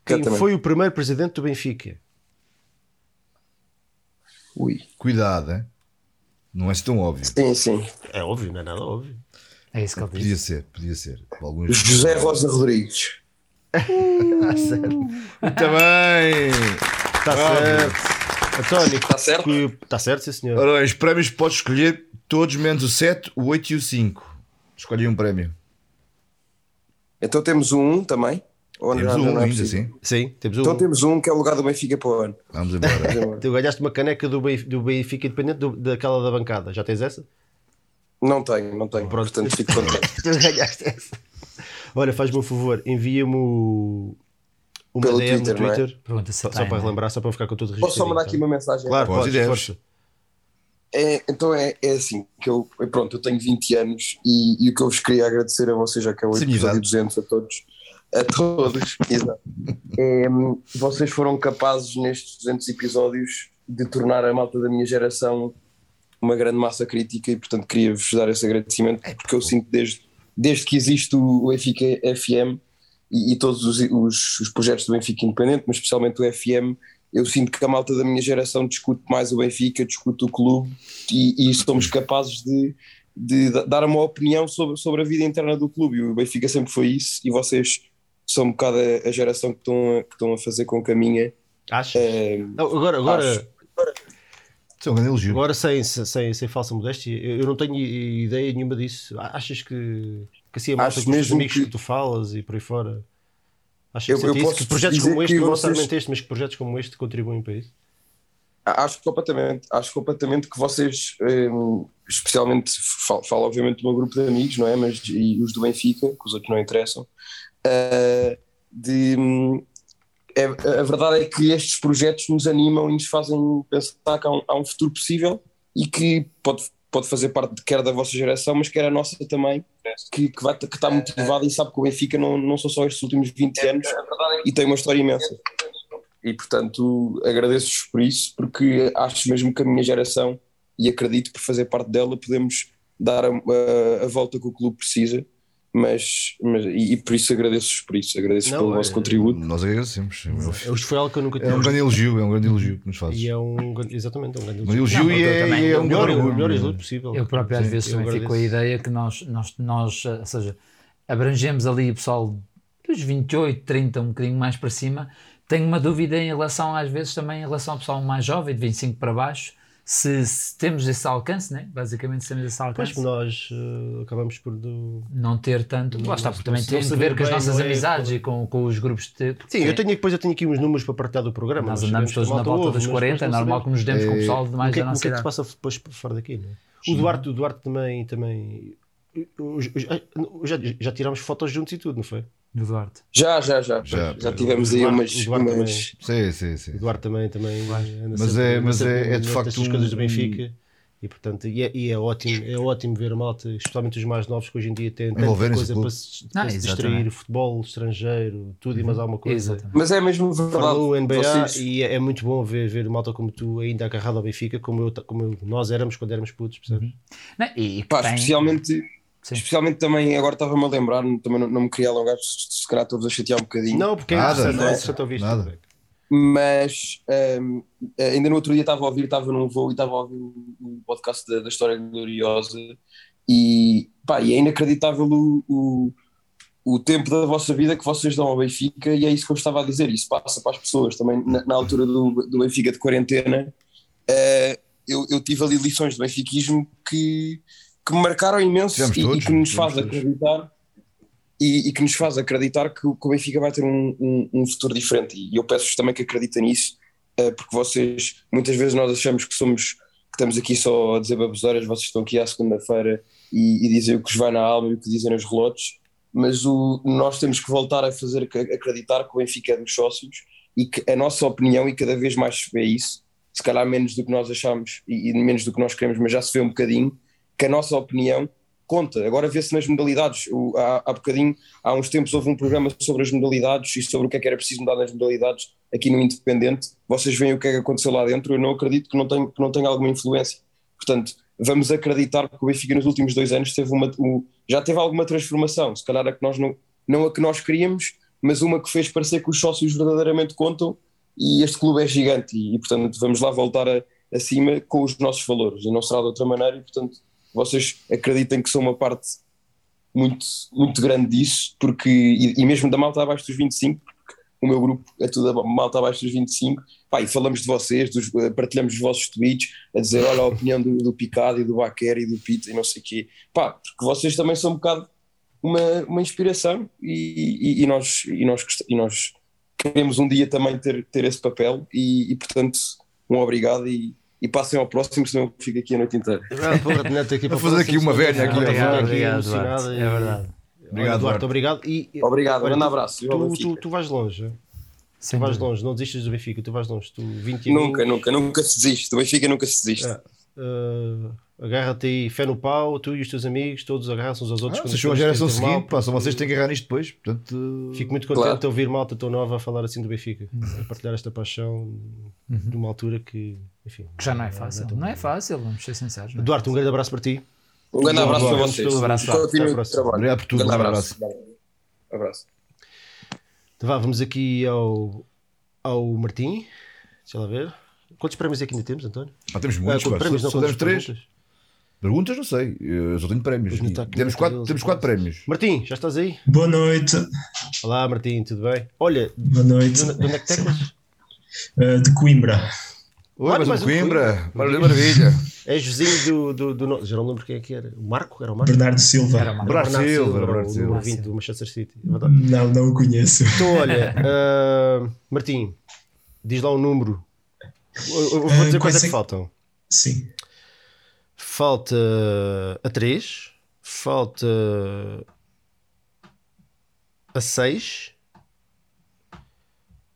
[SPEAKER 2] Quem
[SPEAKER 10] Exatamente.
[SPEAKER 2] foi o primeiro presidente do Benfica?
[SPEAKER 10] Ui.
[SPEAKER 3] Cuidado, hein? Não é assim tão óbvio.
[SPEAKER 10] Sim, sim.
[SPEAKER 2] É óbvio, não é nada óbvio.
[SPEAKER 4] É isso que ele
[SPEAKER 3] Podia
[SPEAKER 4] diz.
[SPEAKER 3] ser, podia ser. Alguns...
[SPEAKER 10] José Rosa Rodrigues.
[SPEAKER 3] é
[SPEAKER 2] Uh!
[SPEAKER 3] Muito Tá bem!
[SPEAKER 2] Está
[SPEAKER 3] Bravo.
[SPEAKER 2] Tá certo. António,
[SPEAKER 10] Está Ah, tá certo?
[SPEAKER 2] que- está certo, sim senhor.
[SPEAKER 3] Ora bem, os prémios podes escolher todos menos o 7, o 8 e o 5. Escolhi um prémio.
[SPEAKER 10] Então temos um um também. Ou
[SPEAKER 3] Temos
[SPEAKER 10] não,
[SPEAKER 3] um
[SPEAKER 10] não é
[SPEAKER 3] ainda,
[SPEAKER 10] preciso?
[SPEAKER 3] sim.
[SPEAKER 2] Sim, temos um.
[SPEAKER 10] Então temos um que é o lugar do Benfica para o ano.
[SPEAKER 3] Vamos embora.
[SPEAKER 2] Tu ganhaste uma caneca do Benf- do Benfica independente do- daquela da bancada. Já tens essa?
[SPEAKER 10] Não tenho, não tenho. Portanto, fico contente.
[SPEAKER 2] Tu ganhaste essa. Olha, faz-me um favor, envia-me o. Uma
[SPEAKER 10] Pelo
[SPEAKER 2] DM
[SPEAKER 10] Twitter,
[SPEAKER 2] no
[SPEAKER 10] não é?
[SPEAKER 2] Twitter.
[SPEAKER 4] Pergunta se
[SPEAKER 2] Só, só
[SPEAKER 4] tem,
[SPEAKER 2] para
[SPEAKER 4] né?
[SPEAKER 2] relembrar, só para eu ficar com tudo registrado.
[SPEAKER 10] Posso só mandar aqui uma mensagem?
[SPEAKER 2] Claro,
[SPEAKER 3] Podes
[SPEAKER 2] podes,
[SPEAKER 3] e deves.
[SPEAKER 2] força.
[SPEAKER 10] É, então é, é assim, que eu, eu- pronto, eu tenho 20 anos e, e o que eu vos queria agradecer a vocês, já que é o
[SPEAKER 3] Sim,
[SPEAKER 10] episódio
[SPEAKER 3] exato.
[SPEAKER 10] 200 a todos, a todos, exato. É, vocês foram capazes nestes 200 episódios de tornar a malta da minha geração uma grande massa crítica e portanto queria-vos dar esse agradecimento
[SPEAKER 3] É,
[SPEAKER 10] porque eu sinto desde, desde que existe o o Benfica FM e, e todos os, os- os projetos do Benfica Independente, mas especialmente o FM, eu sinto que a malta da minha geração discute mais o Benfica, discute o clube e, e somos capazes de, de da- dar uma opinião sobre, sobre a vida interna do clube. E o Benfica sempre foi isso, e vocês são um bocado a, a geração que estão a, que estão a fazer com que a minha.
[SPEAKER 2] Achas?
[SPEAKER 10] eh,
[SPEAKER 2] Não, agora, agora.
[SPEAKER 10] Acho.
[SPEAKER 3] Isso é um grande elogio.
[SPEAKER 2] Agora, sem, sem, sem falsa modéstia, eu eu não tenho i- ideia nenhuma disso. A- Achas que, que assim é mais
[SPEAKER 10] Acho
[SPEAKER 2] com os
[SPEAKER 10] mesmo
[SPEAKER 2] amigos que...
[SPEAKER 10] que-
[SPEAKER 2] tu falas e por aí fora? Achas que,
[SPEAKER 10] Eu-
[SPEAKER 2] sente
[SPEAKER 10] eu
[SPEAKER 2] isso?
[SPEAKER 10] posso
[SPEAKER 2] que projetos
[SPEAKER 10] dizer
[SPEAKER 2] como este,
[SPEAKER 10] que
[SPEAKER 2] não
[SPEAKER 10] vocês-
[SPEAKER 2] necessariamente este, mas que projetos como este contribuem para isso?
[SPEAKER 10] Acho completamente, acho completamente que vocês, hum, especialmente, falo, falo obviamente do meu grupo de amigos, não é? Mas e os do Benfica, que os outros não interessam. ah, de, hum, é- a verdade é que estes projetos nos animam e nos fazem pensar que há um, há um futuro possível e que pode, pode fazer parte de, quer da vossa geração, mas quer a nossa também, que, que, vai, que está motivada e sabe que o Benfica não, não são só estes últimos 20 anos e tem uma história imensa e portanto agradeço-vos por isso, porque acho mesmo que a minha geração, e acredito por fazer parte dela, podemos dar a, a- a volta que o clube precisa, mas, mas- e, e por isso agradeço-vos por isso, agradeço
[SPEAKER 2] Não,
[SPEAKER 10] pelo
[SPEAKER 2] é-
[SPEAKER 10] vosso contributo.
[SPEAKER 3] Nós agradecemos.
[SPEAKER 2] Eu- Isto foi algo que eu nunca
[SPEAKER 3] É um
[SPEAKER 2] tinha.
[SPEAKER 3] grande elogio, é um grande elogio que nos fazes.
[SPEAKER 2] E é um grande- exatamente, é um grande
[SPEAKER 3] Um elogio
[SPEAKER 2] Não,
[SPEAKER 3] e
[SPEAKER 2] eu
[SPEAKER 3] é-
[SPEAKER 2] também.
[SPEAKER 3] e é
[SPEAKER 2] o
[SPEAKER 3] um
[SPEAKER 2] melhor,
[SPEAKER 3] grande
[SPEAKER 2] o melhor
[SPEAKER 3] orgulho.
[SPEAKER 2] elogio possível.
[SPEAKER 4] Eu próprio às
[SPEAKER 3] Sim,
[SPEAKER 4] vezes
[SPEAKER 2] eu
[SPEAKER 4] também fico com a
[SPEAKER 2] agradeço.
[SPEAKER 4] ideia que nós, nós, nós, eh, ou seja, abrangemos ali o pessoal dos 28, 30, um bocadinho mais para cima. Tenho uma dúvida em relação, às vezes, também em relação ao pessoal mais jovem, de 25 para baixo, se, se temos esse alcance, né? basicamente se temos esse
[SPEAKER 2] Pois
[SPEAKER 4] alcance,
[SPEAKER 2] nós eh, acabamos por. do-
[SPEAKER 4] não ter tanto. Lá está, porque também
[SPEAKER 2] não
[SPEAKER 4] tem a ver
[SPEAKER 2] saber
[SPEAKER 4] com as
[SPEAKER 2] bem,
[SPEAKER 4] nossas
[SPEAKER 2] não é?
[SPEAKER 4] amizades e com, com os grupos de.
[SPEAKER 2] Sim, eu tenho, depois eu tenho aqui uns números para partilhar do programa.
[SPEAKER 4] Nós
[SPEAKER 2] mas
[SPEAKER 4] andamos
[SPEAKER 2] sabemos que
[SPEAKER 4] todos
[SPEAKER 2] a
[SPEAKER 4] na
[SPEAKER 2] malta
[SPEAKER 4] volta
[SPEAKER 2] ouve,
[SPEAKER 4] dos
[SPEAKER 2] mas
[SPEAKER 4] 40, é
[SPEAKER 2] não
[SPEAKER 4] normal
[SPEAKER 2] sabemos.
[SPEAKER 4] que nos demos com o pessoal de
[SPEAKER 2] o
[SPEAKER 4] mais
[SPEAKER 2] que, é,
[SPEAKER 4] da
[SPEAKER 2] que- o
[SPEAKER 4] nossa
[SPEAKER 2] que é que se
[SPEAKER 4] idade.
[SPEAKER 2] passa depois por fora daqui? Não é? O Duarte, o Duarte também. também os- os- já, já tirámos fotos juntos e tudo, não foi?
[SPEAKER 4] Eduardo.
[SPEAKER 10] Já, já, já,
[SPEAKER 3] Já,
[SPEAKER 10] já,
[SPEAKER 3] pois.
[SPEAKER 10] tivemos aí
[SPEAKER 2] Eduardo-
[SPEAKER 10] umas,
[SPEAKER 2] Eduardo também.
[SPEAKER 10] umas-
[SPEAKER 3] Sim, sim, sim.
[SPEAKER 2] O Duarte também. também Eh, anda
[SPEAKER 3] Mas
[SPEAKER 2] sempre-
[SPEAKER 3] é-
[SPEAKER 2] anda
[SPEAKER 3] mas
[SPEAKER 2] sempre
[SPEAKER 3] é- é de
[SPEAKER 2] nestas
[SPEAKER 3] facto um-
[SPEAKER 2] coisas do Benfica. E, portanto, e, é, e é ótimo, é ótimo ver a malta, especialmente os mais novos que hoje em dia têm tanta
[SPEAKER 3] Envolverem-se
[SPEAKER 2] coisa
[SPEAKER 3] pelo-
[SPEAKER 2] para se,
[SPEAKER 4] Ah,
[SPEAKER 2] para se
[SPEAKER 4] exatamente. Uhum.
[SPEAKER 2] distrair, futebol estrangeiro, tudo e mais alguma coisa.
[SPEAKER 4] Exatamente.
[SPEAKER 10] Mas é mesmo
[SPEAKER 2] Fórmula
[SPEAKER 10] verdade.
[SPEAKER 2] 1, NBA,
[SPEAKER 10] vocês-
[SPEAKER 2] e é é muito bom ver, ver malta como tu ainda agarrado ao Benfica, como, eu, como eu- nós éramos quando éramos putos, percebes?
[SPEAKER 4] Uhum. Não, e, e que
[SPEAKER 10] Pá,
[SPEAKER 4] tem-
[SPEAKER 10] especialmente,
[SPEAKER 4] Sim.
[SPEAKER 10] especialmente também, agora estava-me a lembrar, também não, não me queria alongar, se, se calhar estou-vos a chatear um bocadinho.
[SPEAKER 2] Não, porque é
[SPEAKER 3] Nada,
[SPEAKER 2] interessante, não é
[SPEAKER 10] nada,
[SPEAKER 2] interessante ouvir isto.
[SPEAKER 3] nada.
[SPEAKER 10] mas hum, ainda no outro dia estava a ouvir, estava num voo e estava a ouvir o o podcast da, da História Gloriosa e, pá, e é inacreditável o, o, o tempo da vossa vida que vocês dão ao Benfica e é isso que eu estava a dizer, isso passa para as pessoas também na, na altura do, do Benfica de quarentena eh, eu, eu tive ali lições de benfiquismo que, que me marcaram imenso
[SPEAKER 3] Tivemos
[SPEAKER 10] e,
[SPEAKER 3] todos,
[SPEAKER 10] e que nos
[SPEAKER 3] tivemos
[SPEAKER 10] faz
[SPEAKER 3] todos.
[SPEAKER 10] acreditar e, e que nos faz acreditar que, o- que o Benfica vai ter um, um- um futuro diferente. E eu peço-vos também que acreditem nisso, eh, porque vocês, muitas vezes nós achamos que somos, que estamos aqui só a dizer baboseiras, vocês estão aqui à segunda-feira e, e dizem o que vos vai na alma e o que dizem nos relotes, mas o, nós temos que voltar a fazer ac- acreditar que o Benfica é dos sócios e que a nossa opinião, e cada vez mais se vê isso, se calhar menos do que nós achamos e, e menos do que nós queremos, mas já se vê um bocadinho, que a nossa opinião conta. Agora vê-se nas modalidades. O, há, há bocadinho, há uns tempos, houve um programa sobre as modalidades e sobre o que é que era preciso mudar nas modalidades aqui no Independente. Vocês veem o que é que aconteceu lá dentro. Eu não acredito que não tenha, que não tenha alguma influência. Portanto, vamos acreditar que o Benfica nos últimos dois anos teve uma, o- já teve alguma transformação. Se calhar a que nós não, não a que nós queríamos, mas uma que fez parecer que os sócios verdadeiramente contam e este clube é gigante e, e, portanto vamos lá voltar a- acima com os nossos valores e não será de outra maneira e portanto vocês acreditem que são uma parte muito, muito grande disso porque, e, e mesmo da malta abaixo dos 25 porque o meu grupo é tudo a malta abaixo dos 25 pá, e falamos de vocês, dos- eh, partilhamos os vossos tweets a dizer olha a opinião do, do Picado e do Baquer e do Pita e não sei o quê pá, porque vocês também são um bocado uma, uma inspiração e, e- e nós, e, nós, gost- e nós queremos um dia também ter, ter esse papel e, e, portanto um obrigado e, e passem ao próximo senão eu fico aqui a noite inteira
[SPEAKER 4] Ah,
[SPEAKER 3] Vou fazer aqui uma velha aqui,
[SPEAKER 4] Obrigado,
[SPEAKER 3] Obrigado,
[SPEAKER 4] obrigado, Duarte. É verdade.
[SPEAKER 3] Obrigado,
[SPEAKER 2] Obrigado, Duarte.
[SPEAKER 3] Duarte.
[SPEAKER 2] Obrigado. E,
[SPEAKER 10] Obrigado,
[SPEAKER 2] olha,
[SPEAKER 10] grande
[SPEAKER 2] tu-
[SPEAKER 10] abraço. Viva o
[SPEAKER 2] Tu,
[SPEAKER 10] Benfica.
[SPEAKER 2] tu, tu vais longe, tu
[SPEAKER 4] Sem
[SPEAKER 2] vais
[SPEAKER 4] dúvida.
[SPEAKER 2] longe, não desistas do Benfica, tu vais longe, tu 20 e um.
[SPEAKER 10] nunca, nunca, nunca se desiste. Do Benfica nunca se desiste.
[SPEAKER 2] Ah, Uh, agarra-te aí, fé no pau, tu e os teus amigos, todos agarram-se uns aos outros.
[SPEAKER 3] Ah,
[SPEAKER 2] quando
[SPEAKER 3] vocês são a
[SPEAKER 2] as coisas
[SPEAKER 3] geração
[SPEAKER 2] estão mal,
[SPEAKER 3] seguinte, pá, só vocês têm que agarrar nisto depois. Portanto,
[SPEAKER 2] Fico muito contente
[SPEAKER 10] Claro.
[SPEAKER 2] de ouvir malta tão nova a falar assim do Benfica,
[SPEAKER 4] Uhum.
[SPEAKER 2] a partilhar esta paixão numa altura que, enfim.
[SPEAKER 4] Que já não é fácil. Não é fácil, vamos ser sinceros. não é?
[SPEAKER 2] Duarte, um grande abraço para ti.
[SPEAKER 10] Um grande abraço para
[SPEAKER 2] Vamos
[SPEAKER 10] vocês.
[SPEAKER 2] todos.
[SPEAKER 4] Abraço,
[SPEAKER 2] Até à
[SPEAKER 10] Continuem o
[SPEAKER 2] próxima.
[SPEAKER 10] trabalho.
[SPEAKER 3] Obrigado por tudo,
[SPEAKER 10] Um grande
[SPEAKER 3] um
[SPEAKER 10] abraço. abraço.
[SPEAKER 2] Então vá, vamos aqui ao, ao Martim. Deixa lá ver. Quantos prémios é que ainda temos, António?
[SPEAKER 3] pá, temos
[SPEAKER 2] Ah,
[SPEAKER 3] muitos, pá.
[SPEAKER 2] prémios,
[SPEAKER 3] só, só
[SPEAKER 2] quantas
[SPEAKER 3] temos três.
[SPEAKER 2] perguntas.
[SPEAKER 3] Perguntas, não sei. Eu só tenho prémios.
[SPEAKER 2] Pois não está aqui
[SPEAKER 3] Temos
[SPEAKER 2] muita
[SPEAKER 3] quatro,
[SPEAKER 2] deles.
[SPEAKER 3] temos quatro prémios.
[SPEAKER 2] Martim, já estás aí?
[SPEAKER 11] Boa noite,
[SPEAKER 2] Olá, Martim, tudo bem? Olha,
[SPEAKER 11] boa noite.
[SPEAKER 2] de onde de onde é que teclas?
[SPEAKER 11] Eh, de Coimbra.
[SPEAKER 3] Oi,
[SPEAKER 2] Olha,
[SPEAKER 3] mais,
[SPEAKER 2] mais
[SPEAKER 3] um
[SPEAKER 2] um
[SPEAKER 3] Coimbra.
[SPEAKER 2] Coimbra.
[SPEAKER 3] Maravilha, maravilha.
[SPEAKER 2] És vizinho do. do, do no- Já não lembro quem é que era. O Marco? Era o Marco?
[SPEAKER 11] Bernardo Silva.
[SPEAKER 2] Era o Marco.
[SPEAKER 3] Bernardo
[SPEAKER 2] Bernardo
[SPEAKER 3] Silva,
[SPEAKER 2] Silva,
[SPEAKER 3] Bernardo
[SPEAKER 2] o-
[SPEAKER 3] Silva.
[SPEAKER 2] o ouvinte do Manchester City. É verdade.
[SPEAKER 11] Não, não o conheço.
[SPEAKER 2] Então, olha, ah, Martim, diz lá um número. Eu, eu vou
[SPEAKER 11] Ah,
[SPEAKER 2] dizer
[SPEAKER 11] quais
[SPEAKER 2] quais é
[SPEAKER 11] é
[SPEAKER 2] que
[SPEAKER 11] que-
[SPEAKER 2] faltam.
[SPEAKER 11] Sim.
[SPEAKER 2] Falta a 3, falta a 6,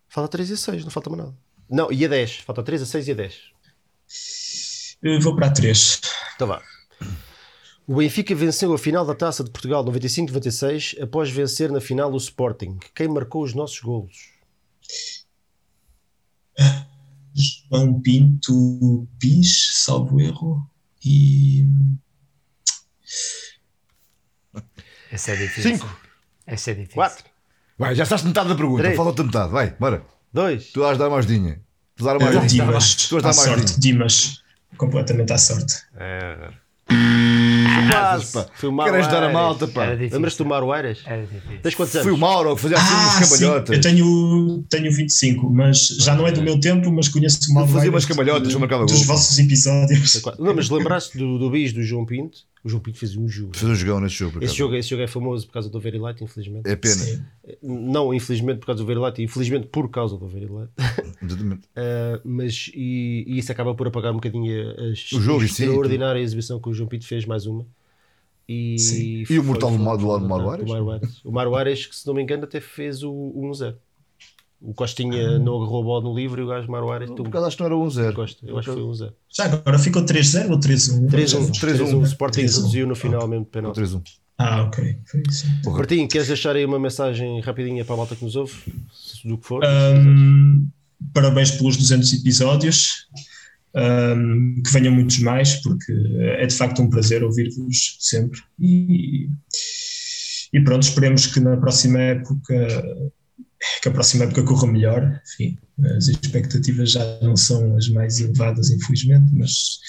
[SPEAKER 2] falta a 3 e a 6, não falta mais nada. Não, e a 10, falta a 3, a 6 e a 10.
[SPEAKER 11] Eu vou para a 3.
[SPEAKER 2] Então vá. O Benfica venceu a final da Taça de Portugal 95-96 após vencer na final o Sporting. Quem marcou os nossos golos?
[SPEAKER 11] João Pinto Pis, salvo erro. E.
[SPEAKER 4] Essa é difícil.
[SPEAKER 2] Cinco.
[SPEAKER 4] Essa é difícil.
[SPEAKER 2] 4,
[SPEAKER 3] Vai, já estás metade da pergunta.
[SPEAKER 2] Três.
[SPEAKER 3] Falta-te metade. Vai, bora.
[SPEAKER 2] 2,
[SPEAKER 3] Tu vais dar mais dinha. Tu vais dar
[SPEAKER 11] eh,
[SPEAKER 3] mais dinha.
[SPEAKER 11] Dimas.
[SPEAKER 3] Tu vais
[SPEAKER 11] à
[SPEAKER 3] dar mais um.
[SPEAKER 11] sorte,
[SPEAKER 3] dinha.
[SPEAKER 11] Dimas. Completamente à sorte.
[SPEAKER 2] quase.
[SPEAKER 3] pá.
[SPEAKER 2] Foi o
[SPEAKER 3] Queres dar a
[SPEAKER 2] Marueiras.
[SPEAKER 3] malta, pá.
[SPEAKER 4] Era difícil.
[SPEAKER 2] Lembras-te do Marueiras?
[SPEAKER 4] Era difícil.
[SPEAKER 2] Tens quantos anos?
[SPEAKER 3] Foi o Mauro que fazia assim umas
[SPEAKER 11] Ah, sim,
[SPEAKER 3] cambalhotas.
[SPEAKER 11] eu tenho, tenho 25, mas já não é do meu tempo, mas conheço mal
[SPEAKER 3] Eu fazia
[SPEAKER 11] vários
[SPEAKER 3] umas cambalhotas,
[SPEAKER 11] de-
[SPEAKER 3] eu marcava
[SPEAKER 11] dos
[SPEAKER 3] gol.
[SPEAKER 11] vossos episódios.
[SPEAKER 2] Não, mas lembraste do, do bis do João Pinto? O João Pinto fez um jogo.
[SPEAKER 3] Fez um jogão nesse jogo, por
[SPEAKER 2] Esse
[SPEAKER 3] acaso.
[SPEAKER 2] jogo, esse jogo é famoso por causa do Overlight, infelizmente.
[SPEAKER 3] É pena.
[SPEAKER 11] Sim.
[SPEAKER 2] Não, infelizmente por causa do Overlight, infelizmente por causa do Overlight.
[SPEAKER 3] Exatamente.
[SPEAKER 2] Ah, mas e, e isso acaba por apagar um bocadinho a, a
[SPEAKER 3] O jogo em si, então.
[SPEAKER 2] extraordinária exibição que o João Pinto fez, mais uma. E,
[SPEAKER 11] Sim.
[SPEAKER 3] E o mortal do Mar- do lado do Mário Ares?
[SPEAKER 2] O Mário Ares. O Mário Ares, que se não me engano, até fez o, o 1-0. O Costinha não agarrou a bola no livro e o gajo Mário Ares
[SPEAKER 3] Por
[SPEAKER 2] tumba.
[SPEAKER 3] acaso acho que Ah. não era um zero.
[SPEAKER 2] Costa. Eu acho que foi 1-0.
[SPEAKER 11] Já agora ficou 3-0 ou 3-1?
[SPEAKER 2] 3-1. 3-1. O
[SPEAKER 3] 3-1.
[SPEAKER 2] Sporting
[SPEAKER 11] 3-1.
[SPEAKER 2] reduziu no final mesmo de
[SPEAKER 3] Ou
[SPEAKER 2] penalti.
[SPEAKER 3] 3-1.
[SPEAKER 11] Ah, ok. Foi isso.
[SPEAKER 2] Martim, queres deixar aí uma mensagem rapidinha para a malta que nos ouve? Se- Do que for?
[SPEAKER 11] Ahm, parabéns pelos 200 episódios. Ahm, que venham muitos mais, porque eh, é de facto um prazer ouvir-vos sempre. E, e pronto, esperemos que na próxima época que a próxima época corra melhor. Enfim, as expectativas já não são as mais elevadas, infelizmente, mas,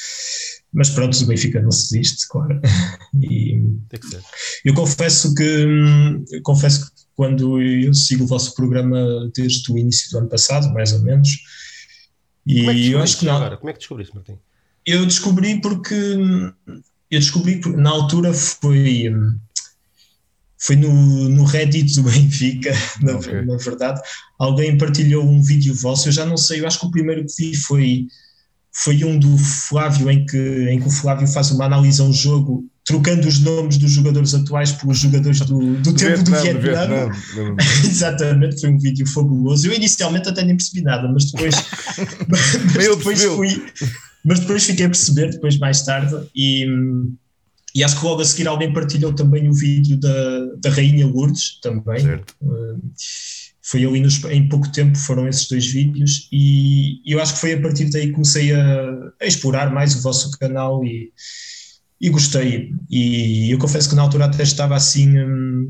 [SPEAKER 11] mas pronto, o Benfica não se desiste, claro. E,
[SPEAKER 2] Tem que ser.
[SPEAKER 11] eu confesso que hum, eu confesso que quando eu sigo o vosso programa desde o início do ano passado, mais ou menos,
[SPEAKER 2] Como é que
[SPEAKER 11] e eu acho
[SPEAKER 2] descobriste
[SPEAKER 11] que não.
[SPEAKER 2] agora? Como é que descobriste, Martim?
[SPEAKER 11] Eu descobri porque hum, eu descobri porque na altura foi hum, foi no, no Reddit do Benfica, na,
[SPEAKER 3] Ok.
[SPEAKER 11] na verdade, alguém partilhou um vídeo vosso, eu já não sei, eu acho que o primeiro que vi foi foi um do Flávio em que em que o Flávio faz uma análise a um jogo trocando os nomes dos jogadores atuais pelos jogadores do, do tempo do
[SPEAKER 3] Vietnã,
[SPEAKER 11] Vietnã.
[SPEAKER 3] Vietnã.
[SPEAKER 11] Exatamente, foi um vídeo fabuloso. Eu inicialmente até nem percebi nada, mas depois, mas
[SPEAKER 3] Eu
[SPEAKER 11] depois
[SPEAKER 3] percebi.
[SPEAKER 11] fui. Mas depois fiquei a perceber, depois mais tarde, e, e acho que logo a seguir alguém partilhou também o vídeo da, da Rainha Lourdes, também.
[SPEAKER 3] Certo.
[SPEAKER 11] Uh, Foi ali nos- em pouco tempo foram esses dois vídeos, e eu acho que foi a partir daí que comecei a, a explorar mais o vosso canal e, e gostei. E eu confesso que na altura até estava assim. hum,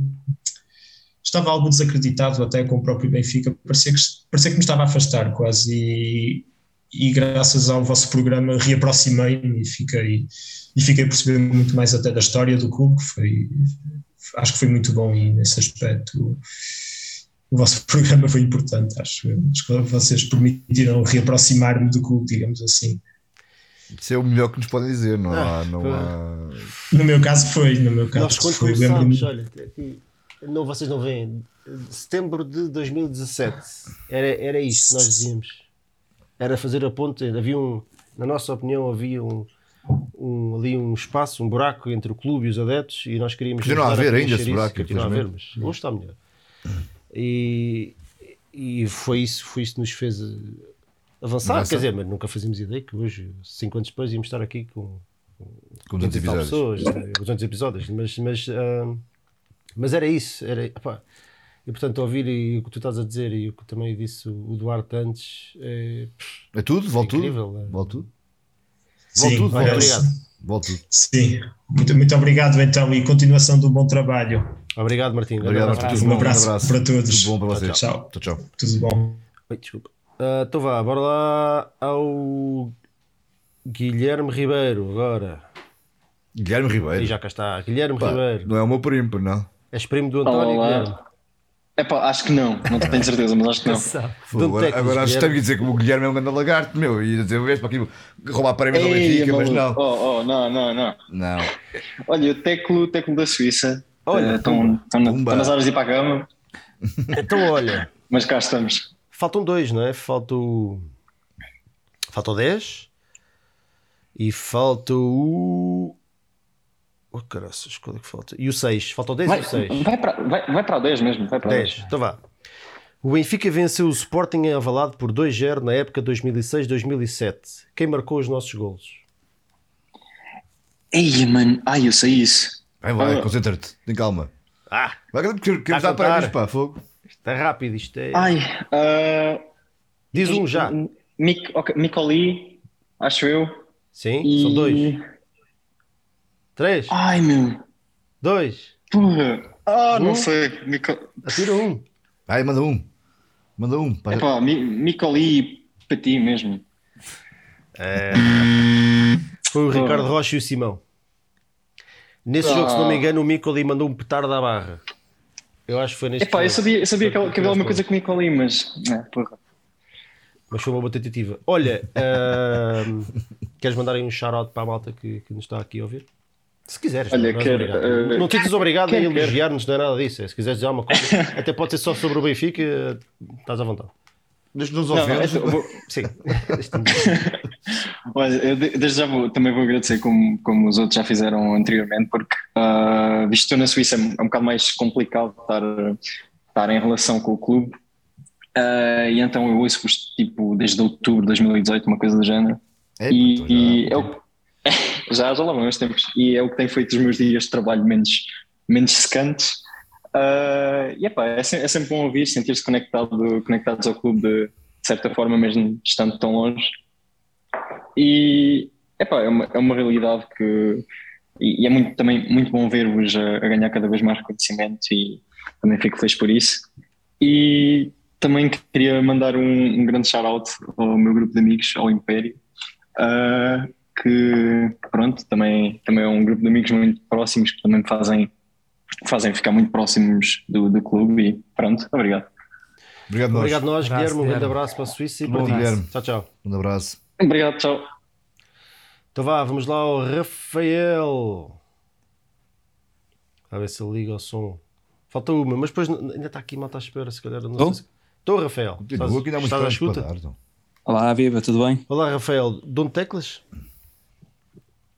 [SPEAKER 11] estava algo desacreditado até com o próprio Benfica, parecia que, parecia que me estava a afastar quase e, e graças ao vosso programa reaproximei-me e fiquei, e fiquei a perceber muito mais até da história do clube, que foi, acho que foi muito bom e nesse aspecto o vosso programa foi importante, acho eu. Acho que vocês permitiram reaproximar-me do clube, digamos assim.
[SPEAKER 3] Isso é o melhor que nos podem dizer, não há. Não há...
[SPEAKER 11] No meu caso foi, no meu
[SPEAKER 2] Nós
[SPEAKER 11] caso
[SPEAKER 2] quando
[SPEAKER 11] foi, lembro-me.
[SPEAKER 2] começámos, olha, aqui, não, vocês não veem, setembro de 2017, era, era isto que nós dizíamos. Era fazer a ponte, havia um, na nossa opinião, havia um, um- ali um espaço, um buraco entre o clube e os adeptos e nós queríamos...
[SPEAKER 3] Continua a
[SPEAKER 2] ajudar
[SPEAKER 3] haver ainda
[SPEAKER 2] preencher
[SPEAKER 3] esse
[SPEAKER 2] isso,
[SPEAKER 3] buraco,
[SPEAKER 2] Continua a haver,
[SPEAKER 3] infelizmente.
[SPEAKER 2] mas hoje está melhor. E, e foi, isso, foi isso que nos fez eh, avançar,
[SPEAKER 3] Avançar.
[SPEAKER 2] quer dizer, mas nunca fazíamos ideia que hoje, cinco anos depois, íamos estar aqui com
[SPEAKER 3] Com
[SPEAKER 2] 200
[SPEAKER 3] 200
[SPEAKER 2] e tal
[SPEAKER 3] episódios.
[SPEAKER 2] pessoas, né, 200 episódios, mas, mas, ah, mas era isso. Era, epá. E portanto, ouvir e o que tu estás a dizer e o que também disse o o Duarte antes é,
[SPEAKER 3] É tudo?
[SPEAKER 2] é
[SPEAKER 3] Vale tudo?
[SPEAKER 2] incrível. é.
[SPEAKER 3] Vale tudo? Vale
[SPEAKER 11] Sim,
[SPEAKER 3] tudo?
[SPEAKER 2] olha,
[SPEAKER 3] Vale tudo?
[SPEAKER 2] obrigado.
[SPEAKER 3] Vale tudo.
[SPEAKER 11] Sim, muito, muito obrigado então e continuação do bom trabalho.
[SPEAKER 2] Obrigado, Martim.
[SPEAKER 3] Obrigado
[SPEAKER 2] Grande
[SPEAKER 3] a todos.
[SPEAKER 11] Um abraço para todos.
[SPEAKER 3] Tudo bom para vocês.
[SPEAKER 11] Tchau,
[SPEAKER 3] Tchau, tchau.
[SPEAKER 11] tudo bom.
[SPEAKER 2] Oi, desculpa. Ah, então vá, bora lá ao Guilherme Ribeiro agora.
[SPEAKER 3] Guilherme
[SPEAKER 2] E
[SPEAKER 3] Ribeiro.
[SPEAKER 2] já cá está. Guilherme
[SPEAKER 3] Pá,
[SPEAKER 2] Ribeiro.
[SPEAKER 3] não é o meu primo, pois não.
[SPEAKER 2] És primo do António
[SPEAKER 9] Olá.
[SPEAKER 2] Guilherme.
[SPEAKER 12] Epá, acho que não, não tenho certeza, mas acho que não.
[SPEAKER 3] Fogo,
[SPEAKER 2] é
[SPEAKER 3] agora agora acho que tenho que dizer que o Guilherme é um grande lagarto, meu, e ia dizer, vês para aqui roubar prémios ao
[SPEAKER 12] Ei,
[SPEAKER 3] Benfica, mas
[SPEAKER 12] maluco.
[SPEAKER 3] não.
[SPEAKER 12] Oh, oh, não, não, não.
[SPEAKER 3] Não.
[SPEAKER 12] Olha, o teclo, o teclo da Suíça. eh,
[SPEAKER 2] Olha,
[SPEAKER 12] Olha, estão estão na- estão nas horas de ir para a cama,
[SPEAKER 2] Então, olha.
[SPEAKER 12] mas cá estamos.
[SPEAKER 2] Faltam dois, não é? Falta o. Falta o 10. E falta o. Oh, caraças, qual é que falta? E o 6. Falta o 10
[SPEAKER 12] Vai,
[SPEAKER 2] e o 6.
[SPEAKER 12] vai, para, vai, vai para o 10 mesmo, vai para o
[SPEAKER 2] 10.
[SPEAKER 12] 10.
[SPEAKER 2] Então vá. O Benfica venceu o Sporting em Avalado por 2-0 na época 2006-2007. Quem marcou os nossos golos?
[SPEAKER 12] Ei, mano, ai, eu sei isso.
[SPEAKER 3] Vai, vai,
[SPEAKER 12] Ah.
[SPEAKER 3] concentra-te, tem calma.
[SPEAKER 2] Ah!
[SPEAKER 3] Vai, que queremos
[SPEAKER 2] Tá a
[SPEAKER 3] dar prémios,
[SPEAKER 2] contar.
[SPEAKER 3] pá, fogo.
[SPEAKER 2] Isto é rápido, isto é.
[SPEAKER 12] Ai, ah,
[SPEAKER 2] Diz um já.
[SPEAKER 12] Mic, ok, Micoli, acho eu.
[SPEAKER 2] Sim,
[SPEAKER 12] e-
[SPEAKER 2] são dois. Três.
[SPEAKER 12] Ai,
[SPEAKER 3] Hum.
[SPEAKER 12] meu.
[SPEAKER 2] Dois.
[SPEAKER 12] Porra. Ah,
[SPEAKER 2] Um.
[SPEAKER 12] não sei. Mico-
[SPEAKER 2] Atira um.
[SPEAKER 3] Vai, manda um. Manda um. pá.
[SPEAKER 12] Epá, Mi- Micoli para ti mesmo.
[SPEAKER 3] É,
[SPEAKER 2] Foi o
[SPEAKER 12] Porra.
[SPEAKER 2] Ricardo Rocha e o Simão. Nesse
[SPEAKER 12] Ah.
[SPEAKER 2] jogo, se não me engano, o Micoli mandou um petardo à barra. Eu acho que foi neste
[SPEAKER 12] Epá, eu
[SPEAKER 2] jogo.
[SPEAKER 12] sabia, eu sabia que
[SPEAKER 2] Portanto,
[SPEAKER 12] que havia alguma
[SPEAKER 2] nós
[SPEAKER 12] coisa com Micoli, mas. É, porra.
[SPEAKER 2] Mas foi uma boa tentativa. Olha, ahm, queres mandar aí um shout-out para a malta que, que nos está aqui a ouvir? Se quiseres.
[SPEAKER 12] Olha,
[SPEAKER 2] não, não és
[SPEAKER 12] quero,
[SPEAKER 2] obrigado.
[SPEAKER 12] eh,
[SPEAKER 2] não tens obrigado
[SPEAKER 12] quero,
[SPEAKER 2] a elogiar-nos, não é nada disso. É, Se quiseres dizer alguma coisa, até pode ser só sobre o Benfica, estás à vontade.
[SPEAKER 3] Deixa-nos nos
[SPEAKER 12] Não, não,
[SPEAKER 3] ofendas.
[SPEAKER 12] essa- eu vou-
[SPEAKER 2] Sim.
[SPEAKER 12] Olha, eu de- desde já vou, também vou agradecer como, como os outros já fizeram anteriormente, porque ah, visto que estou na Suíça é um é um bocado mais complicado estar, estar em relação com o clube. Ah, e então eu ouço-vos tipo desde outubro de 2018, uma coisa do género.
[SPEAKER 3] É,
[SPEAKER 12] e
[SPEAKER 3] pá, então já
[SPEAKER 12] e
[SPEAKER 3] dá
[SPEAKER 12] é o, já, já lá vão os tempos. E é o que tem feito os meus dias de trabalho menos, menos secantes. Ah, e epá, é, sempre, é sempre bom ouvir, sentir-se conectado, conectados ao clube de, de certa forma, mesmo estando tão longe. E epá, é, uma, é uma realidade que. E, e é muito, também muito bom ver-vos a, a ganhar cada vez mais reconhecimento e também fico feliz por isso. E também queria mandar um, um grande shout-out ao meu grupo de amigos, ao Império, ah, que pronto, também, também é um grupo de amigos muito próximos que também me fazem, fazem ficar muito próximos do, do clube e pronto, obrigado.
[SPEAKER 3] Obrigado, nós.
[SPEAKER 2] Obrigado a nós,
[SPEAKER 4] Abraço,
[SPEAKER 2] Guilherme. Um grande
[SPEAKER 4] Guilherme.
[SPEAKER 2] abraço para a Suíça e
[SPEAKER 3] Bom,
[SPEAKER 2] para ti.
[SPEAKER 3] Guilherme.
[SPEAKER 2] Tchau, tchau.
[SPEAKER 3] Um abraço.
[SPEAKER 12] Obrigado, tchau.
[SPEAKER 2] Então vá, vamos lá ao Rafael. A ver se ele liga o som. Falta uma, mas depois n- ainda está aqui malta à espera, se calhar. Não
[SPEAKER 3] Então?
[SPEAKER 2] sei se- Estou, Rafael.
[SPEAKER 3] Continua, que ainda há muitos
[SPEAKER 2] estás à
[SPEAKER 3] prémios para
[SPEAKER 2] escuta?
[SPEAKER 3] dar. então.
[SPEAKER 13] Olá, viva, tudo bem?
[SPEAKER 2] Olá, Rafael. Dono de teclas?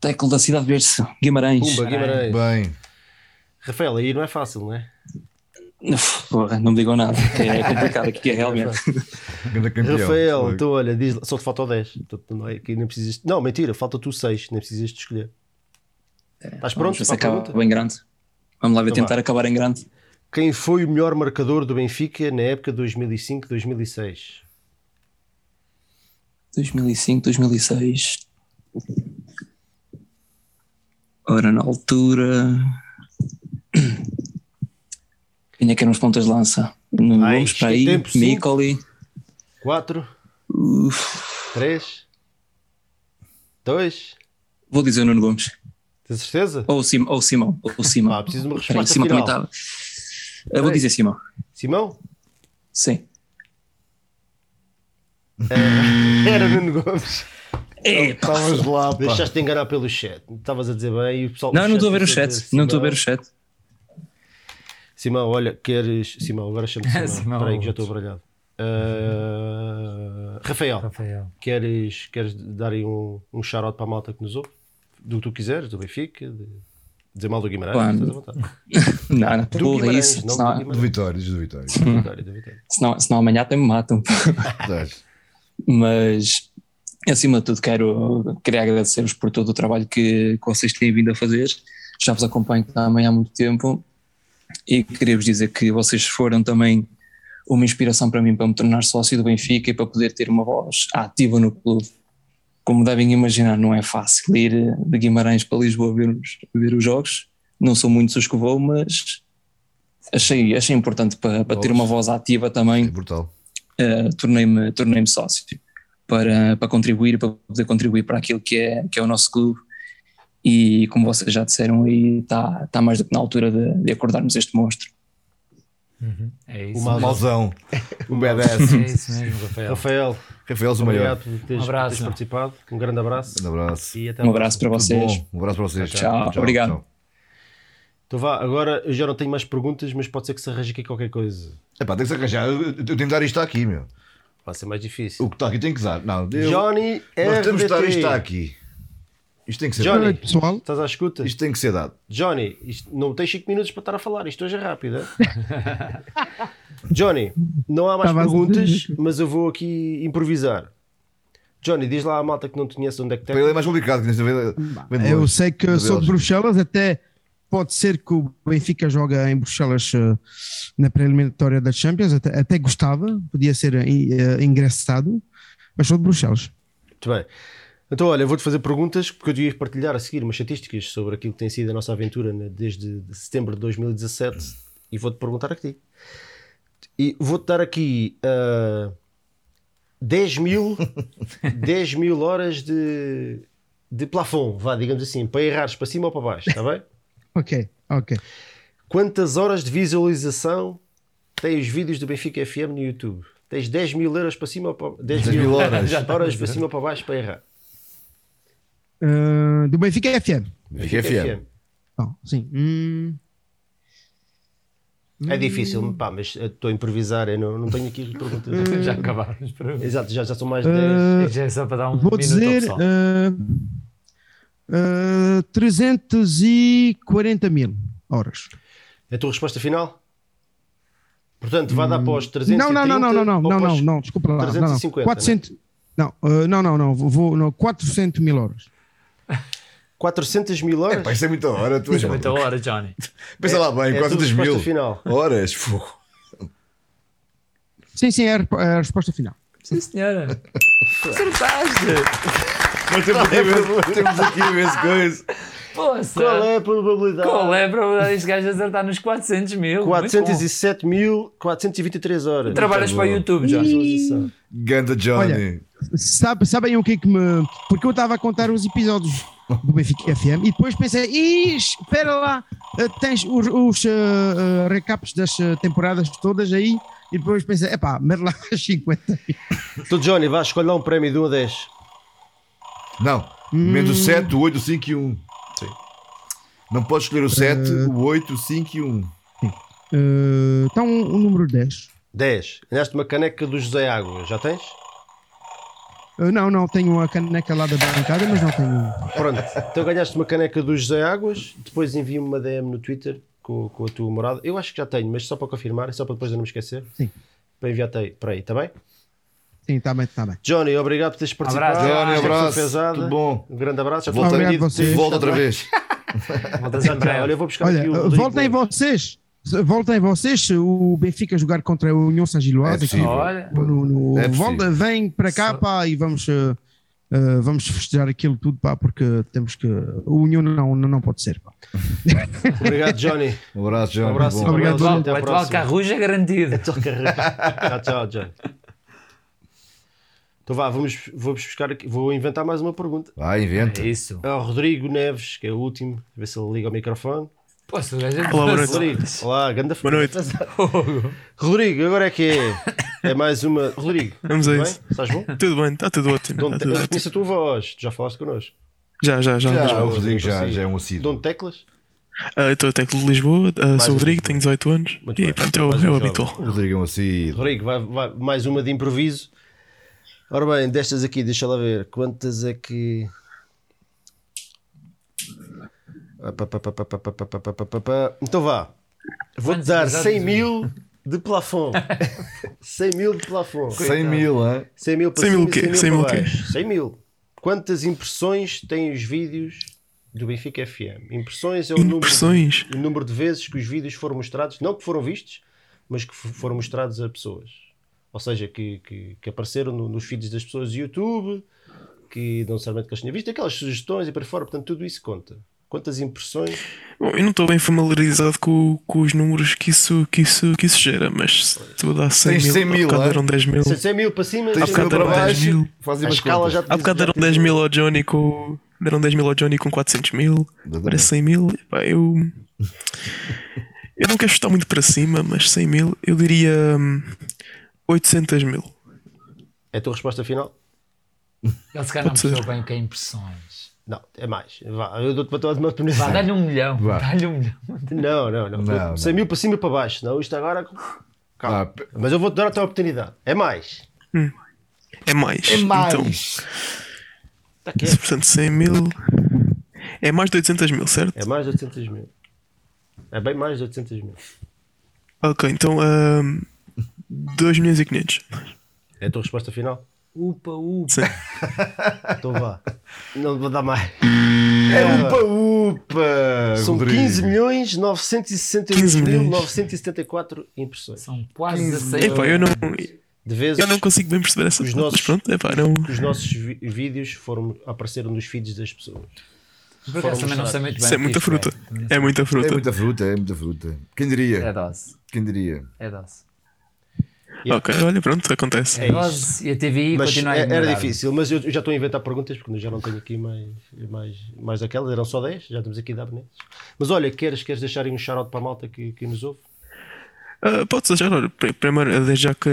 [SPEAKER 13] Teclo da Cidade Verde, Guimarães.
[SPEAKER 2] Pumba, Guimarães.
[SPEAKER 3] Bem,
[SPEAKER 2] Rafael, aí não é fácil, não é?
[SPEAKER 13] Uf, Porra, não me digam nada. É complicado aqui, é realmente.
[SPEAKER 3] grande campeão.
[SPEAKER 2] Rafael,
[SPEAKER 3] Fogo.
[SPEAKER 2] então olha, diz, lá- só te falta o 10. Então, não, é que nem precisas, não, mentira, falta tu 6, nem precisas de escolher. Estás pronto?
[SPEAKER 13] É, Vamos ver se
[SPEAKER 2] para a
[SPEAKER 13] acaba
[SPEAKER 2] pergunta?
[SPEAKER 13] bem grande. Vamos lá ver,
[SPEAKER 2] Então
[SPEAKER 13] tentar
[SPEAKER 2] vá.
[SPEAKER 13] acabar em grande.
[SPEAKER 2] Quem foi o melhor marcador do Benfica na época 2005-2006?
[SPEAKER 13] 2005, 2006. Ora, na altura. Quem é que eram os pontas de lança? Não
[SPEAKER 2] Ai,
[SPEAKER 13] Vamos para aí.
[SPEAKER 2] tempo, cinco.
[SPEAKER 13] Micoli.
[SPEAKER 2] 4,
[SPEAKER 13] Uf,
[SPEAKER 2] 3, 2,
[SPEAKER 13] Vou dizer o Nuno Gomes.
[SPEAKER 2] Tens certeza?
[SPEAKER 13] Ou o, Sim, ou o Simão. Ou o Simão.
[SPEAKER 2] Ah, preciso de uma
[SPEAKER 13] Espera aí,
[SPEAKER 2] resposta
[SPEAKER 13] Simão também
[SPEAKER 2] final.
[SPEAKER 13] estava. Eu vou
[SPEAKER 2] Ei.
[SPEAKER 13] dizer Simão.
[SPEAKER 2] Simão?
[SPEAKER 13] Sim.
[SPEAKER 3] Hum.
[SPEAKER 2] Era Nuno Gomes.
[SPEAKER 13] Epá.
[SPEAKER 3] Então, Estavas lá, pá.
[SPEAKER 2] Deixaste de enganar pelo chat. Estavas a dizer bem e o pessoal.
[SPEAKER 13] Não, não estou a ver o
[SPEAKER 2] disse
[SPEAKER 13] chat. Não estou a ver o
[SPEAKER 2] Simão.
[SPEAKER 13] chat.
[SPEAKER 2] Simão, olha, queres. Simão, agora chama-te Simão.
[SPEAKER 4] Simão.
[SPEAKER 2] Espera aí, que já estou abralhado. Ah, Rafael,
[SPEAKER 4] Rafael.
[SPEAKER 2] queres, queres dar aí um, um charote para a malta que nos ouve? Do que tu quiseres, do Benfica, de dizer mal do Guimarães,
[SPEAKER 13] Claro.
[SPEAKER 2] estás à vontade.
[SPEAKER 13] Não, não.
[SPEAKER 2] Do
[SPEAKER 13] Porra,
[SPEAKER 2] Guimarães,
[SPEAKER 13] isso.
[SPEAKER 2] não do
[SPEAKER 13] Senão,
[SPEAKER 3] Do Vitória, diz do Vitória.
[SPEAKER 2] Do Vitória, do Vitória.
[SPEAKER 13] senão, senão amanhã até me matam.
[SPEAKER 3] Estás.
[SPEAKER 13] mas acima de tudo quero queria agradecer-vos por todo o trabalho que, que vocês têm vindo a fazer já vos acompanho também há muito tempo e queria-vos dizer que vocês foram também uma inspiração para mim para me tornar sócio do Benfica e para poder ter uma voz ativa no clube como devem imaginar não é fácil ir de Guimarães para Lisboa ver os, ver os jogos não são muitos os que vou mas achei, achei importante para, para ter uma voz ativa também
[SPEAKER 3] É brutal.
[SPEAKER 13] eh, tornei-me tornei sócio tipo, para, para contribuir, para poder contribuir para aquilo que é, que é o nosso clube. tá, E como vocês já disseram, aí está, está mais do que na altura de, de acordarmos este monstro.
[SPEAKER 4] Uhum. É isso.
[SPEAKER 3] O mauzão. O badass.
[SPEAKER 4] É isso mesmo, Rafael.
[SPEAKER 2] Rafael.
[SPEAKER 3] Rafael é o
[SPEAKER 2] obrigado
[SPEAKER 3] maior.
[SPEAKER 2] por teres,
[SPEAKER 4] Um abraço.
[SPEAKER 2] teres participado. Um grande abraço.
[SPEAKER 3] Um abraço.
[SPEAKER 2] E até
[SPEAKER 7] Um abraço para
[SPEAKER 2] à próxima.
[SPEAKER 7] vocês.
[SPEAKER 3] Um abraço para vocês.
[SPEAKER 7] Tchau, obrigado.
[SPEAKER 2] Então vá, agora eu já não tenho mais perguntas, mas pode ser que se arranje aqui qualquer coisa.
[SPEAKER 3] Epá, tem que se arranjar. Eu, eu- eu tenho que dar isto aqui, meu.
[SPEAKER 2] Vai ser mais difícil.
[SPEAKER 3] O que está aqui tem que dar. Não, eu,
[SPEAKER 2] Johnny
[SPEAKER 3] Nós temos que dar
[SPEAKER 2] RDT.
[SPEAKER 3] isto aqui. Isto tem que ser
[SPEAKER 2] Johnny,
[SPEAKER 3] dado.
[SPEAKER 2] pessoal? estás à escuta?
[SPEAKER 3] Isto tem que ser dado.
[SPEAKER 2] Johnny, isto- não tens 5 minutos para estar a falar, isto hoje é rápido. é? Johnny, não há mais
[SPEAKER 14] Estava a
[SPEAKER 2] perguntas,
[SPEAKER 14] dizer
[SPEAKER 2] mas eu vou aqui improvisar. Johnny, diz lá à malta que não te conhece onde é que tem.
[SPEAKER 3] Ele é mais complicado que neste
[SPEAKER 14] Eu sei que sou de Bruxelas, até pode ser que o Benfica joga em Bruxelas eh, na preliminatória da Champions, até, até gostava, podia ser eh, ingressado, mas sou de Bruxelas.
[SPEAKER 2] Muito bem. Então, olha, eu vou-te fazer perguntas, porque eu devia partilhar a seguir umas estatísticas sobre aquilo que tem sido a nossa aventura né, desde setembro de 2017 e vou-te perguntar a ti. E vou-te dar aqui ah, 10 mil 10 mil horas de, de plafond, vá, digamos assim, para errares para cima ou para baixo, está bem?
[SPEAKER 14] Ok, ok.
[SPEAKER 2] Quantas horas de visualização têm os vídeos do Benfica FM no YouTube? Tens 10 mil euros para cima ou para 10 mil horas,
[SPEAKER 14] Já está.
[SPEAKER 2] horas para cima ou para baixo para errar?
[SPEAKER 14] Eh, do Benfica FM.
[SPEAKER 2] Benfica FM.
[SPEAKER 14] Não, sim. Hum,
[SPEAKER 2] É difícil, pá, mas eh, estou a improvisar, eu não, não tenho aqui perguntas.
[SPEAKER 14] Hum. Já
[SPEAKER 4] acabaram as perguntas.
[SPEAKER 2] Exato, já, já são mais de 10.
[SPEAKER 14] Eh,
[SPEAKER 4] Já é só para dar um
[SPEAKER 14] vou
[SPEAKER 4] minuto ao
[SPEAKER 14] dizer
[SPEAKER 4] pessoal.
[SPEAKER 14] eh, eh, 340 mil horas.
[SPEAKER 2] A tua resposta final? Portanto, vá dar para os 330
[SPEAKER 14] Hum, Não, não, não, não, não, não,
[SPEAKER 2] ou
[SPEAKER 14] não,
[SPEAKER 2] para os
[SPEAKER 14] não, não, desculpa lá. não,
[SPEAKER 2] 350,
[SPEAKER 14] não. 400, não, eh, não, não, não, vou- vou, não, 400 mil horas.
[SPEAKER 2] 400 mil horas?
[SPEAKER 3] Epá, isso é muita hora. Tu és
[SPEAKER 4] Isso é muita
[SPEAKER 3] maluco.
[SPEAKER 4] hora, Johnny.
[SPEAKER 3] Pensa lá bem,
[SPEAKER 2] é a tua
[SPEAKER 3] 400 mil
[SPEAKER 2] resposta final.
[SPEAKER 3] horas. Fogo.
[SPEAKER 14] Sim, sim, é a rep- é a resposta final.
[SPEAKER 4] Sim, senhora. Acertaste!
[SPEAKER 3] Mas temos, temos, temos aqui a mesma coisa.
[SPEAKER 4] Poça.
[SPEAKER 2] Qual é a probabilidade?
[SPEAKER 4] Qual é a probabilidade deste gajo acertar nos 400 mil? Muito bom.
[SPEAKER 2] 407.423 horas.
[SPEAKER 4] Trabalhas
[SPEAKER 2] Muito
[SPEAKER 4] é para o
[SPEAKER 2] bom.
[SPEAKER 4] YouTube, já.
[SPEAKER 2] Visualização.
[SPEAKER 3] Ganda Johnny.
[SPEAKER 14] Sabe, sabem o que é que me. Porque eu estava a contar os episódios do Benfica FM e depois pensei, "Ih, espera lá, eh, tens os, os eh, eh, recaps das eh, temporadas todas aí e depois pensei, epá, mete lá as 50.
[SPEAKER 2] Tu, Johnny, vá escolher um prémio de 1 a 10.
[SPEAKER 3] Não. Menos o 7, o 8, o 5 e o 1. Sim. Não podes escolher o 7,
[SPEAKER 14] Hum.
[SPEAKER 2] Eh,
[SPEAKER 3] o 8, o 5 e um. o 1.
[SPEAKER 14] Eh, Então, o número 10.
[SPEAKER 2] 10. Ganhaste uma caneca do José Água, já tens?
[SPEAKER 14] Eh, não, não, tenho a caneca lá da bancada, mas não tenho. um.
[SPEAKER 2] Pronto, então ganhaste uma caneca do José Águas, depois envia-me uma DM no Twitter com, com a tua morada. Eu acho que já tenho, mas só para confirmar, só para depois eu não me esquecer.
[SPEAKER 14] Sim.
[SPEAKER 2] Para enviar-te aí, para aí, está bem?
[SPEAKER 14] Sim, está bem, está bem.
[SPEAKER 2] Johnny, obrigado por teres participado.
[SPEAKER 3] Abraço, Johnny,
[SPEAKER 2] Esta foi
[SPEAKER 3] abraço.
[SPEAKER 2] pesada.
[SPEAKER 3] Tudo bom.
[SPEAKER 2] Um grande abraço. Já estou
[SPEAKER 3] Volta,
[SPEAKER 2] arrependido de teres
[SPEAKER 3] Tá volta outra
[SPEAKER 2] estado lá.
[SPEAKER 3] vez.
[SPEAKER 2] Voltas em breve. Olha, eu vou buscar
[SPEAKER 14] Olha,
[SPEAKER 2] aqui o
[SPEAKER 14] eh,
[SPEAKER 2] Rodrigo.
[SPEAKER 14] voltem vocês. Voltem vocês, se o Benfica jogar contra o União São
[SPEAKER 3] É
[SPEAKER 14] Giloás. aqui
[SPEAKER 3] possível.
[SPEAKER 4] Olha.
[SPEAKER 14] no- no-
[SPEAKER 3] É possível.
[SPEAKER 14] volta, vem para cá pá, e vamos, eh, eh, vamos festejar aquilo tudo, pá, porque temos que. O União não, não, não pode ser. Pá.
[SPEAKER 2] Obrigado, Johnny.
[SPEAKER 3] Um abraço,
[SPEAKER 2] Um
[SPEAKER 3] Johnny.
[SPEAKER 2] abraço.
[SPEAKER 3] Bom.
[SPEAKER 2] Obrigado, Johnny. Até à
[SPEAKER 4] Vai levar
[SPEAKER 2] próxima.
[SPEAKER 4] carruja garantido.
[SPEAKER 2] Tchau, tchau, Johnny. Então vá, vamos, vamos buscar aqui. Vou inventar mais uma pergunta.
[SPEAKER 3] Vai, inventa.
[SPEAKER 4] É isso.
[SPEAKER 2] É o Rodrigo Neves, que é o último. A ver se ele liga o microfone.
[SPEAKER 4] Poxa, o gajo é
[SPEAKER 2] Olá,
[SPEAKER 4] dançante.
[SPEAKER 2] Rodrigo. Olá, ganda Boa noite. Rodrigo, agora é que é. É mais uma. Rodrigo,
[SPEAKER 15] Vamos a
[SPEAKER 2] tudo bem?
[SPEAKER 15] isso.
[SPEAKER 2] Estás bom?
[SPEAKER 15] Tudo bem, está tudo ótimo.
[SPEAKER 2] De
[SPEAKER 15] tá
[SPEAKER 2] onde te...
[SPEAKER 15] tudo
[SPEAKER 2] Eu
[SPEAKER 15] ótimo.
[SPEAKER 2] reconheço a tua voz, tu já falaste connosco.
[SPEAKER 15] Já, já, já.
[SPEAKER 3] Já, o
[SPEAKER 15] Lisboa.
[SPEAKER 3] Rodrigo já, já é um assíduo.
[SPEAKER 2] Dom Teclas?
[SPEAKER 15] Ah, eu estou até de Lisboa, ah,
[SPEAKER 2] Mais
[SPEAKER 15] sou
[SPEAKER 2] um
[SPEAKER 15] o Rodrigo, tenho 18 anos
[SPEAKER 2] Muito
[SPEAKER 15] e
[SPEAKER 2] bem.
[SPEAKER 15] pronto, é o-
[SPEAKER 2] Mais
[SPEAKER 15] é
[SPEAKER 2] um
[SPEAKER 15] o
[SPEAKER 2] jovem.
[SPEAKER 15] habitual.
[SPEAKER 3] Rodrigo é um assíduo.
[SPEAKER 2] Rodrigo, vai, vai- mais uma de improviso. Ora bem, destas aqui, deixa lá ver. Quantas é que. Ah, pá, pá, pá, pá, pá, pá, pá, pá, pá, pá, pá, pá. Então vá. Vou-te
[SPEAKER 4] Quantos
[SPEAKER 2] dar
[SPEAKER 4] episódios
[SPEAKER 2] 100
[SPEAKER 4] do-
[SPEAKER 2] mil de plafond. 100 mil de plafond.
[SPEAKER 3] 100 mil, é?
[SPEAKER 2] 100 mil para
[SPEAKER 15] 100 mil
[SPEAKER 2] cima
[SPEAKER 15] o quê?
[SPEAKER 2] e 100
[SPEAKER 15] 100
[SPEAKER 2] mil
[SPEAKER 15] mil o
[SPEAKER 2] para
[SPEAKER 15] quê?
[SPEAKER 2] baixo. 100 mil. Quantas impressões têm os vídeos do Benfica FM? Impressões é o,
[SPEAKER 15] Impressões?
[SPEAKER 2] Número, o número de vezes que os vídeos foram mostrados, não que foram vistos, mas que f- foram mostrados a pessoas. Ou seja, que, que, que apareceram no- nos feeds das pessoas do YouTube, que não necessariamente que eles tinham visto, aquelas sugestões e para fora, portanto, tudo isso conta. Quantas impressões?
[SPEAKER 15] Bom, eu não estou bem familiarizado com, com os números que isso, que isso, que isso gera, mas se tu dá 100
[SPEAKER 3] Tens
[SPEAKER 15] mil,
[SPEAKER 3] 100 mil,
[SPEAKER 15] há bocado
[SPEAKER 3] é?
[SPEAKER 15] eram 10 mil.
[SPEAKER 2] 100 mil para cima,
[SPEAKER 3] Tens
[SPEAKER 2] 100 mil
[SPEAKER 15] bocado
[SPEAKER 2] para
[SPEAKER 15] eram 10
[SPEAKER 2] baixo.
[SPEAKER 15] mil.
[SPEAKER 3] Fazem
[SPEAKER 2] A
[SPEAKER 3] umas
[SPEAKER 2] escala
[SPEAKER 3] contas.
[SPEAKER 2] já
[SPEAKER 15] Há bocado deram 10 mil ao Johnny com. Deram 10 mil ao Johnny com 400 mil, agora 100 mil. Epá, eu. Eu não quero chutar muito para cima, mas 100 mil, eu diria hum, 800 mil.
[SPEAKER 2] É a tua resposta final?
[SPEAKER 4] Ele se calhar não percebeu bem o que é impressões.
[SPEAKER 2] Não, é mais. Vá, eu dou-te para todas as minhas primeiras.
[SPEAKER 4] Vá, dá-lhe um milhão.
[SPEAKER 2] Vá.
[SPEAKER 4] Dá-lhe um milhão.
[SPEAKER 2] Não, não, não.
[SPEAKER 4] Não,
[SPEAKER 2] 100 mil para cima e para baixo. Não, isto agora. é Calma. Mas eu vou-te dar até a oportunidade. É mais.
[SPEAKER 15] É mais.
[SPEAKER 2] É mais. Tá
[SPEAKER 15] Então, se, portanto, 100 mil. É mais de 800 mil, certo?
[SPEAKER 2] É mais de 800 mil. É bem mais de 800 mil.
[SPEAKER 15] Ok, então. Um, 2 milhões e 500.
[SPEAKER 2] É a tua resposta final?
[SPEAKER 4] Upa, upa.
[SPEAKER 15] Sim.
[SPEAKER 2] Então vá. Não vou dar mais.
[SPEAKER 3] É upa,
[SPEAKER 14] Ah,
[SPEAKER 3] upa!
[SPEAKER 2] Ah, São
[SPEAKER 3] Rodrigo.
[SPEAKER 2] 15 milhões 968 mil 974 impressões.
[SPEAKER 4] São quase 16
[SPEAKER 15] Epá, eu não.
[SPEAKER 2] De vezes
[SPEAKER 15] Eu não consigo bem perceber essa
[SPEAKER 2] os
[SPEAKER 15] parte,
[SPEAKER 2] nossos-
[SPEAKER 15] mas pronto, é epá, não.
[SPEAKER 2] os nossos vi- vídeos foram, apareceram nos feeds das pessoas.
[SPEAKER 4] Por acaso
[SPEAKER 2] Foram
[SPEAKER 4] também não
[SPEAKER 2] mostrados.
[SPEAKER 4] sei muito tipo,
[SPEAKER 15] Isso é muita fruta. É muita fruta.
[SPEAKER 3] É muita fruta, é muita fruta. Quem diria?
[SPEAKER 4] É dose.
[SPEAKER 3] Quem diria?
[SPEAKER 4] É dose.
[SPEAKER 15] Ok, olha, pronto, acontece.
[SPEAKER 4] É dose e a TVI
[SPEAKER 2] Mas
[SPEAKER 4] continua a
[SPEAKER 2] é- era
[SPEAKER 4] ignorar-me.
[SPEAKER 2] difícil, mas eu eu já estou a inventar perguntas porque já não tenho aqui mais, mais, mais aquelas, eram só 10, já estamos aqui a dar bonitos. Mas olha, queres, queres deixar aí um shout-out para a malta que, que nos ouve?
[SPEAKER 15] Ah, pode ser, já, olha, pri- primeiro, eh, desde já que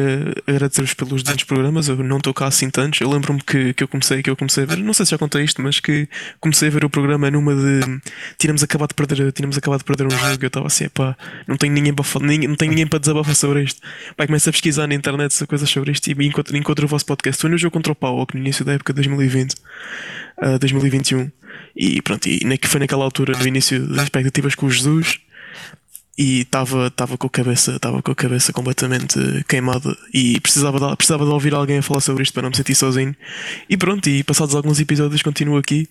[SPEAKER 15] agradecer-vos pelos 200 programas, eu não estou cá assim tantos. Eu lembro-me que, que eu comecei, que eu comecei a ver, não sei se já contei isto, mas que comecei a ver o programa numa de tínhamos acabado de perder, tínhamos acabado de perder um jogo, eu estava assim, pá, não tenho ninguém para falar, ninguém- não tenho ninguém para desabafar sobre isto. Pá, começo a pesquisar na internet sobre coisas sobre isto e encontro, encontro o vosso podcast. Foi no jogo contra o Pauok no início da época de 2020, ah, 2021, e pronto, e na, foi naquela altura, no início das expectativas com o Jesus e estava estava com a cabeça estava com a cabeça completamente eh, queimada e precisava de, precisava de ouvir alguém a falar sobre isto para não me sentir sozinho e pronto e passados alguns episódios continuo aqui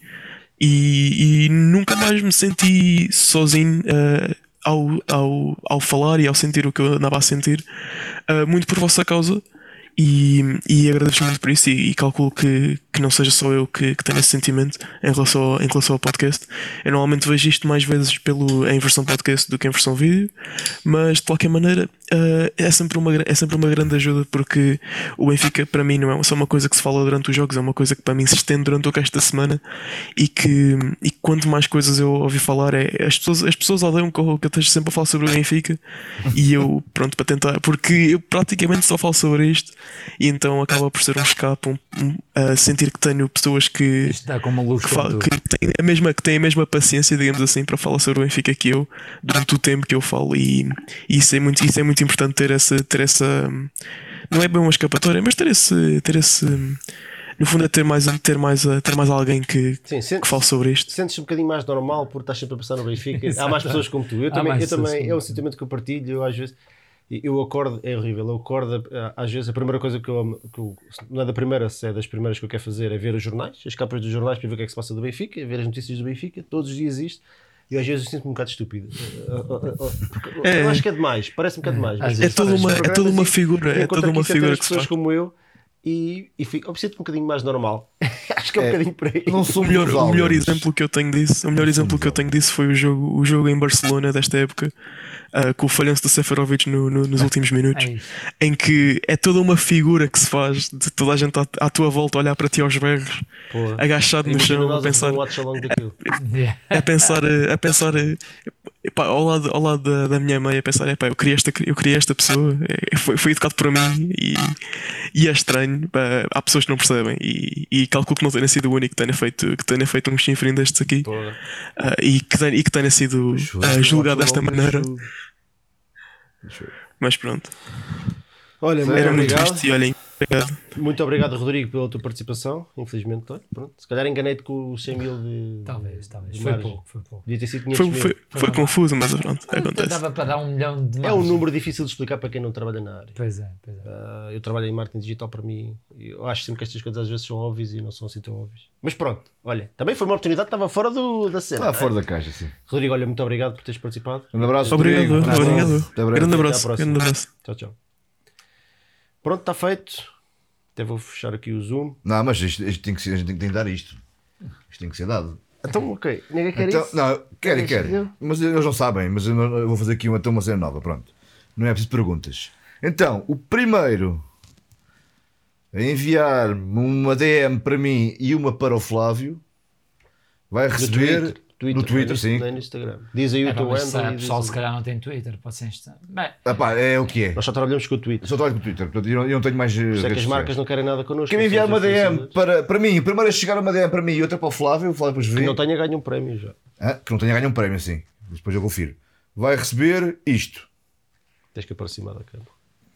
[SPEAKER 15] e, e nunca mais me senti sozinho eh, ao, ao, ao falar e ao sentir o que eu andava a sentir eh, muito por vossa causa e, e agradeço muito por isso e, e calculo que, que não seja só eu que, que tenho esse sentimento em relação, ao, em relação ao podcast. Eu normalmente vejo isto mais vezes pelo, em versão podcast do que em versão vídeo, mas de qualquer maneira eh, é, sempre uma, gra- é sempre uma grande ajuda porque o Benfica para mim não é só uma coisa que se fala durante os jogos, é uma coisa que para mim se estende durante o resto da semana e que e que quanto mais coisas eu ouvi falar é, as, pessoas, as pessoas odeiam que eu, que eu esteja sempre a falar sobre o Benfica e eu pronto para tentar porque eu praticamente só falo sobre isto e então acaba por ser um escape um, um, a sentir que tenho pessoas que
[SPEAKER 4] está com uma luz
[SPEAKER 15] que, falam-
[SPEAKER 4] como tu.
[SPEAKER 15] que têm a mesma que têm a mesma paciência digamos assim para falar sobre o Benfica que eu durante o tempo que eu falo e, e isso é muito isso é muito importante ter essa ter essa não é bem uma escapatória mas ter esse ter esse no fundo é ter mais ter mais ter mais alguém que
[SPEAKER 2] Sim, sente-
[SPEAKER 15] que fale sobre isto
[SPEAKER 2] Sentes um bocadinho mais normal porque estás sempre a passar no Benfica. Há
[SPEAKER 15] Exato.
[SPEAKER 2] mais pessoas como tu. Eu
[SPEAKER 15] Há
[SPEAKER 2] também,
[SPEAKER 15] mais
[SPEAKER 2] eu
[SPEAKER 15] pessoas
[SPEAKER 2] também
[SPEAKER 15] como
[SPEAKER 2] é um
[SPEAKER 15] tu.
[SPEAKER 2] sentimento que eu partilho. Eu, às vezes, eu acordo, é horrível. Eu acordo, ah, às vezes, a primeira coisa que eu, que eu- Não é da primeira, se é das primeiras que eu quero fazer é ver os jornais, as capas dos jornais para ver o que é que se passa do Benfica, ver as notícias do Benfica. Todos os dias isto. E eu, às vezes eu sinto-me um bocado estúpido. Ah, ah, ah, ah, porque Eu
[SPEAKER 15] É.
[SPEAKER 2] acho que é demais, parece-me que é demais. mas
[SPEAKER 15] É
[SPEAKER 2] eu faço
[SPEAKER 15] toda uma-
[SPEAKER 2] estes
[SPEAKER 15] é toda
[SPEAKER 2] programas
[SPEAKER 15] uma
[SPEAKER 2] e-
[SPEAKER 15] figura,
[SPEAKER 2] e
[SPEAKER 15] é
[SPEAKER 2] encontro
[SPEAKER 15] toda uma
[SPEAKER 2] aqui centenas
[SPEAKER 15] figura
[SPEAKER 2] de
[SPEAKER 15] que se
[SPEAKER 2] pessoas
[SPEAKER 15] faz.
[SPEAKER 2] como eu e, e fico, eu me sinto um bocadinho mais normal. acho que é um
[SPEAKER 15] É.
[SPEAKER 2] bocadinho por aí. É.
[SPEAKER 3] Não sou
[SPEAKER 15] o melhor, o melhor exemplo que eu tenho disso, o melhor exemplo que eu tenho disso foi o jogo, o jogo em Barcelona desta época, ah, com o falhanço do Seferovic no- no- nos últimos minutos, em que é toda uma figura que se faz de toda a gente à, à tua volta olhar para ti aos berros,
[SPEAKER 2] Pô,
[SPEAKER 15] agachado no
[SPEAKER 2] imagina
[SPEAKER 15] chão, a
[SPEAKER 2] nós fazer
[SPEAKER 15] pensar,
[SPEAKER 2] um watch along daquilo.
[SPEAKER 15] a É pensar, a pensar eh, epá, ao lado, ao lado da, da minha mãe, a pensar, epá, eu queria esta, eu queria esta pessoa, eh, foi, foi educado por mim e, e é estranho, pá, há pessoas que não percebem e, e calculo que não tenha sido o único que tenha feito, que tenha feito um chifrinho destes aqui ah, e, que tenha, e que tenha sido ah, julgado desta maneira, mas pronto.
[SPEAKER 2] Olha, muito
[SPEAKER 15] Era muito
[SPEAKER 2] obrigado.
[SPEAKER 15] triste e olhem, obrigado.
[SPEAKER 2] Muito obrigado, Rodrigo, pela tua participação. Infelizmente, olha, pronto. se calhar enganei-te com os 100 mil de.
[SPEAKER 4] Talvez, talvez.
[SPEAKER 2] de
[SPEAKER 4] Foi
[SPEAKER 2] margem.
[SPEAKER 4] pouco, foi pouco.
[SPEAKER 2] Devia ter sido 500
[SPEAKER 15] Foi,
[SPEAKER 2] mil.
[SPEAKER 15] foi, foi confuso, mas pronto,
[SPEAKER 4] Então
[SPEAKER 15] acontece.
[SPEAKER 4] Dava para dar um milhão de
[SPEAKER 2] É um
[SPEAKER 4] mais.
[SPEAKER 2] número difícil de explicar para quem não trabalha na área.
[SPEAKER 4] Pois é, pois é.
[SPEAKER 2] Ah, eu trabalho em marketing digital para mim. Eu acho sempre que estas coisas às vezes são óbvias e não são assim tão óbvias. Mas pronto, olha, também foi uma oportunidade, estava fora do, da cena.
[SPEAKER 3] Lá
[SPEAKER 2] não é?
[SPEAKER 3] fora da caixa, sim.
[SPEAKER 2] Rodrigo, olha, muito obrigado por teres participado.
[SPEAKER 3] Um abraço,
[SPEAKER 15] Obrigado,
[SPEAKER 3] Rodrigo.
[SPEAKER 15] obrigado.
[SPEAKER 3] Até breve.
[SPEAKER 15] Grande
[SPEAKER 2] Até à
[SPEAKER 15] abraço,
[SPEAKER 2] próxima.
[SPEAKER 15] grande abraço.
[SPEAKER 2] Tchau, tchau. Pronto, está feito. Até vou fechar aqui o Zoom.
[SPEAKER 3] Não, mas isto, isto tem que ser, a gente tem que tentar isto. Isto tem que ser dado.
[SPEAKER 2] Então, ok. Ninguém quer
[SPEAKER 3] Então,
[SPEAKER 2] isso?
[SPEAKER 3] não, querem,
[SPEAKER 2] Ninguém
[SPEAKER 3] querem.
[SPEAKER 2] escreveu?
[SPEAKER 3] Mas eles não sabem, mas eu, não- eu vou fazer aqui uma, então uma cena nova, pronto. Não é preciso perguntas. Então, o primeiro a enviar-me uma DM para mim e uma para o Flávio vai receber
[SPEAKER 2] Twitter. Twitter,
[SPEAKER 3] No Twitter,
[SPEAKER 2] não é
[SPEAKER 3] sim.
[SPEAKER 2] Não é no Instagram. Diz aí
[SPEAKER 4] É,
[SPEAKER 2] o teu
[SPEAKER 4] mas,
[SPEAKER 2] handle.
[SPEAKER 4] ah,
[SPEAKER 2] e diz
[SPEAKER 4] pessoal
[SPEAKER 2] aí.
[SPEAKER 4] se calhar não tem Twitter, pode ser Insta. Bem,
[SPEAKER 3] Ah, pá, é o que é.
[SPEAKER 2] Nós só trabalhamos com o Twitter.
[SPEAKER 3] Só trabalho com o Twitter, portanto, eu não, eu não tenho mais. eh,
[SPEAKER 2] Por isso é que as marcas não querem nada connosco.
[SPEAKER 3] Quem me enviar
[SPEAKER 2] Nós
[SPEAKER 3] uma
[SPEAKER 2] somos
[SPEAKER 3] DM
[SPEAKER 2] influenciadores.
[SPEAKER 3] para, para mim, primeiro a chegar é uma DM para mim e outra para o Flávio, o Flávio depois vê.
[SPEAKER 2] Que não tenha ganho um prémio já.
[SPEAKER 3] Ah, que não tenha ganho um prémio, sim. Depois eu confiro. Vai receber isto.
[SPEAKER 2] Tens que aproximar da câmara.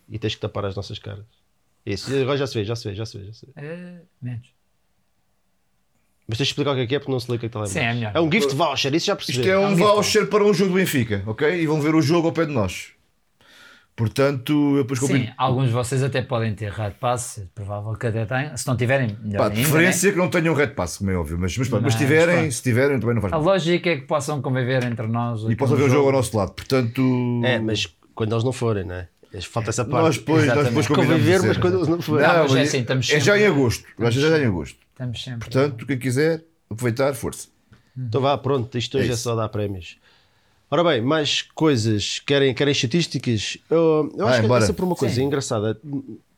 [SPEAKER 2] E tens que tapar as nossas caras. Isso, agora já se vê, já se vê, já se vê. Já se vê.
[SPEAKER 4] eh, menos.
[SPEAKER 2] Mas tens de explicar o que é que é porque não se lê o que é que está lá em
[SPEAKER 4] Sim,
[SPEAKER 2] baixo.
[SPEAKER 4] é melhor.
[SPEAKER 2] É um gift voucher, isso já percebi.
[SPEAKER 3] Isto é um voucher para um jogo do Benfica, ok? E vão ver o jogo ao pé de nós. Portanto, eu depois
[SPEAKER 4] Sim,
[SPEAKER 3] combino.
[SPEAKER 4] alguns de vocês até podem ter errado passe, é provável que até tenham. Se não tiverem, melhor
[SPEAKER 3] Pá,
[SPEAKER 4] ainda, né?
[SPEAKER 3] de preferência que não tenham red pass, como é óbvio. Mas, mas, pá, mas
[SPEAKER 4] Mas,
[SPEAKER 3] se tiverem,
[SPEAKER 4] pá.
[SPEAKER 3] se tiverem, também não
[SPEAKER 4] né?
[SPEAKER 3] faz
[SPEAKER 4] A
[SPEAKER 3] mal.
[SPEAKER 4] lógica é que possam conviver entre nós.
[SPEAKER 3] E
[SPEAKER 4] aquele
[SPEAKER 3] possam ver o jogo ao nosso lado. Portanto.
[SPEAKER 2] É, mas quando eles não forem, não é? Eles- Falta essa parte.
[SPEAKER 3] Nós depois, nós depois
[SPEAKER 2] Exatamente.
[SPEAKER 3] combinamos
[SPEAKER 2] Conviver,
[SPEAKER 3] isso,
[SPEAKER 2] mas
[SPEAKER 3] é.
[SPEAKER 2] quando eles não forem.
[SPEAKER 3] Não,
[SPEAKER 4] mas é
[SPEAKER 3] mas
[SPEAKER 4] assim, estamos
[SPEAKER 3] é já
[SPEAKER 4] sempre-
[SPEAKER 3] em agosto. Eu acho que já em agosto.
[SPEAKER 4] Estamos sempre.
[SPEAKER 3] Portanto, quem quiser, aproveitar, força.
[SPEAKER 2] Então vá, pronto, isto hoje
[SPEAKER 3] É
[SPEAKER 2] é,
[SPEAKER 3] isso.
[SPEAKER 2] só dar prémios. Ora bem, mais coisas. Querem, querem estatísticas? Eu, eu
[SPEAKER 3] Vai,
[SPEAKER 2] acho que
[SPEAKER 3] bora.
[SPEAKER 2] essa por uma coisa
[SPEAKER 3] Sim.
[SPEAKER 2] engraçada.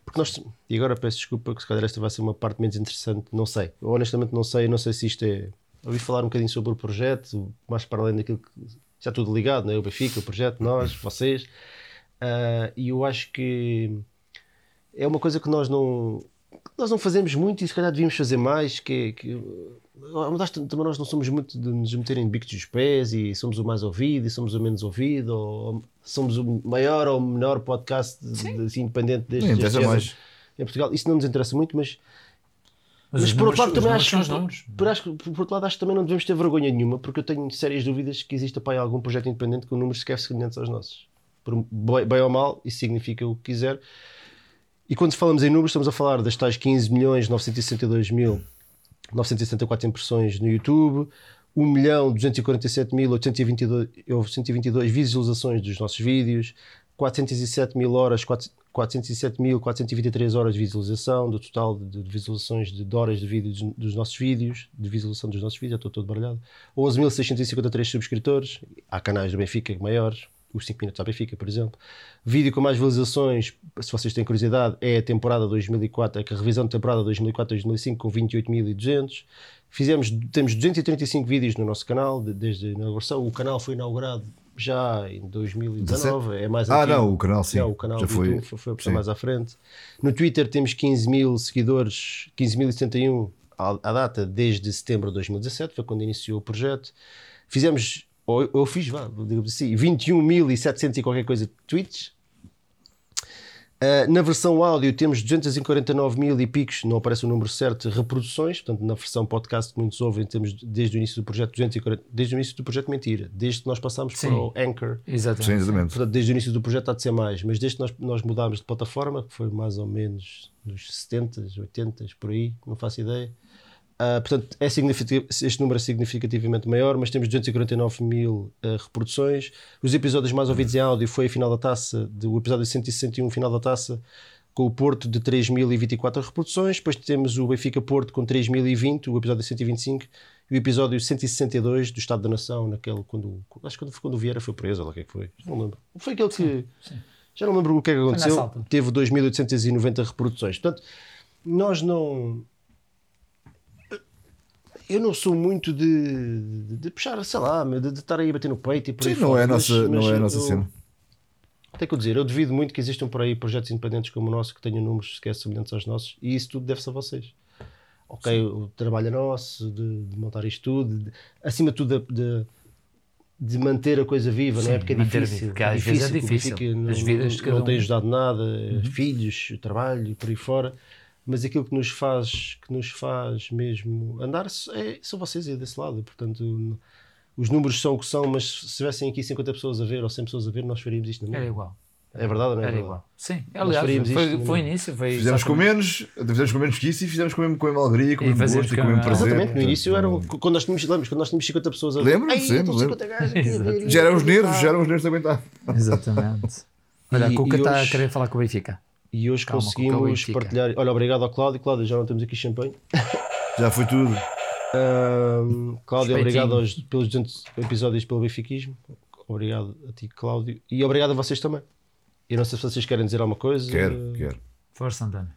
[SPEAKER 2] Porque nós, e agora peço desculpa que se calhar esta vai ser uma parte menos interessante. Não sei. Eu honestamente não sei. Não sei se isto é. Ouvi falar um bocadinho sobre o projeto, mais para além daquilo que. Está tudo ligado, não é? O Benfica, o projeto, nós, vocês. Ah, E eu acho que é uma coisa que nós não que nós não fazemos muito e se calhar devíamos fazer mais que, que ah, mas acho que também nós não somos muito de nos meterem de bicos dos pés e somos o mais ouvido e somos o menos ouvido ou, ou somos o maior ou o menor podcast de- de- assim, independente deste,
[SPEAKER 3] Não interessa
[SPEAKER 2] deste género
[SPEAKER 3] mais.
[SPEAKER 2] em Portugal isso não nos interessa muito mas
[SPEAKER 4] Mas
[SPEAKER 2] mas,
[SPEAKER 4] os
[SPEAKER 2] por
[SPEAKER 4] números-
[SPEAKER 2] outro lado
[SPEAKER 4] os
[SPEAKER 2] também
[SPEAKER 4] números
[SPEAKER 2] acho,
[SPEAKER 4] são os
[SPEAKER 2] que-
[SPEAKER 4] números.
[SPEAKER 2] por, acho que- por outro lado acho que também não devemos ter vergonha nenhuma porque eu tenho sérias dúvidas que exista para aí algum projeto independente com números sequer semelhantes aos nossos por, bem, bem ou mal isso significa o que quiser e quando falamos em números, estamos a falar das tais 15 milhões 962 mil 974 impressões no YouTube, 1 milhão 247 mil 822 822 visualizações dos nossos vídeos, 407 mil horas, 4- 407 mil 423 horas de visualização, do total de, de visualizações de, de horas de vídeo dos, dos nossos vídeos, de visualização dos nossos vídeos, já estou todo baralhado, 11.653 subscritores, há canais do Benfica maiores, os 5 minutos à Benfica, por exemplo. Vídeo com mais visualizações, se vocês têm curiosidade, é a temporada 2004, a revisão de temporada 2004-2005 com 28.200. Fizemos, temos 235 vídeos no nosso canal de- desde a inauguração. O canal foi inaugurado já em 2019, é mais
[SPEAKER 3] Ah,
[SPEAKER 2] antigo.
[SPEAKER 3] não, o canal, sim.
[SPEAKER 2] Não, o canal
[SPEAKER 3] Já
[SPEAKER 2] do
[SPEAKER 3] foi-
[SPEAKER 2] YouTube foi, foi a pessoa
[SPEAKER 3] sim.
[SPEAKER 2] mais à frente. No Twitter temos 15 mil seguidores, 15.071 à, à data desde setembro de 2017, foi quando iniciou o projeto. Fizemos, ou eu, eu fiz, vá, digamos assim, 21.700 e qualquer coisa tweets. Ah, na versão áudio temos 249 mil e picos, não aparece o número certo, reproduções. Portanto, na versão podcast que muitos ouvem, temos desde o início do projeto 240, desde o início do projeto mentira, desde que nós passámos
[SPEAKER 4] Sim.
[SPEAKER 2] para o Anchor.
[SPEAKER 4] Exatamente. Sim,
[SPEAKER 3] exatamente.
[SPEAKER 2] Portanto, desde o início do projeto há de ser mais, mas desde que nós, nós mudámos de plataforma, que foi mais ou menos nos 70, 80, por aí, não faço ideia. Ah, portanto, é significativo, este número é significativamente maior, mas temos 249 mil ah, reproduções. Os episódios mais ouvidos em áudio foi a final da taça, de, o episódio 161, final da taça, com o Porto de 3.024 reproduções. Depois temos o Benfica Porto com 3.020, o episódio 125 e o episódio 162 do Estado da Nação, naquele quando. Acho que quando, foi quando o Vieira foi preso, ou lá o que é que foi? Já não lembro. Foi aquele que. Já não lembro o que é que
[SPEAKER 4] nessa
[SPEAKER 2] aconteceu.
[SPEAKER 4] altura.
[SPEAKER 2] Teve 2.890 reproduções. Portanto, nós não. Eu não sou muito de, de, de puxar, sei lá, meu, de, de estar aí a bater no peito e por aí
[SPEAKER 3] Sim, não
[SPEAKER 2] fora,
[SPEAKER 3] é a
[SPEAKER 2] mas-
[SPEAKER 3] nossa,
[SPEAKER 2] mas
[SPEAKER 3] não é a nossa
[SPEAKER 2] eu-
[SPEAKER 3] cena.
[SPEAKER 2] tenho que dizer, eu devido muito que existam por aí projetos independentes como o nosso que tenham números sequer semelhantes aos nossos e isso tudo deve-se a vocês. Ok, o trabalho é nosso, de, de montar isto tudo, de- acima de tudo de, de- de manter a coisa viva, não é?
[SPEAKER 4] Sim,
[SPEAKER 2] Porque é
[SPEAKER 4] manter
[SPEAKER 2] difícil.
[SPEAKER 4] vivo, que às vezes é
[SPEAKER 2] que o Benfica
[SPEAKER 4] difícil.
[SPEAKER 2] não-
[SPEAKER 4] As vidas de cada
[SPEAKER 2] não
[SPEAKER 4] um.
[SPEAKER 2] tem ajudado nada,
[SPEAKER 4] Uhum.
[SPEAKER 2] filhos, trabalho, por aí fora. Mas aquilo que nos faz, que nos faz mesmo andar é, são vocês aí desse lado. Portanto, os números são o que são, mas se tivessem aqui 50 pessoas a ver ou 100 pessoas a ver, nós faríamos isto na mesma.
[SPEAKER 4] Era igual.
[SPEAKER 2] É verdade ou não é
[SPEAKER 4] Era
[SPEAKER 2] verdade?
[SPEAKER 4] igual. Sim,
[SPEAKER 2] Nós
[SPEAKER 4] aliás,
[SPEAKER 2] faríamos
[SPEAKER 4] foi-
[SPEAKER 2] isto é? na
[SPEAKER 4] foi
[SPEAKER 2] mesma.
[SPEAKER 4] início, foi
[SPEAKER 3] Fizemos com menos, fizemos com menos que isso e fizemos com, com a malgaria, com o mesmo
[SPEAKER 4] fazemos
[SPEAKER 3] gosto e
[SPEAKER 4] com
[SPEAKER 3] com o mesmo
[SPEAKER 4] a-
[SPEAKER 3] prazer.
[SPEAKER 2] Exatamente, no
[SPEAKER 3] Portanto, é?
[SPEAKER 2] início eram. Quando nós tínhamos, lembras, quando nós tínhamos 50 pessoas a ver.
[SPEAKER 3] Lembro-me,
[SPEAKER 2] "Ei,
[SPEAKER 3] sempre,
[SPEAKER 2] estão 50
[SPEAKER 3] lembro.
[SPEAKER 2] gajos aqui a ver isto,
[SPEAKER 3] Já eram os
[SPEAKER 2] aqui e
[SPEAKER 3] nervos,
[SPEAKER 2] tal."
[SPEAKER 3] já eram os nervos da aguentar.
[SPEAKER 4] Exatamente. Olha, a
[SPEAKER 2] E-
[SPEAKER 3] é
[SPEAKER 4] Cuca
[SPEAKER 2] e
[SPEAKER 4] está
[SPEAKER 2] hoje-
[SPEAKER 4] a querer falar com o Benfica.
[SPEAKER 2] E hoje
[SPEAKER 4] Calma, Cuca, o
[SPEAKER 2] conseguimos
[SPEAKER 4] Benfica.
[SPEAKER 2] partilhar. Olha, obrigado ao Cláudio. Cláudio, já não temos aqui champanhe.
[SPEAKER 3] Já foi tudo.
[SPEAKER 2] Cláudio,
[SPEAKER 3] Respeitinho.
[SPEAKER 2] obrigado aos, pelos 200 episódios pelo benfiquismo. Obrigado a ti, Cláudio. E obrigado a vocês também. Eu não sei se vocês querem dizer alguma coisa.
[SPEAKER 3] Quero, quero.
[SPEAKER 4] Força, António.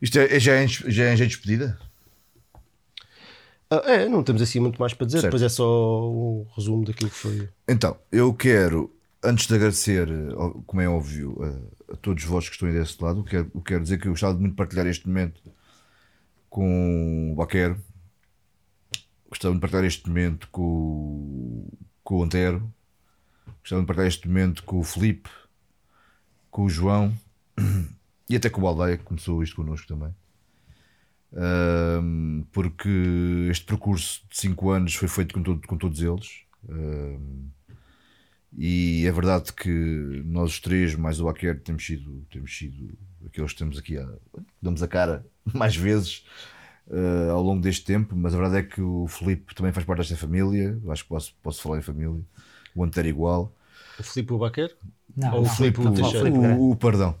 [SPEAKER 3] Isto é, é já, é, já é já é despedida?
[SPEAKER 2] Ah, é, não temos assim muito mais para dizer, depois é só um resumo daquilo que foi.
[SPEAKER 3] Então, eu quero, antes de agradecer, ó, como é óbvio, a, a todos vós que estão aí desse lado, quero, eu quero dizer que eu gostava de muito de partilhar este momento com o Baquero, gostava de partilhar este momento com, o- com o Antero, gostava de partilhar este momento com o Felipe, com o João e até com o Aldeia, que começou isto connosco também. Ahm, porque este percurso de 5 anos foi feito com, todo- com todos eles. Ahm, e é verdade que nós os três, mais o Aquer, temos sido, temos sido aqueles que estamos aqui, a, damos a cara mais vezes eh, ao longo deste tempo. Mas a verdade é que o Filipe também faz parte desta família. Eu acho que posso, posso falar em família. O Antero igual.
[SPEAKER 2] O Filipe Baquer?
[SPEAKER 3] Ou o Filipe, o,
[SPEAKER 2] Teixeira?
[SPEAKER 3] o- o- perdão.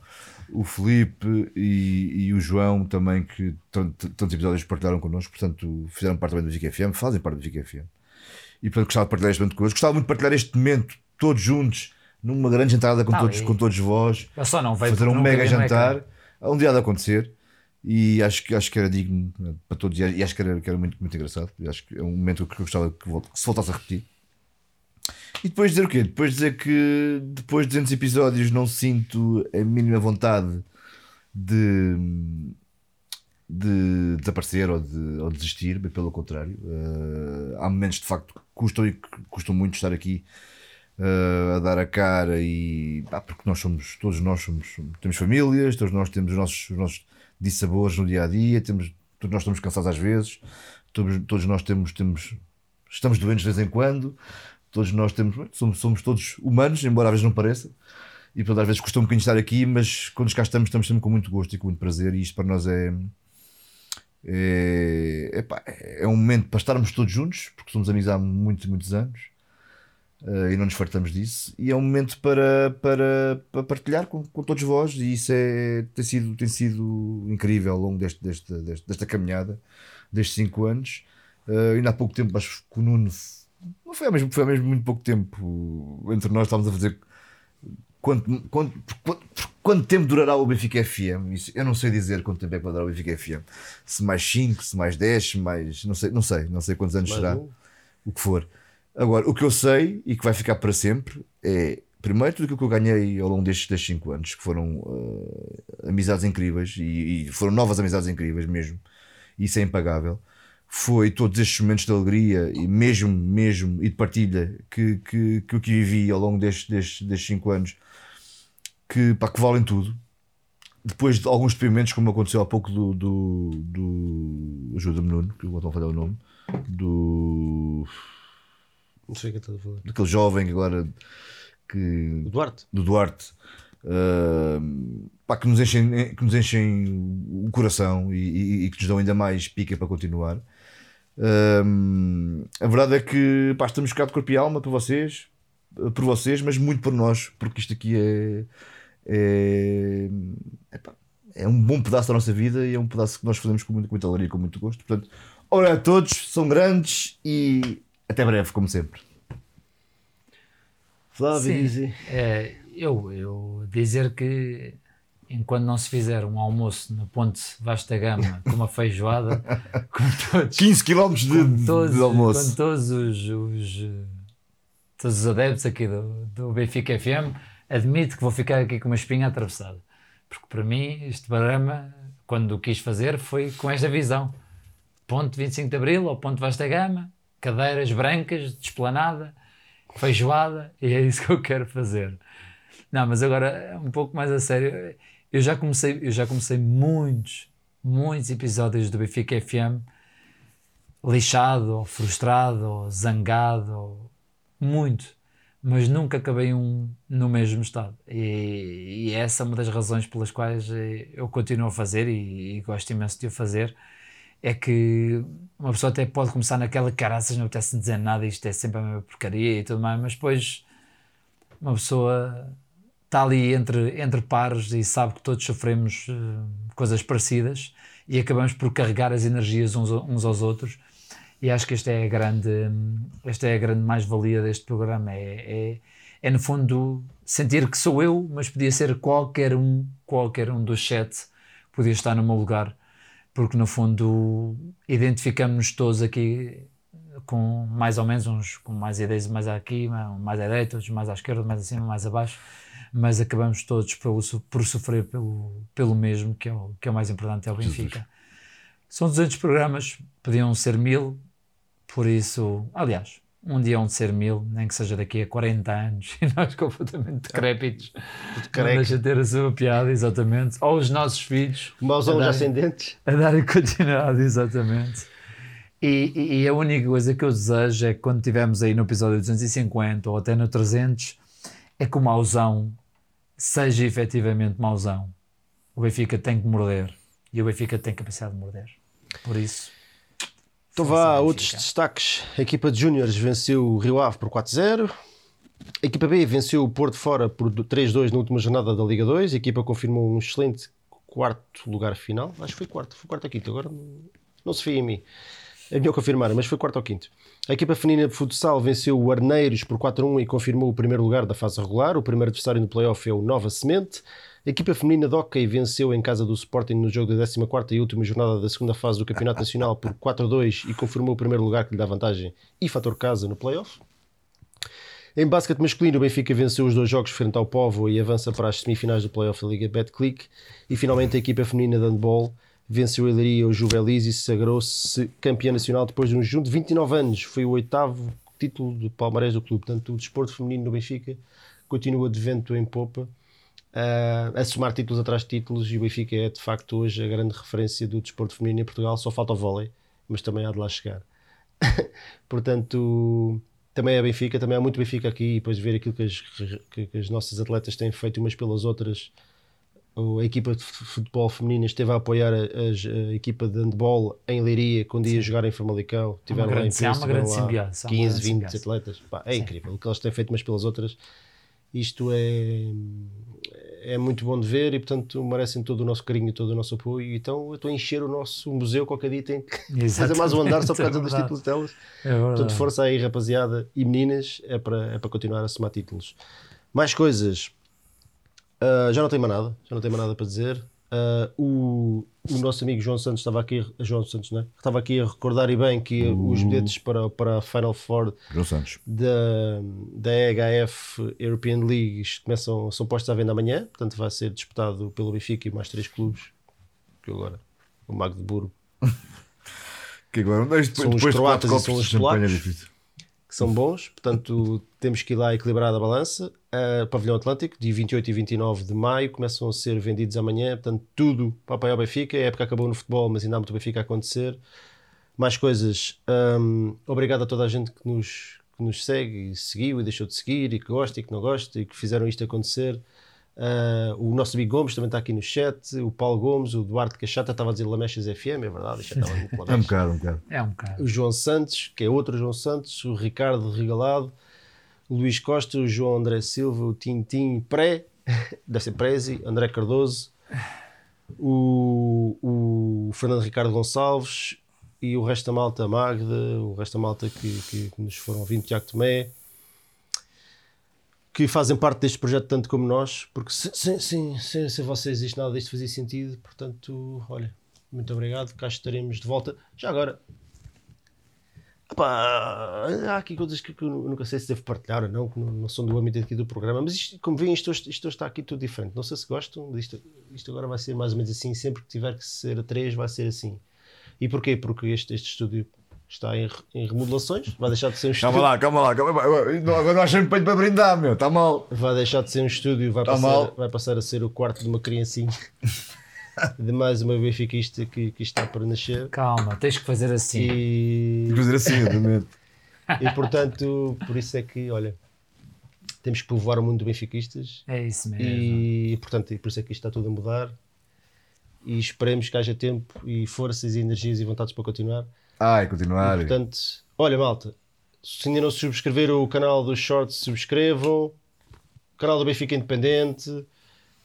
[SPEAKER 3] O Filipe e, e o João também, que tant- tantos episódios partilharam connosco, portanto, fizeram parte também do Vic FM, fazem parte do Vic FM. E portanto, gostava de partilhar este momento convosco. Gostava muito de partilhar este momento, todos juntos, numa grande jantada com,
[SPEAKER 4] Tá
[SPEAKER 3] todos,
[SPEAKER 4] bem.
[SPEAKER 3] com todos vós.
[SPEAKER 4] Eu só não vejo
[SPEAKER 3] Fazer
[SPEAKER 4] porque
[SPEAKER 3] um
[SPEAKER 4] nunca
[SPEAKER 3] mega
[SPEAKER 4] vi no
[SPEAKER 3] jantar.
[SPEAKER 4] ecrã.
[SPEAKER 3] Há Um dia há de acontecer. E acho que, acho que era digno né, para todos. E acho- E acho que era, que era muito, muito engraçado. E acho que é um momento que eu gostava que, vol- que se voltasse a repetir. E depois dizer o quê? Depois dizer que depois de 200 episódios não sinto a mínima vontade de, de desaparecer ou de ou desistir, bem pelo contrário. Eh, há momentos de facto que custam, e que custam muito estar aqui eh, a dar a cara e pá, porque nós somos, todos nós somos, temos famílias, todos nós temos os nossos, os nossos dissabores no dia a dia, temos, todos nós estamos cansados às vezes, todos, todos nós temos, temos estamos doentes de vez em quando, todos nós temos, somos, somos todos humanos, embora às vezes não pareça, e portanto às vezes custa um bocadinho estar aqui, mas quando cá estamos, estamos sempre com muito gosto e com muito prazer, e isto para nós é. É, epá, é um momento para estarmos todos juntos, porque somos amigos há muitos e muitos anos eh, e não nos fartamos disso. E é um momento para, para, para partilhar com, com todos vós, e isso é, tem, sido, tem sido incrível ao longo deste, deste, deste- desta caminhada, destes 5 anos. Eh, ainda há pouco tempo, acho que o Nuno f- não foi há mesmo, foi há mesmo muito pouco tempo entre nós estávamos a fazer. Quanto, quanto, quanto, quanto tempo durará o Benfica FM? Isso, eu não sei dizer quanto tempo é que vai durar o Benfica FM. Se mais 5, se mais 10, se mais. Não sei, não sei, não sei quantos anos
[SPEAKER 2] Mais
[SPEAKER 3] será
[SPEAKER 2] um.
[SPEAKER 3] o que for. Agora, o que eu sei e que vai ficar para sempre é, primeiro, tudo aquilo que eu ganhei ao longo destes 5 cinco anos, que foram eh, amizades incríveis e, e foram novas amizades incríveis mesmo. Isso é impagável. Foi todos estes momentos de alegria e mesmo, mesmo, e de partilha que, que, que eu que vivi ao longo destes 5 destes, destes cinco anos, que, pá, que valem tudo. Depois de alguns depoimentos, como aconteceu há pouco do. do, do Ajuda-me, Nuno, que eu vou a falhar o nome. Do
[SPEAKER 2] Não sei o que estás a falar.
[SPEAKER 3] daquele jovem que agora que
[SPEAKER 2] Duarte
[SPEAKER 3] do Duarte ah, pá, que nos enchem que nos enchem o coração e, e- e que nos dão ainda mais pica para continuar Ah, a verdade é que pá, estamos cá de corpo e alma para vocês por vocês mas muito por nós porque isto aqui é é, epá, é um bom pedaço da nossa vida e é um pedaço que nós fazemos com muito, com muita alegria e com muito gosto portanto olá a todos são grandes e até breve como sempre Flávio,
[SPEAKER 4] Sim,
[SPEAKER 3] dizem.
[SPEAKER 4] é, eu, eu dizer que enquanto não se fizer um almoço no Ponte Vasta Gama com uma feijoada, com todos,
[SPEAKER 3] 15 km de,
[SPEAKER 4] todos,
[SPEAKER 3] de almoço.
[SPEAKER 4] com todos os, os, eh, todos os adeptos aqui do, do Benfica FM, admito que vou ficar aqui com uma espinha atravessada. Porque para mim, este programa, quando o quis fazer, foi com esta visão. Ponto 25 de Abril ou Ponto Vasta Gama, cadeiras brancas, de esplanada, feijoada, e é isso que eu quero fazer. Não, mas agora, um pouco mais a sério, eu já comecei, eu já comecei muitos, muitos episódios do Benfica FM lixado, ou frustrado, ou zangado, ou- muito, mas nunca acabei um no mesmo estado. E, e essa é uma das razões pelas quais eh, eu continuo a fazer e, e gosto imenso de o fazer. É que uma pessoa até pode começar naquela caraças, não apetece dizer nada, isto é sempre a mesma porcaria e tudo mais, mas depois uma pessoa está ali entre, entre pares e sabe que todos sofremos eh, coisas parecidas e acabamos por carregar as energias uns, ao- uns aos outros e acho que esta é a grande hum, esta é a grande mais-valia deste programa é, é, é, no fundo sentir que sou eu, mas podia ser qualquer um qualquer um dos sete podia estar no meu lugar porque no fundo identificamos-nos todos aqui com mais ou menos uns com mais ideias mais aqui, mais à direita, outros mais à esquerda, mais acima, mais abaixo, mas acabamos todos pelo so- por sofrer pelo, pelo mesmo, que é, o, que é o mais importante, é o Benfica. São 200 programas, podiam ser mil, por isso, aliás, um dia onde ser mil, nem que seja daqui a 40 anos, e nós completamente decrépitos, não
[SPEAKER 2] careca.
[SPEAKER 4] deixa de ter a sua piada, exatamente, ou os nossos filhos. a
[SPEAKER 2] Mausão já
[SPEAKER 4] darem-
[SPEAKER 2] sem dentes.
[SPEAKER 4] a darem continuidade, exatamente. E, e- e a única coisa que eu desejo é que quando estivermos aí no episódio 250 ou até no 300, é que o mauzão seja efetivamente mauzão. O Benfica tem que morder e o Benfica tem capacidade de morder. Por isso,
[SPEAKER 2] Então vá, outros destaques. A equipa de Júniores venceu o Rio Ave por 4-0. A equipa B venceu o Porto fora por 3-2 na última jornada da Liga 2. A equipa confirmou um excelente quarto lugar final. Acho que foi quarto, foi quarto ou quinto. Agora não- não se fia em mim. É melhor confirmar, mas foi quarto ou quinto. A equipa feminina de futsal venceu o Arneiros por 4-1 e confirmou o primeiro lugar da fase regular. O primeiro adversário no playoff é o Nova Semente. A equipa feminina de hockey venceu em casa do Sporting no jogo da 14ª e última jornada da segunda fase do Campeonato Nacional por 4-2 e confirmou o primeiro lugar que lhe dá vantagem e fator casa no playoff. Em basquete masculino, o Benfica venceu os dois jogos frente ao Povo e avança para as semifinais do playoff da Liga Betclic. E finalmente a equipa feminina de handball venceu a Leiria e o Juvelis e sagrou-se campeã nacional depois de um junho de 29 anos. Foi o oitavo título do palmarés do clube. Portanto, o desporto feminino no Benfica continua de vento em popa ah, a somar títulos atrás de títulos e o Benfica é de facto hoje a grande referência do desporto feminino em Portugal. Só falta o vôlei, mas também há de lá chegar. Portanto, também é Benfica, também há muito Benfica aqui. E depois de ver aquilo que as, que- que as nossas atletas têm feito umas pelas outras, o- a equipa de fu- futebol feminina esteve a apoiar a, as- a equipa de handball em Leiria quando ia jogar em Famalicão. Tiveram lá
[SPEAKER 4] grande-
[SPEAKER 2] em
[SPEAKER 4] há uma
[SPEAKER 2] Pires,
[SPEAKER 4] grande
[SPEAKER 2] tiveram lá
[SPEAKER 4] simbiose, há uma
[SPEAKER 2] 15,
[SPEAKER 4] grande
[SPEAKER 2] 20
[SPEAKER 4] simbiose.
[SPEAKER 2] atletas. Pá, é
[SPEAKER 4] Sim.
[SPEAKER 2] incrível o que elas têm feito umas pelas outras. Isto é, é muito bom de ver e, portanto, merecem todo o nosso carinho e todo o nosso apoio. Então, eu estou a encher o nosso museu. Qualquer dia tem que fazer mais um andar só por
[SPEAKER 4] Exatamente,
[SPEAKER 2] causa
[SPEAKER 4] é
[SPEAKER 2] dos
[SPEAKER 4] verdade.
[SPEAKER 2] títulos delas.
[SPEAKER 4] É verdade.
[SPEAKER 2] Portanto, força aí, rapaziada e meninas, é para, é para continuar a somar títulos. Mais coisas. Ah, já não tenho mais nada, já não tenho mais nada para dizer. Ah, o, o nosso amigo João Santos estava aqui, a- João Santos, né? Estava aqui a recordar e bem que os
[SPEAKER 4] Hum.
[SPEAKER 2] bilhetes para, para a Final Four
[SPEAKER 3] João Santos.
[SPEAKER 2] da, da EHF European League começam, são postos à venda amanhã, portanto vai ser disputado pelo Benfica e mais três clubes. Que agora, o Magdeburgo.
[SPEAKER 3] Que agora, mas depois,
[SPEAKER 2] São os
[SPEAKER 3] depois de quatro
[SPEAKER 2] croatas e
[SPEAKER 3] copos
[SPEAKER 2] são
[SPEAKER 3] de
[SPEAKER 2] os
[SPEAKER 3] champanhe é
[SPEAKER 2] polacos.
[SPEAKER 3] difícil.
[SPEAKER 2] que são bons, portanto temos que ir lá equilibrar a balança. Uh, Pavilhão Atlântico, dia 28 e 29 de maio, começam a ser vendidos amanhã, portanto tudo para apoiar o Benfica. A época acabou no futebol, mas ainda há muito Benfica a acontecer. Mais coisas, Um, obrigado a toda a gente que nos, que nos segue, e seguiu e deixou de seguir, e que gosta e que não gosta, e que fizeram isto acontecer. Uh, o nosso amigo Gomes também está aqui no chat, o Paulo Gomes, o Duarte Cachata estava a dizer Lamechas FM, é verdade, já estava muito
[SPEAKER 3] É um
[SPEAKER 2] Lamechas.
[SPEAKER 3] bocado, um bocado.
[SPEAKER 4] É um bocado.
[SPEAKER 2] O João Santos, que é outro João Santos, o Ricardo Regalado, o Luís Costa, o João André Silva, o Tintim Pré, deve ser Prezi, André Cardoso, o, o Fernando Ricardo Gonçalves e o resto da malta, a Magda, o resto da malta que, que nos foram ouvindo, Tiago Tomé, que fazem parte deste projeto tanto como nós, porque se- sem, sem, sem, sem vocês isto nada disto fazia sentido, portanto, olha, muito obrigado, cá estaremos de volta. Já agora, Epá, há aqui coisas que, que eu nunca sei se devo partilhar ou não, que não, não são do âmbito aqui do programa, mas isto, como veem, isto, hoje- isto hoje está aqui tudo diferente. Não sei se gostam disto. Isto agora vai ser mais ou menos assim, sempre que tiver que ser a três, vai ser assim. E porquê? Porque este, este estúdio está em, re- em remodelações, vai deixar de ser um estúdio.
[SPEAKER 3] Calma lá, calma lá, calma lá. Não, Agora não há champanhe para brindar, meu, está mal.
[SPEAKER 2] Vai deixar de ser um estúdio, vai
[SPEAKER 3] Tá
[SPEAKER 2] passar,
[SPEAKER 3] mal.
[SPEAKER 2] vai passar a ser o quarto de uma criancinha. de mais uma benfiquista que, que está para nascer.
[SPEAKER 4] Calma, tens que fazer assim.
[SPEAKER 2] E...
[SPEAKER 3] Fazer assim, exatamente.
[SPEAKER 2] E portanto, por isso é que, olha, temos que povoar o mundo de benfiquistas.
[SPEAKER 4] É isso mesmo.
[SPEAKER 2] E portanto, e por isso é que isto está tudo a mudar. E esperemos que haja tempo e forças e energias e vontades para continuar.
[SPEAKER 3] Ai, continuar.
[SPEAKER 2] E, portanto, olha, malta, se ainda não subscreveram o canal do Shorts, subscrevam. Canal do Benfica Independente.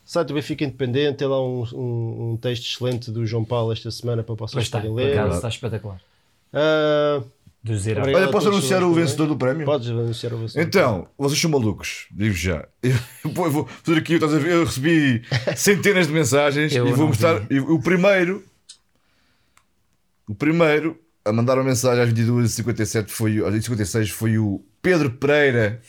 [SPEAKER 2] Site do Benfica Independente. Tem lá um, um- um texto excelente do João Paulo esta semana para
[SPEAKER 4] Pois
[SPEAKER 2] vocês
[SPEAKER 4] está,
[SPEAKER 2] poderem
[SPEAKER 4] por
[SPEAKER 2] ler.
[SPEAKER 4] acaso está espetacular.
[SPEAKER 2] Ah,
[SPEAKER 4] Dos heróis.
[SPEAKER 2] obrigado
[SPEAKER 3] Olha,
[SPEAKER 2] a
[SPEAKER 3] posso
[SPEAKER 2] todos
[SPEAKER 3] anunciar
[SPEAKER 2] pela
[SPEAKER 3] o vencedor do prémio?
[SPEAKER 2] Podes anunciar o vencedor.
[SPEAKER 3] Então, vocês são malucos, digo já. Eu vou- eu vou fazer aqui, estás a ver, eu recebi centenas de mensagens
[SPEAKER 4] Eu
[SPEAKER 3] e
[SPEAKER 4] não
[SPEAKER 3] vou mostrar. e o primeiro O primeiro a mandar uma mensagem às 22h57 foi, o- às 56 foi o Pedro Pereira,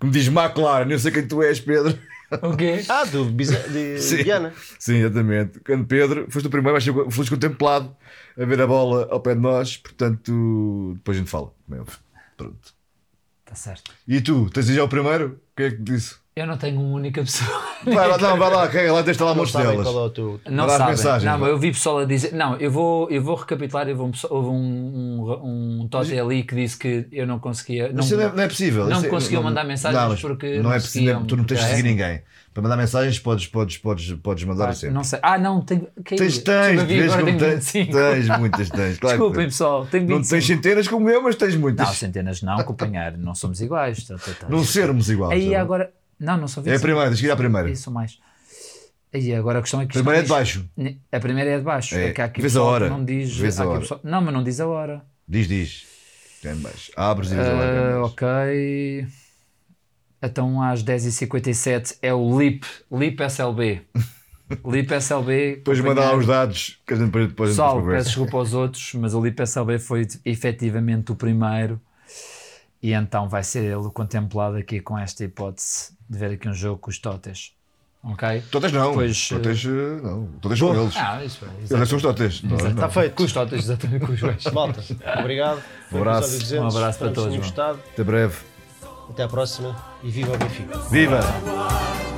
[SPEAKER 3] que me diz McLaren, eu sei quem tu és, Pedro.
[SPEAKER 4] O quê?
[SPEAKER 2] Ah, do Biza- de Diana.
[SPEAKER 3] Sim, exatamente. Quando Pedro, foste o primeiro, mas foste contemplado a ver a bola ao pé de nós, portanto, depois a gente fala. como é óbvio. Pronto.
[SPEAKER 4] Está tá certo.
[SPEAKER 3] E tu, tens aí já o primeiro? Quem é que te disse?
[SPEAKER 4] Eu não tenho uma única pessoa.
[SPEAKER 3] Vai lá, não, vai lá, quem lá tens lá
[SPEAKER 4] Não
[SPEAKER 3] montes
[SPEAKER 4] sabem
[SPEAKER 3] delas.
[SPEAKER 4] qual é o
[SPEAKER 2] teu-
[SPEAKER 4] Não
[SPEAKER 3] Vai lá
[SPEAKER 4] sabem.
[SPEAKER 3] às mensagens,
[SPEAKER 4] não,
[SPEAKER 3] vá.
[SPEAKER 4] mas eu vi pessoal a dizer. Não, eu vou, eu vou recapitular. Houve um, pessoal- houve um, um, um Totti ali que disse que eu não conseguia.
[SPEAKER 3] Não, isso não, é, não é possível.
[SPEAKER 4] Não
[SPEAKER 3] Isso
[SPEAKER 4] me
[SPEAKER 3] é-
[SPEAKER 4] conseguiam
[SPEAKER 3] não-
[SPEAKER 4] mandar mensagens
[SPEAKER 3] mas
[SPEAKER 4] porque.
[SPEAKER 3] Não é
[SPEAKER 4] seguiam,
[SPEAKER 3] possível, tu não tens de
[SPEAKER 4] ok?
[SPEAKER 3] seguir ninguém. Para mandar mensagens, podes, podes, podes, podes mandar
[SPEAKER 4] Ah,
[SPEAKER 3] sempre.
[SPEAKER 4] Não sei. Ah, não, tenho. Que
[SPEAKER 3] Tens,
[SPEAKER 4] isso?
[SPEAKER 3] tens,
[SPEAKER 4] Desculpa, vi,
[SPEAKER 3] vês
[SPEAKER 4] agora
[SPEAKER 3] como
[SPEAKER 4] tenho
[SPEAKER 3] tens,
[SPEAKER 4] 25.
[SPEAKER 3] tens muitas, tens. Claro que
[SPEAKER 4] Desculpem,
[SPEAKER 3] tens.
[SPEAKER 4] pessoal, tenho
[SPEAKER 3] Não
[SPEAKER 4] 25.
[SPEAKER 3] tens centenas como eu, mas tens muitas.
[SPEAKER 4] Não, centenas não, companheiro, não somos iguais. Tá, tá, tá.
[SPEAKER 3] Não sermos iguais,
[SPEAKER 4] Aí
[SPEAKER 3] é
[SPEAKER 4] agora. Não, não sou
[SPEAKER 3] É a primeira, tens que ir à primeira.
[SPEAKER 4] Isso mais. Aí agora a questão é que.
[SPEAKER 3] A primeira
[SPEAKER 4] isto não
[SPEAKER 3] é de
[SPEAKER 4] diz- A primeira é de baixo.
[SPEAKER 3] É,
[SPEAKER 4] É, que há aqui
[SPEAKER 3] vês a
[SPEAKER 4] pessoal
[SPEAKER 3] hora,
[SPEAKER 4] que não diz.
[SPEAKER 3] vês
[SPEAKER 4] há
[SPEAKER 3] a
[SPEAKER 4] aqui
[SPEAKER 3] hora.
[SPEAKER 4] pessoal- Não, mas não diz a hora.
[SPEAKER 3] Diz, diz. Tem mais. Abres e vês a
[SPEAKER 4] Ah,
[SPEAKER 3] hora.
[SPEAKER 4] ok. Então às 10h57 é o LIP, LIP SLB. LIP SLB.
[SPEAKER 3] Depois mandar lá os dados, que a gente depois, depois a gente
[SPEAKER 4] Pessoal, peço
[SPEAKER 3] conversa.
[SPEAKER 4] desculpa aos outros, mas o LIP SLB foi efetivamente o primeiro. E então vai ser ele o contemplado aqui com esta hipótese de ver aqui um jogo com os Totes. Ok?
[SPEAKER 3] Totes não.
[SPEAKER 4] Pois,
[SPEAKER 3] totes, eh, não. Totes são
[SPEAKER 4] Bom,
[SPEAKER 3] eles.
[SPEAKER 4] ah, isso é,
[SPEAKER 3] eles
[SPEAKER 4] exatamente.
[SPEAKER 3] são os totes. nós
[SPEAKER 4] Exato.
[SPEAKER 3] não.
[SPEAKER 4] Tá feito. Com os Totes, exatamente. Com os dois.
[SPEAKER 2] Malta, obrigado. Foi
[SPEAKER 3] Um
[SPEAKER 2] o
[SPEAKER 3] abraço.
[SPEAKER 2] episódio 200.
[SPEAKER 4] Um abraço para
[SPEAKER 2] Esperamos que
[SPEAKER 4] todos,
[SPEAKER 2] tenham
[SPEAKER 4] mano.
[SPEAKER 2] gostado.
[SPEAKER 3] Até breve.
[SPEAKER 2] Até à próxima e viva o Benfica.
[SPEAKER 3] Viva!
[SPEAKER 2] Viva!